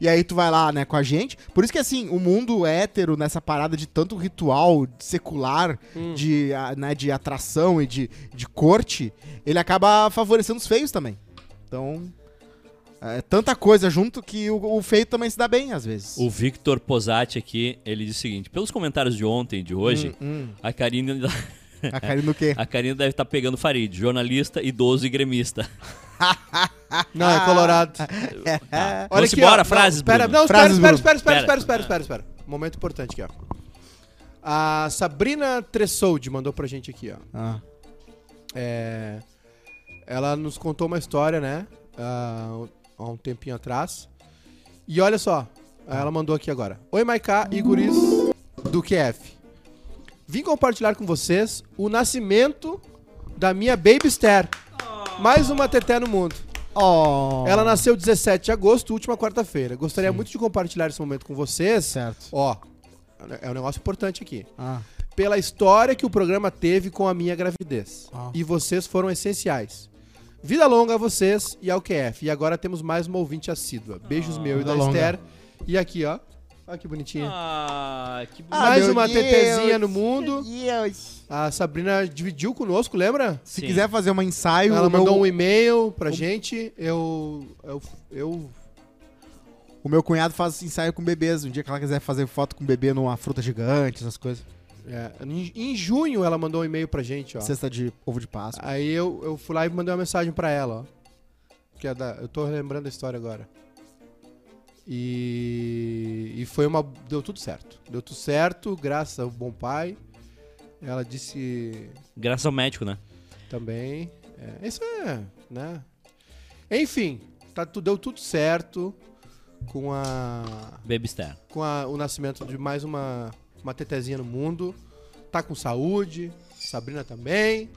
Speaker 2: E aí tu vai lá, né, com a gente. Por isso que, assim, o mundo hétero, nessa parada de tanto ritual secular, de, ah, né, de atração e de, de corte, ele acaba favorecendo os feios também. Então, é tanta coisa junto que o, o feio também se dá bem, às vezes.
Speaker 1: O Victor Posati aqui, ele diz o seguinte: pelos comentários de ontem e de hoje,
Speaker 2: Hum,
Speaker 1: a Karine.
Speaker 2: a Karine do quê?
Speaker 1: A Karine deve estar pegando Farid, jornalista, idoso e gremista.
Speaker 3: Não,
Speaker 1: Ah,
Speaker 3: é colorado.
Speaker 1: Tá.
Speaker 3: É. Olha
Speaker 1: Vamos
Speaker 3: aqui,
Speaker 1: embora,
Speaker 3: ó.
Speaker 1: frases,
Speaker 3: não, pera,
Speaker 1: Bruno.
Speaker 3: não,
Speaker 2: Frases,
Speaker 3: espera, espera,
Speaker 2: Bruno.
Speaker 3: espera, espera,
Speaker 1: Pera.
Speaker 3: espera, espera, espera. Momento importante aqui, ó. A Sabrina Tressoldi mandou pra gente aqui, ó.
Speaker 2: Ah.
Speaker 3: É, ela nos contou uma história, né? ah, há um tempinho atrás. E olha só, ela mandou aqui agora. Oi, Maiká e guris do QF. Vim compartilhar com vocês o nascimento da minha Baby Star.
Speaker 1: Ah.
Speaker 3: Mais uma teté no mundo.
Speaker 2: Oh,
Speaker 3: Ela nasceu 17 de agosto, última quarta-feira. Gostaria muito de compartilhar esse momento com vocês.
Speaker 2: Certo.
Speaker 3: Ó, é um negócio importante aqui.
Speaker 2: Ah.
Speaker 3: Pela história que o programa teve com a minha gravidez.
Speaker 2: Ah.
Speaker 3: E vocês foram essenciais. Vida longa a vocês e ao QF. E agora temos mais uma ouvinte assídua. Beijos meu e
Speaker 2: Ah, vida
Speaker 3: da
Speaker 2: longa.
Speaker 3: Esther. E aqui, ó. Olha que bonitinha.
Speaker 1: Ah, que bonito.
Speaker 2: Ah,
Speaker 3: mais
Speaker 2: meu
Speaker 3: uma
Speaker 2: Deus.
Speaker 3: tetezinha no mundo.
Speaker 2: Deus.
Speaker 3: A Sabrina dividiu conosco, lembra?
Speaker 2: Se
Speaker 1: Sim.
Speaker 2: quiser fazer um ensaio,
Speaker 3: Ela
Speaker 2: o meu,
Speaker 3: mandou um e-mail pra gente. Eu. Eu. eu
Speaker 2: o meu cunhado faz ensaio com bebês. Um dia que ela quiser fazer foto com bebê numa fruta gigante, essas coisas.
Speaker 3: é, em- em junho ela mandou um e-mail pra gente, ó.
Speaker 2: Cesta de ovo de Páscoa.
Speaker 3: Aí eu, eu fui lá e mandei uma mensagem pra ela, ó. Que é da, eu tô lembrando a história agora. E, e foi uma. Deu tudo certo. Deu tudo certo, graças ao bom pai. Ela disse
Speaker 1: Graças ao médico, né?
Speaker 3: também. É, isso é, né? Enfim, tá, tu- deu tudo certo com a.
Speaker 1: Baby Star.
Speaker 3: com a- o nascimento de mais uma, uma tetezinha no mundo. Tá com saúde, Sabrina também.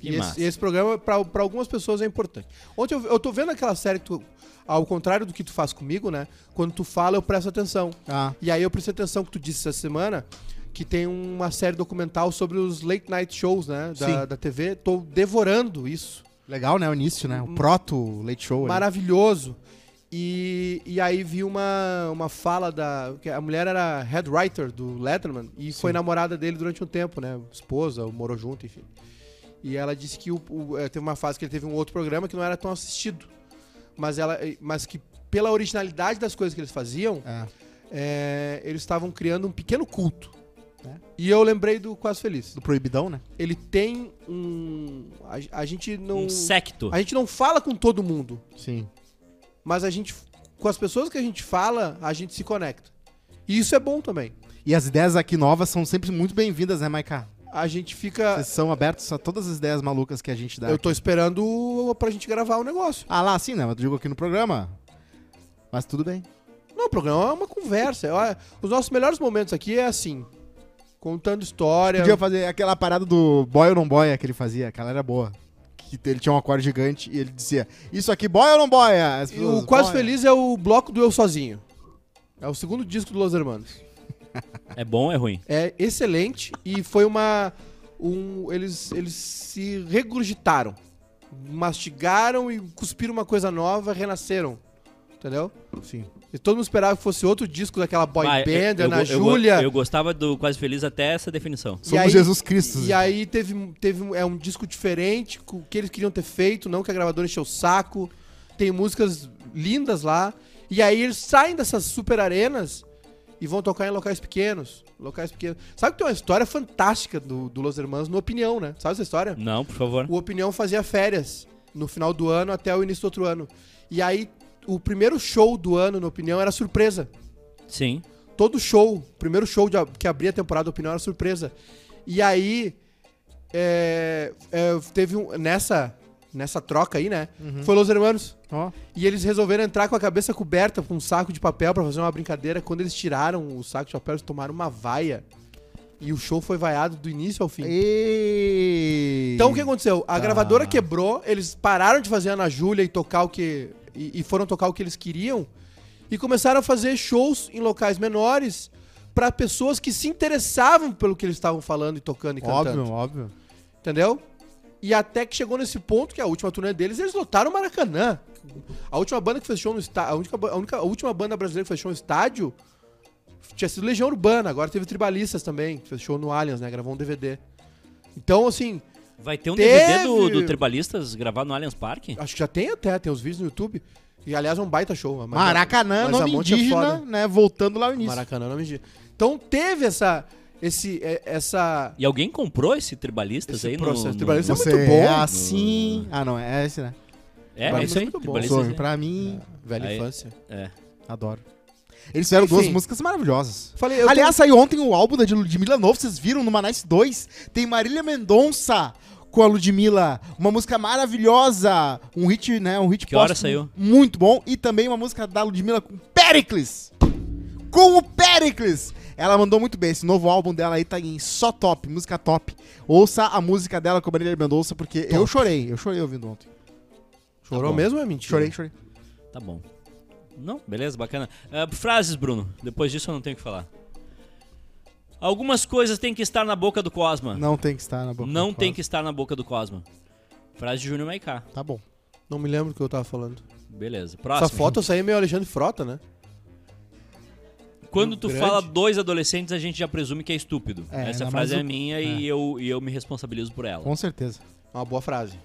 Speaker 1: Que
Speaker 3: e
Speaker 1: massa.
Speaker 3: esse, esse programa, pra, pra algumas pessoas, é importante. Ontem eu, eu tô vendo aquela série que tu, ao contrário do que tu faz comigo, né? Quando tu fala, eu presto atenção.
Speaker 2: Ah,
Speaker 3: E aí eu prestei atenção que tu disse essa semana que tem uma série documental sobre os late night shows, né? Da,
Speaker 2: Sim.
Speaker 3: da TV. Tô devorando isso.
Speaker 2: legal, né? O início, né?
Speaker 3: Hum.
Speaker 2: O proto late show. ali.
Speaker 3: Maravilhoso. E, e aí vi uma, uma fala da. que A mulher era head writer do Letterman e foi namorada dele durante um tempo, né? Esposa, morou junto, enfim. E ela disse que o, o- eh, teve uma fase que ele teve um outro programa que não era tão assistido. Mas, ela, eh, mas que pela originalidade das coisas que eles faziam,
Speaker 2: É.
Speaker 3: eh, eles estavam criando um pequeno culto. né? E eu lembrei do Quase Feliz.
Speaker 2: Do proibidão, né?
Speaker 3: Ele tem um. A, a gente não.
Speaker 1: Um secto.
Speaker 3: a gente não fala com todo mundo.
Speaker 2: Sim.
Speaker 3: Mas a gente, com as pessoas que a gente fala, a gente se conecta. E isso é bom também.
Speaker 2: E as ideias aqui novas são sempre muito bem-vindas, né, Maiká?
Speaker 3: A gente fica.
Speaker 2: Vocês são abertos a todas as ideias malucas que a gente dá.
Speaker 3: Eu tô esperando o- pra gente gravar o negócio.
Speaker 2: Ah, lá, sim, né? Mas eu digo aqui no programa. Mas tudo bem.
Speaker 3: Não, o programa é uma conversa. Olha, Os nossos melhores momentos aqui é assim: contando história.
Speaker 2: Podia fazer aquela parada do boy ou não boia que ele fazia, aquela era boa. Que ele tinha um acorde gigante e ele dizia, isso aqui boia ou não boia? As
Speaker 3: E
Speaker 2: pessoas,
Speaker 3: o Quase
Speaker 2: "Boia."
Speaker 3: Feliz é o bloco do Eu Sozinho. É o segundo disco do Los Hermanos.
Speaker 1: É bom ou é ruim?
Speaker 3: É excelente e foi uma. Um, eles, eles se regurgitaram. Mastigaram e cuspiram uma coisa nova, renasceram. Entendeu?
Speaker 2: Sim.
Speaker 3: E todo mundo esperava que fosse outro disco daquela boy
Speaker 1: Vai,
Speaker 3: band,
Speaker 1: eu- eu-
Speaker 3: Ana
Speaker 1: eu-
Speaker 3: Júlia.
Speaker 1: Eu, gostava do Quase Feliz até essa definição.
Speaker 3: E
Speaker 2: Somos
Speaker 3: aí-
Speaker 2: Jesus Cristo.
Speaker 3: E aí teve, teve um- é um disco diferente, com o que eles queriam ter feito, não que a gravadora encheu o saco. Tem músicas lindas lá. E aí eles saem dessas super arenas e vão tocar em locais pequenos. Locais pequenos. Sabe que tem uma história fantástica do, do Los Hermanos no Opinião, né? Sabe essa história?
Speaker 1: Não, por favor.
Speaker 3: O Opinião fazia férias no final do ano até o início do outro ano. E aí o primeiro show do ano no Opinião era surpresa.
Speaker 1: Sim.
Speaker 3: todo show, primeiro show de- que abria a temporada do Opinião era surpresa. E aí, é, é, teve um, nessa, nessa troca aí, né? Foi Los Hermanos.
Speaker 2: Ó.
Speaker 3: E eles resolveram entrar com a cabeça coberta com um saco de papel pra fazer uma brincadeira. Quando eles tiraram o saco de papel, eles tomaram uma vaia. E o show foi vaiado do início ao fim.
Speaker 2: E...
Speaker 3: Então o que aconteceu? A gravadora quebrou, eles pararam de fazer a Ana Júlia e tocar o que. E, e foram tocar o que eles queriam. E começaram a fazer shows em locais menores pra pessoas que se interessavam pelo que eles estavam falando e tocando e cantando.
Speaker 2: Óbvio, óbvio.
Speaker 3: Entendeu? E até que chegou nesse ponto que a última turnê deles, eles lotaram o Maracanã. A última banda que fez show no estádio. A, única, ba- a, única- a última banda brasileira que fez show no estádio tinha sido Legião Urbana, agora teve Tribalistas também, que fez show no Allianz, né? Gravou um DVD. Então, assim,
Speaker 1: Vai ter um
Speaker 3: Teve.
Speaker 1: DVD do, do Tribalistas gravado no Allianz Parque?
Speaker 3: Acho que já tem até, tem os vídeos no YouTube. E aliás, é um baita show. a Maraca-
Speaker 2: Maracanã,
Speaker 3: mas a
Speaker 2: nome
Speaker 3: Monte é
Speaker 2: indígena,
Speaker 3: foda.
Speaker 2: né? Voltando lá ao início.
Speaker 3: Maracanã, não me diga. Então teve essa. Esse, é- essa
Speaker 1: E alguém comprou esse Tribalistas
Speaker 3: Esse
Speaker 1: aí no-
Speaker 3: processo
Speaker 1: no...
Speaker 3: Tribalistas
Speaker 1: no...
Speaker 3: Isso é muito bom.
Speaker 2: É assim... Ah, não, é esse, né? Um
Speaker 1: É, é
Speaker 3: Tribalistas
Speaker 1: isso
Speaker 3: é
Speaker 1: aí.
Speaker 3: muito bom.
Speaker 1: Tribalistas, né?
Speaker 2: Sonho pra mim.
Speaker 3: velha
Speaker 1: Aí-
Speaker 3: infância.
Speaker 1: é.
Speaker 2: Adoro. Eles fizeram duas
Speaker 3: Enfim.
Speaker 2: músicas maravilhosas.
Speaker 3: Falei, eu
Speaker 2: Aliás, saiu ontem o álbum da Ludmilla novo, vocês viram no Manais 2? Tem Marília Mendonça com a Ludmilla, uma música maravilhosa, um hit, né, um hit
Speaker 1: Que hora
Speaker 2: póstumo
Speaker 1: saiu?
Speaker 2: Muito bom e também uma música da Ludmilla com Pericles. Com o Pericles. Ela mandou muito bem, esse novo álbum dela aí tá em só top, música top. Ouça a música dela com a Marília Mendonça porque eu chorei, eu chorei ouvindo ontem.
Speaker 3: tenho- Chorou mesmo ou é mentira?
Speaker 2: Chorei, chorei.
Speaker 1: Tá bom. Não, beleza, bacana. Ah, frases, Bruno. Depois disso eu não tenho o que falar. Algumas coisas têm que estar na boca do Cosma.
Speaker 2: Não tem que estar na boca.
Speaker 1: Não
Speaker 2: do
Speaker 1: tem
Speaker 2: Cosmo.
Speaker 1: que estar na boca do Cosma. Frase de Júnior Maiká.
Speaker 2: Tá bom.
Speaker 3: Não me lembro do que eu tava falando.
Speaker 1: Beleza. Próximo.
Speaker 3: Essa foto eu saí meio Alexandre Frota, né?
Speaker 1: Quando tu
Speaker 3: grande.
Speaker 1: fala dois adolescentes, a gente já presume que é estúpido.
Speaker 2: É,
Speaker 1: Essa
Speaker 2: ainda mais
Speaker 1: frase é
Speaker 2: o-
Speaker 1: minha e, eu, e eu me responsabilizo por ela.
Speaker 2: Com certeza.
Speaker 3: Uma boa frase.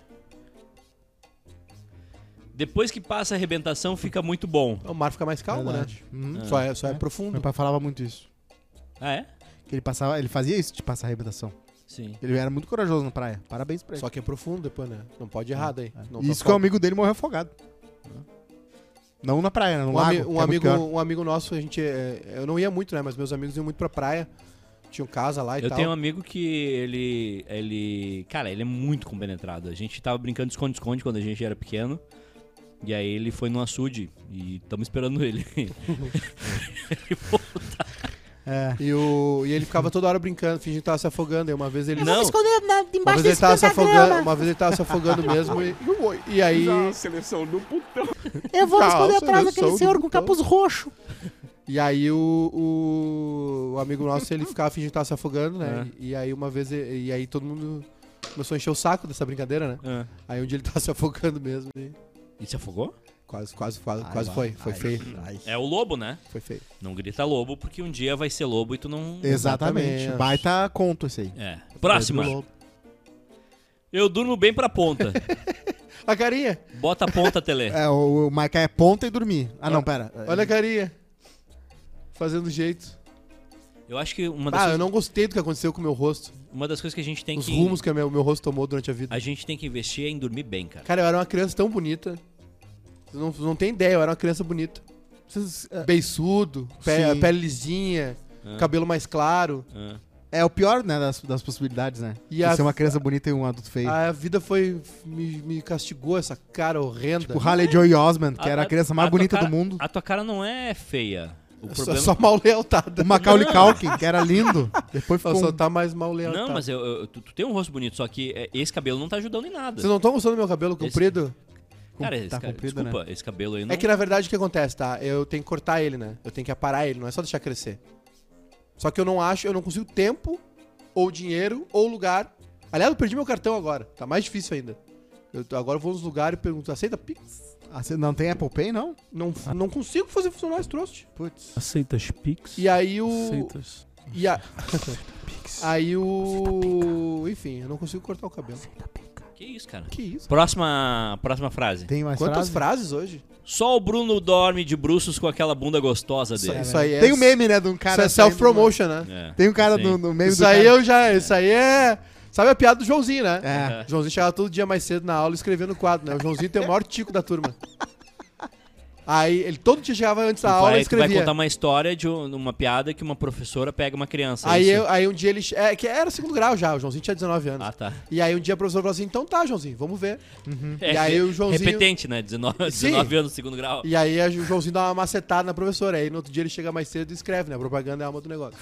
Speaker 1: Depois que passa a arrebentação, fica muito bom.
Speaker 3: O mar fica mais calmo,
Speaker 2: Verdade.
Speaker 3: né?
Speaker 2: Uhum.
Speaker 3: Só é, só é
Speaker 2: É. Meu
Speaker 3: profundo.
Speaker 2: pai falava muito isso.
Speaker 1: Ah, é?
Speaker 2: Que ele passava, ele fazia isso de passar arrebentação.
Speaker 1: Sim.
Speaker 2: Ele era muito corajoso na praia. Parabéns pra ele.
Speaker 3: Só que é profundo depois, né? Não pode errar daí. Não
Speaker 2: E É. isso
Speaker 3: tá
Speaker 2: que um o
Speaker 3: foda.
Speaker 2: amigo dele morreu afogado. Não na praia, né? No
Speaker 3: Um,
Speaker 2: lago.
Speaker 3: ami-
Speaker 2: que
Speaker 3: um
Speaker 2: é muito
Speaker 3: amigo,
Speaker 2: pior.
Speaker 3: um amigo nosso, a gente. é, Eu não ia muito, né? Mas meus amigos iam muito pra praia. Tinham casa lá e
Speaker 1: Eu
Speaker 3: tal.
Speaker 1: tenho um amigo que ele. ele. Cara, ele é muito compenetrado. A gente tava brincando de esconde-esconde quando a gente era pequeno. E aí ele foi no açude e estamos esperando ele.
Speaker 2: É.
Speaker 3: E, o, e ele ficava toda hora brincando, fingindo que tava se afogando. E uma vez ele.
Speaker 1: Não.
Speaker 10: esconder na-
Speaker 3: Uma
Speaker 10: embaixo
Speaker 3: vez ele
Speaker 10: desse
Speaker 3: tava se afogando,
Speaker 10: pentagrama.
Speaker 3: uma vez ele tava se afogando mesmo e, e aí
Speaker 9: seleção do putão.
Speaker 10: Eu vou me esconder
Speaker 3: Calça,
Speaker 10: atrás
Speaker 3: né,
Speaker 10: daquele
Speaker 3: sou
Speaker 10: senhor
Speaker 3: do
Speaker 10: com
Speaker 3: pão.
Speaker 10: capuz roxo.
Speaker 3: e aí o, o, o amigo nosso ele ficava fingindo que tava se afogando,
Speaker 1: É.
Speaker 3: né? E aí uma vez e, e aí todo mundo começou a encher o saco dessa brincadeira, né?
Speaker 1: Ah.
Speaker 3: Aí um dia ele tava se afogando mesmo e
Speaker 1: E se afogou?
Speaker 3: quase quase quase, quase foi, foi feio,
Speaker 1: É o lobo, né?
Speaker 3: foi feio.
Speaker 1: Não grita lobo, porque um dia vai ser lobo e tu não.
Speaker 2: Exatamente.
Speaker 3: Exatamente.
Speaker 2: Baita conto esse aí.
Speaker 1: É. Próxima. Eu durmo bem pra ponta.
Speaker 3: A carinha,
Speaker 1: Bota a ponta, Tele.
Speaker 2: É, o, o Maica é ponta e dormir. Ah, não, pera.
Speaker 3: olha a carinha. Fazendo jeito.
Speaker 1: Eu acho que uma das,
Speaker 3: Ah, eu
Speaker 1: coisas,
Speaker 3: não gostei do que aconteceu com o meu rosto.
Speaker 1: uma das coisas que a gente tem
Speaker 3: Os
Speaker 1: que.
Speaker 3: rumos que o meu, meu rosto tomou durante a vida.
Speaker 1: A gente tem que investir é em dormir bem, cara.
Speaker 3: Cara, eu era uma criança tão bonita. Vocês não, vocês não tem ideia, eu era uma criança bonita.
Speaker 2: Vocês, é,
Speaker 3: Beiçudo, pe-
Speaker 2: Sim.
Speaker 3: pele lisinha,
Speaker 1: Ah.
Speaker 3: cabelo mais claro.
Speaker 1: Ah.
Speaker 2: é o pior, né, das, das possibilidades, né?
Speaker 3: E
Speaker 2: De
Speaker 3: a-
Speaker 2: ser uma criança bonita e um adulto
Speaker 1: É.
Speaker 2: feio.
Speaker 3: A vida foi. me, me castigou essa cara horrenda.
Speaker 2: O
Speaker 1: Tipo,
Speaker 2: Haley Joey Osmond, que
Speaker 1: A-
Speaker 2: era a
Speaker 1: a-
Speaker 2: criança mais
Speaker 1: a tua
Speaker 2: bonita
Speaker 1: cara-
Speaker 2: do mundo.
Speaker 1: A tua cara não é feia. O
Speaker 3: Só-
Speaker 1: problema
Speaker 3: Só, mal lealtada.
Speaker 2: O Macaulay
Speaker 1: Não.
Speaker 2: Culkin, que era lindo. Depois
Speaker 3: Só,
Speaker 2: ficou
Speaker 3: só
Speaker 2: um-
Speaker 3: tá mais mal lealtada.
Speaker 1: Não, mas eu, eu- tu, tu tem um rosto bonito, só que é, esse cabelo não tá ajudando em nada.
Speaker 3: Vocês não estão gostando do meu cabelo comprido?
Speaker 1: Cara, esse,
Speaker 2: tá
Speaker 1: cara-
Speaker 2: comprido,
Speaker 1: desculpa, esse cabelo aí não.
Speaker 3: É que na verdade o que acontece, tá? Eu tenho que cortar ele, né? Eu tenho que aparar ele, não é só deixar crescer. Só que eu não acho, eu não consigo tempo, ou dinheiro, ou lugar. Aliás, eu perdi meu cartão agora. Tá mais difícil ainda. Eu, tô- agora eu vou nos lugares e pergunto, aceita Pix?
Speaker 2: Ah, você não tem Apple Pay, não?
Speaker 3: Não, não consigo fazer funcionar esse troço.
Speaker 2: Putz.
Speaker 8: Aceitas Pix?
Speaker 3: E aí o.
Speaker 8: Aceitas.
Speaker 3: E a... aí o. Enfim, eu não consigo cortar o cabelo.
Speaker 1: Que isso, cara?
Speaker 3: Que isso?
Speaker 1: Próxima, próxima frase.
Speaker 2: Tem mais
Speaker 3: Quantas
Speaker 2: frases?
Speaker 3: frases hoje?
Speaker 1: Só o Bruno dorme de bruços com aquela bunda gostosa
Speaker 3: Isso,
Speaker 1: dele.
Speaker 3: isso aí é.
Speaker 2: Tem um meme, né, de um
Speaker 3: Isso
Speaker 2: cara...
Speaker 3: é
Speaker 2: saindo
Speaker 3: self-promotion, né?
Speaker 1: É,
Speaker 2: do- Tem um cara
Speaker 1: sim.
Speaker 2: no, no meio
Speaker 3: Isso
Speaker 2: do
Speaker 3: aí
Speaker 2: cara-
Speaker 3: eu já. Isso aí é. Sabe a piada do Joãozinho, né?
Speaker 2: É.
Speaker 3: O Joãozinho chegava todo dia mais cedo na aula escrevendo no quadro, né? O Joãozinho tem o maior tico da turma. Aí ele todo dia chegava antes da
Speaker 1: Tu
Speaker 3: aula e
Speaker 1: vai, tu vai
Speaker 3: escrevia.
Speaker 1: contar uma história de um- uma piada que uma professora pega uma criança. é
Speaker 3: Aí,
Speaker 1: isso?
Speaker 3: eu- aí um dia ele. che- É, que era segundo grau já, o Joãozinho tinha 19 anos.
Speaker 1: Ah, tá.
Speaker 3: E aí um dia a professora falou assim: então tá, Joãozinho, vamos ver. E aí o Joãozinho-
Speaker 1: É Repetente, né? 19,
Speaker 3: Sim.
Speaker 1: 19 anos, segundo grau.
Speaker 3: E aí a- o Joãozinho dá uma macetada na professora. Aí no outro dia ele chega mais cedo e escreve, né? A propaganda é a alma do negócio.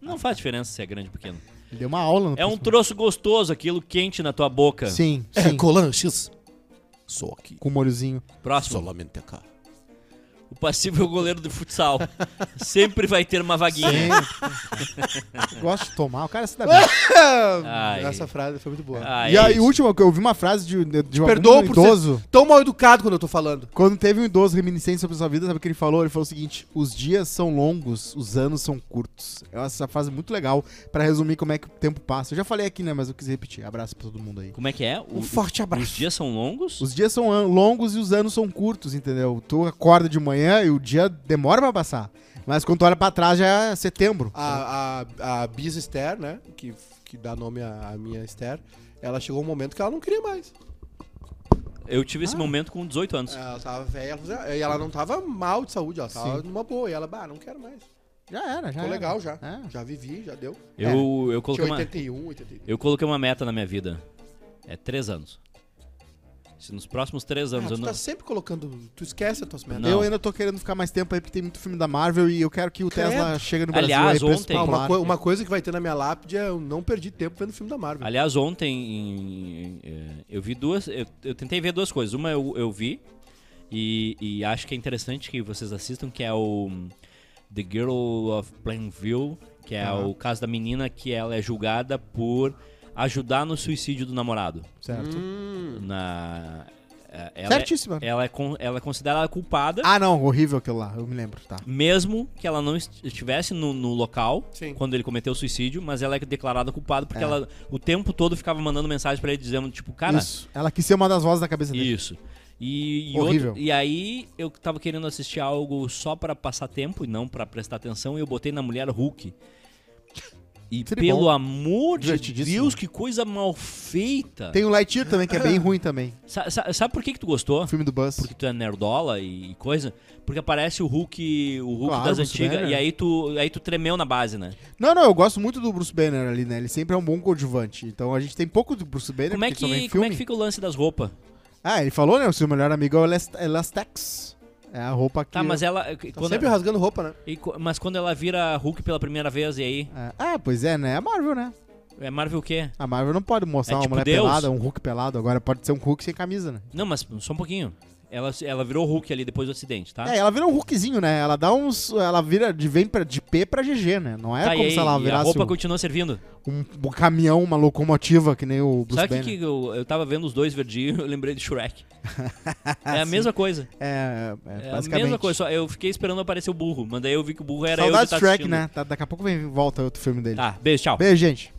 Speaker 1: Não faz diferença se é grande ou pequeno.
Speaker 2: Ele deu uma aula no
Speaker 1: É um troço gostoso, aquilo quente na tua boca.
Speaker 2: Sim,
Speaker 3: É,
Speaker 2: sim.
Speaker 3: Colanches. Só aqui.
Speaker 2: Com um molhozinho.
Speaker 1: Próximo.
Speaker 3: Solamente cá.
Speaker 1: O passível goleiro do futsal. Sempre vai ter uma vaguinha.
Speaker 2: Eu Gosto de tomar. O cara se dá bem.
Speaker 1: Ai.
Speaker 3: Essa frase foi muito boa.
Speaker 1: Ah,
Speaker 2: E
Speaker 1: é
Speaker 2: aí,
Speaker 1: isso.
Speaker 2: última, que eu ouvi uma frase de, de, de
Speaker 3: Perdoa
Speaker 2: algum
Speaker 3: por
Speaker 2: idoso.
Speaker 3: ser tão mal educado quando eu tô falando.
Speaker 2: Quando teve um idoso reminiscente sobre sua vida, sabe o que ele falou? Ele falou o seguinte: os dias são longos, os anos são curtos. É essa frase muito legal pra resumir como é que o tempo passa. Eu já falei aqui, né? Mas eu quis repetir. Abraço pra todo mundo aí.
Speaker 1: Como é que é? O-
Speaker 3: Um forte
Speaker 1: Os
Speaker 3: abraço.
Speaker 1: dias são longos?
Speaker 2: Os dias são an- longos e os anos são curtos, entendeu? Tu acorda de manhã e o dia demora pra passar. Mas quando tu olha pra trás já é setembro.
Speaker 3: A, a, a Bis Esther, né? Que, que dá nome à, à minha Esther. Ela chegou um momento que ela não queria mais.
Speaker 1: Eu tive
Speaker 3: Ah.
Speaker 1: esse momento com 18 anos.
Speaker 3: Ela tava velha. ela fazia- E ela não tava mal de saúde, ela tava
Speaker 2: Sim.
Speaker 3: numa boa. E ela, bah, não quero mais.
Speaker 2: Já era, já
Speaker 3: Ficou
Speaker 2: era.
Speaker 3: legal já.
Speaker 2: É.
Speaker 3: Já vivi, já deu.
Speaker 1: Eu, eu,
Speaker 3: Tinha
Speaker 1: coloquei uma,
Speaker 3: 81, 82.
Speaker 1: eu coloquei uma meta na minha vida. É 3 anos. Se nos próximos 3
Speaker 3: Ah,
Speaker 1: anos eu
Speaker 3: tu
Speaker 1: não...
Speaker 3: tá sempre colocando. Tu esquece as tuas metas.
Speaker 1: Não.
Speaker 2: Eu ainda tô querendo ficar mais tempo aí porque tem muito filme da Marvel e eu quero que o
Speaker 3: Credo.
Speaker 2: Tesla chegue no Brasil.
Speaker 1: Aliás,
Speaker 2: aí, preço
Speaker 1: ontem-
Speaker 3: Ah,
Speaker 2: popular.
Speaker 3: uma, co- uma coisa que vai ter na minha lápide é eu não perdi tempo vendo filme da Marvel.
Speaker 1: Aliás, ontem em- em- eh, eu vi duas. Eu, eu tentei ver duas coisas. Uma eu, eu vi e, e acho que é interessante que vocês assistam, que é o hum, The Girl of Plainview, que é o caso da menina que ela é julgada por ajudar no suicídio do namorado.
Speaker 2: Certo.
Speaker 3: Hum.
Speaker 1: Na, eh, ela, é-
Speaker 2: Certíssima.
Speaker 1: ela, é con- ela é considerada culpada.
Speaker 2: Ah, não, horrível aquilo lá, eu me lembro, tá.
Speaker 1: Mesmo que ela não est- estivesse no, no local
Speaker 3: Sim.
Speaker 1: quando ele cometeu o suicídio, mas ela é declarada culpada porque
Speaker 2: É.
Speaker 1: ela o tempo todo ficava mandando mensagem pra ele dizendo, tipo, cara,
Speaker 2: Isso. Ela quis ser uma das vozes da cabeça dele.
Speaker 1: Isso. E, e
Speaker 2: Horrível.
Speaker 1: outro- e aí eu tava querendo assistir algo só pra passar tempo e não pra prestar atenção e eu botei na Mulher Hulk. E
Speaker 2: Tudo
Speaker 1: pelo
Speaker 2: bom.
Speaker 1: amor de
Speaker 2: Divertidíssimo.
Speaker 1: Deus, que coisa mal feita.
Speaker 2: Tem o Lightyear também, que é bem ruim também.
Speaker 1: Sa- sa- sabe por que, que tu gostou?
Speaker 2: O filme do Buzz.
Speaker 1: Porque tu é nerdola e coisa? Porque aparece o Hulk, o Hulk
Speaker 2: Claro,
Speaker 1: das
Speaker 2: Bruce
Speaker 1: antigas,
Speaker 2: Banner.
Speaker 1: e aí tu, aí tu tremeu na base, né?
Speaker 2: Não, não, eu gosto muito do Bruce Banner ali, né? Ele sempre é um bom coadjuvante. Então a gente tem pouco do Bruce Banner,
Speaker 1: Como é,
Speaker 2: porque só vem
Speaker 1: que, como
Speaker 2: filme.
Speaker 1: é que fica o lance das roupas?
Speaker 2: Ah, ele falou, né? O seu melhor amigo é o Elast- Elastex. É a roupa que...
Speaker 1: Tá, mas ela. quando- é-
Speaker 3: Sempre rasgando roupa, né?
Speaker 1: e co- mas quando ela vira Hulk pela primeira vez, e aí?
Speaker 2: É. Ah, pois é, né? É a Marvel, né?
Speaker 1: É Marvel o quê?
Speaker 2: A Marvel não pode mostrar
Speaker 1: É
Speaker 2: uma
Speaker 1: tipo
Speaker 2: mulher
Speaker 1: Deus.
Speaker 2: pelada, um Hulk pelado. Agora pode ser um Hulk sem camisa, né?
Speaker 1: Não, mas só um pouquinho. Ela, ela virou Hulk ali depois do acidente, tá?
Speaker 2: É, ela vira um Hulkzinho, né? Ela dá uns... Ela vira de, vem pra, de P pra GG, né? Não é
Speaker 1: Tá, e
Speaker 2: como
Speaker 1: aí,
Speaker 2: se ela
Speaker 1: e a
Speaker 2: virasse
Speaker 1: roupa
Speaker 2: um,
Speaker 1: continua servindo.
Speaker 2: um caminhão, uma locomotiva, que nem o Bruce
Speaker 1: Sabe o que,
Speaker 2: Banner.
Speaker 1: que eu, eu tava vendo os dois verdinhos eu lembrei de Shrek? É a mesma coisa.
Speaker 2: É, é,
Speaker 1: É a
Speaker 2: basicamente.
Speaker 1: mesma coisa, só eu fiquei esperando aparecer o burro, mas daí eu vi que o burro era eu de
Speaker 2: Saudades
Speaker 1: tá
Speaker 2: Shrek,
Speaker 1: assistindo.
Speaker 2: né? Tá- daqui a pouco vem, volta outro filme dele.
Speaker 1: Tá, beijo, tchau.
Speaker 2: Beijo, gente.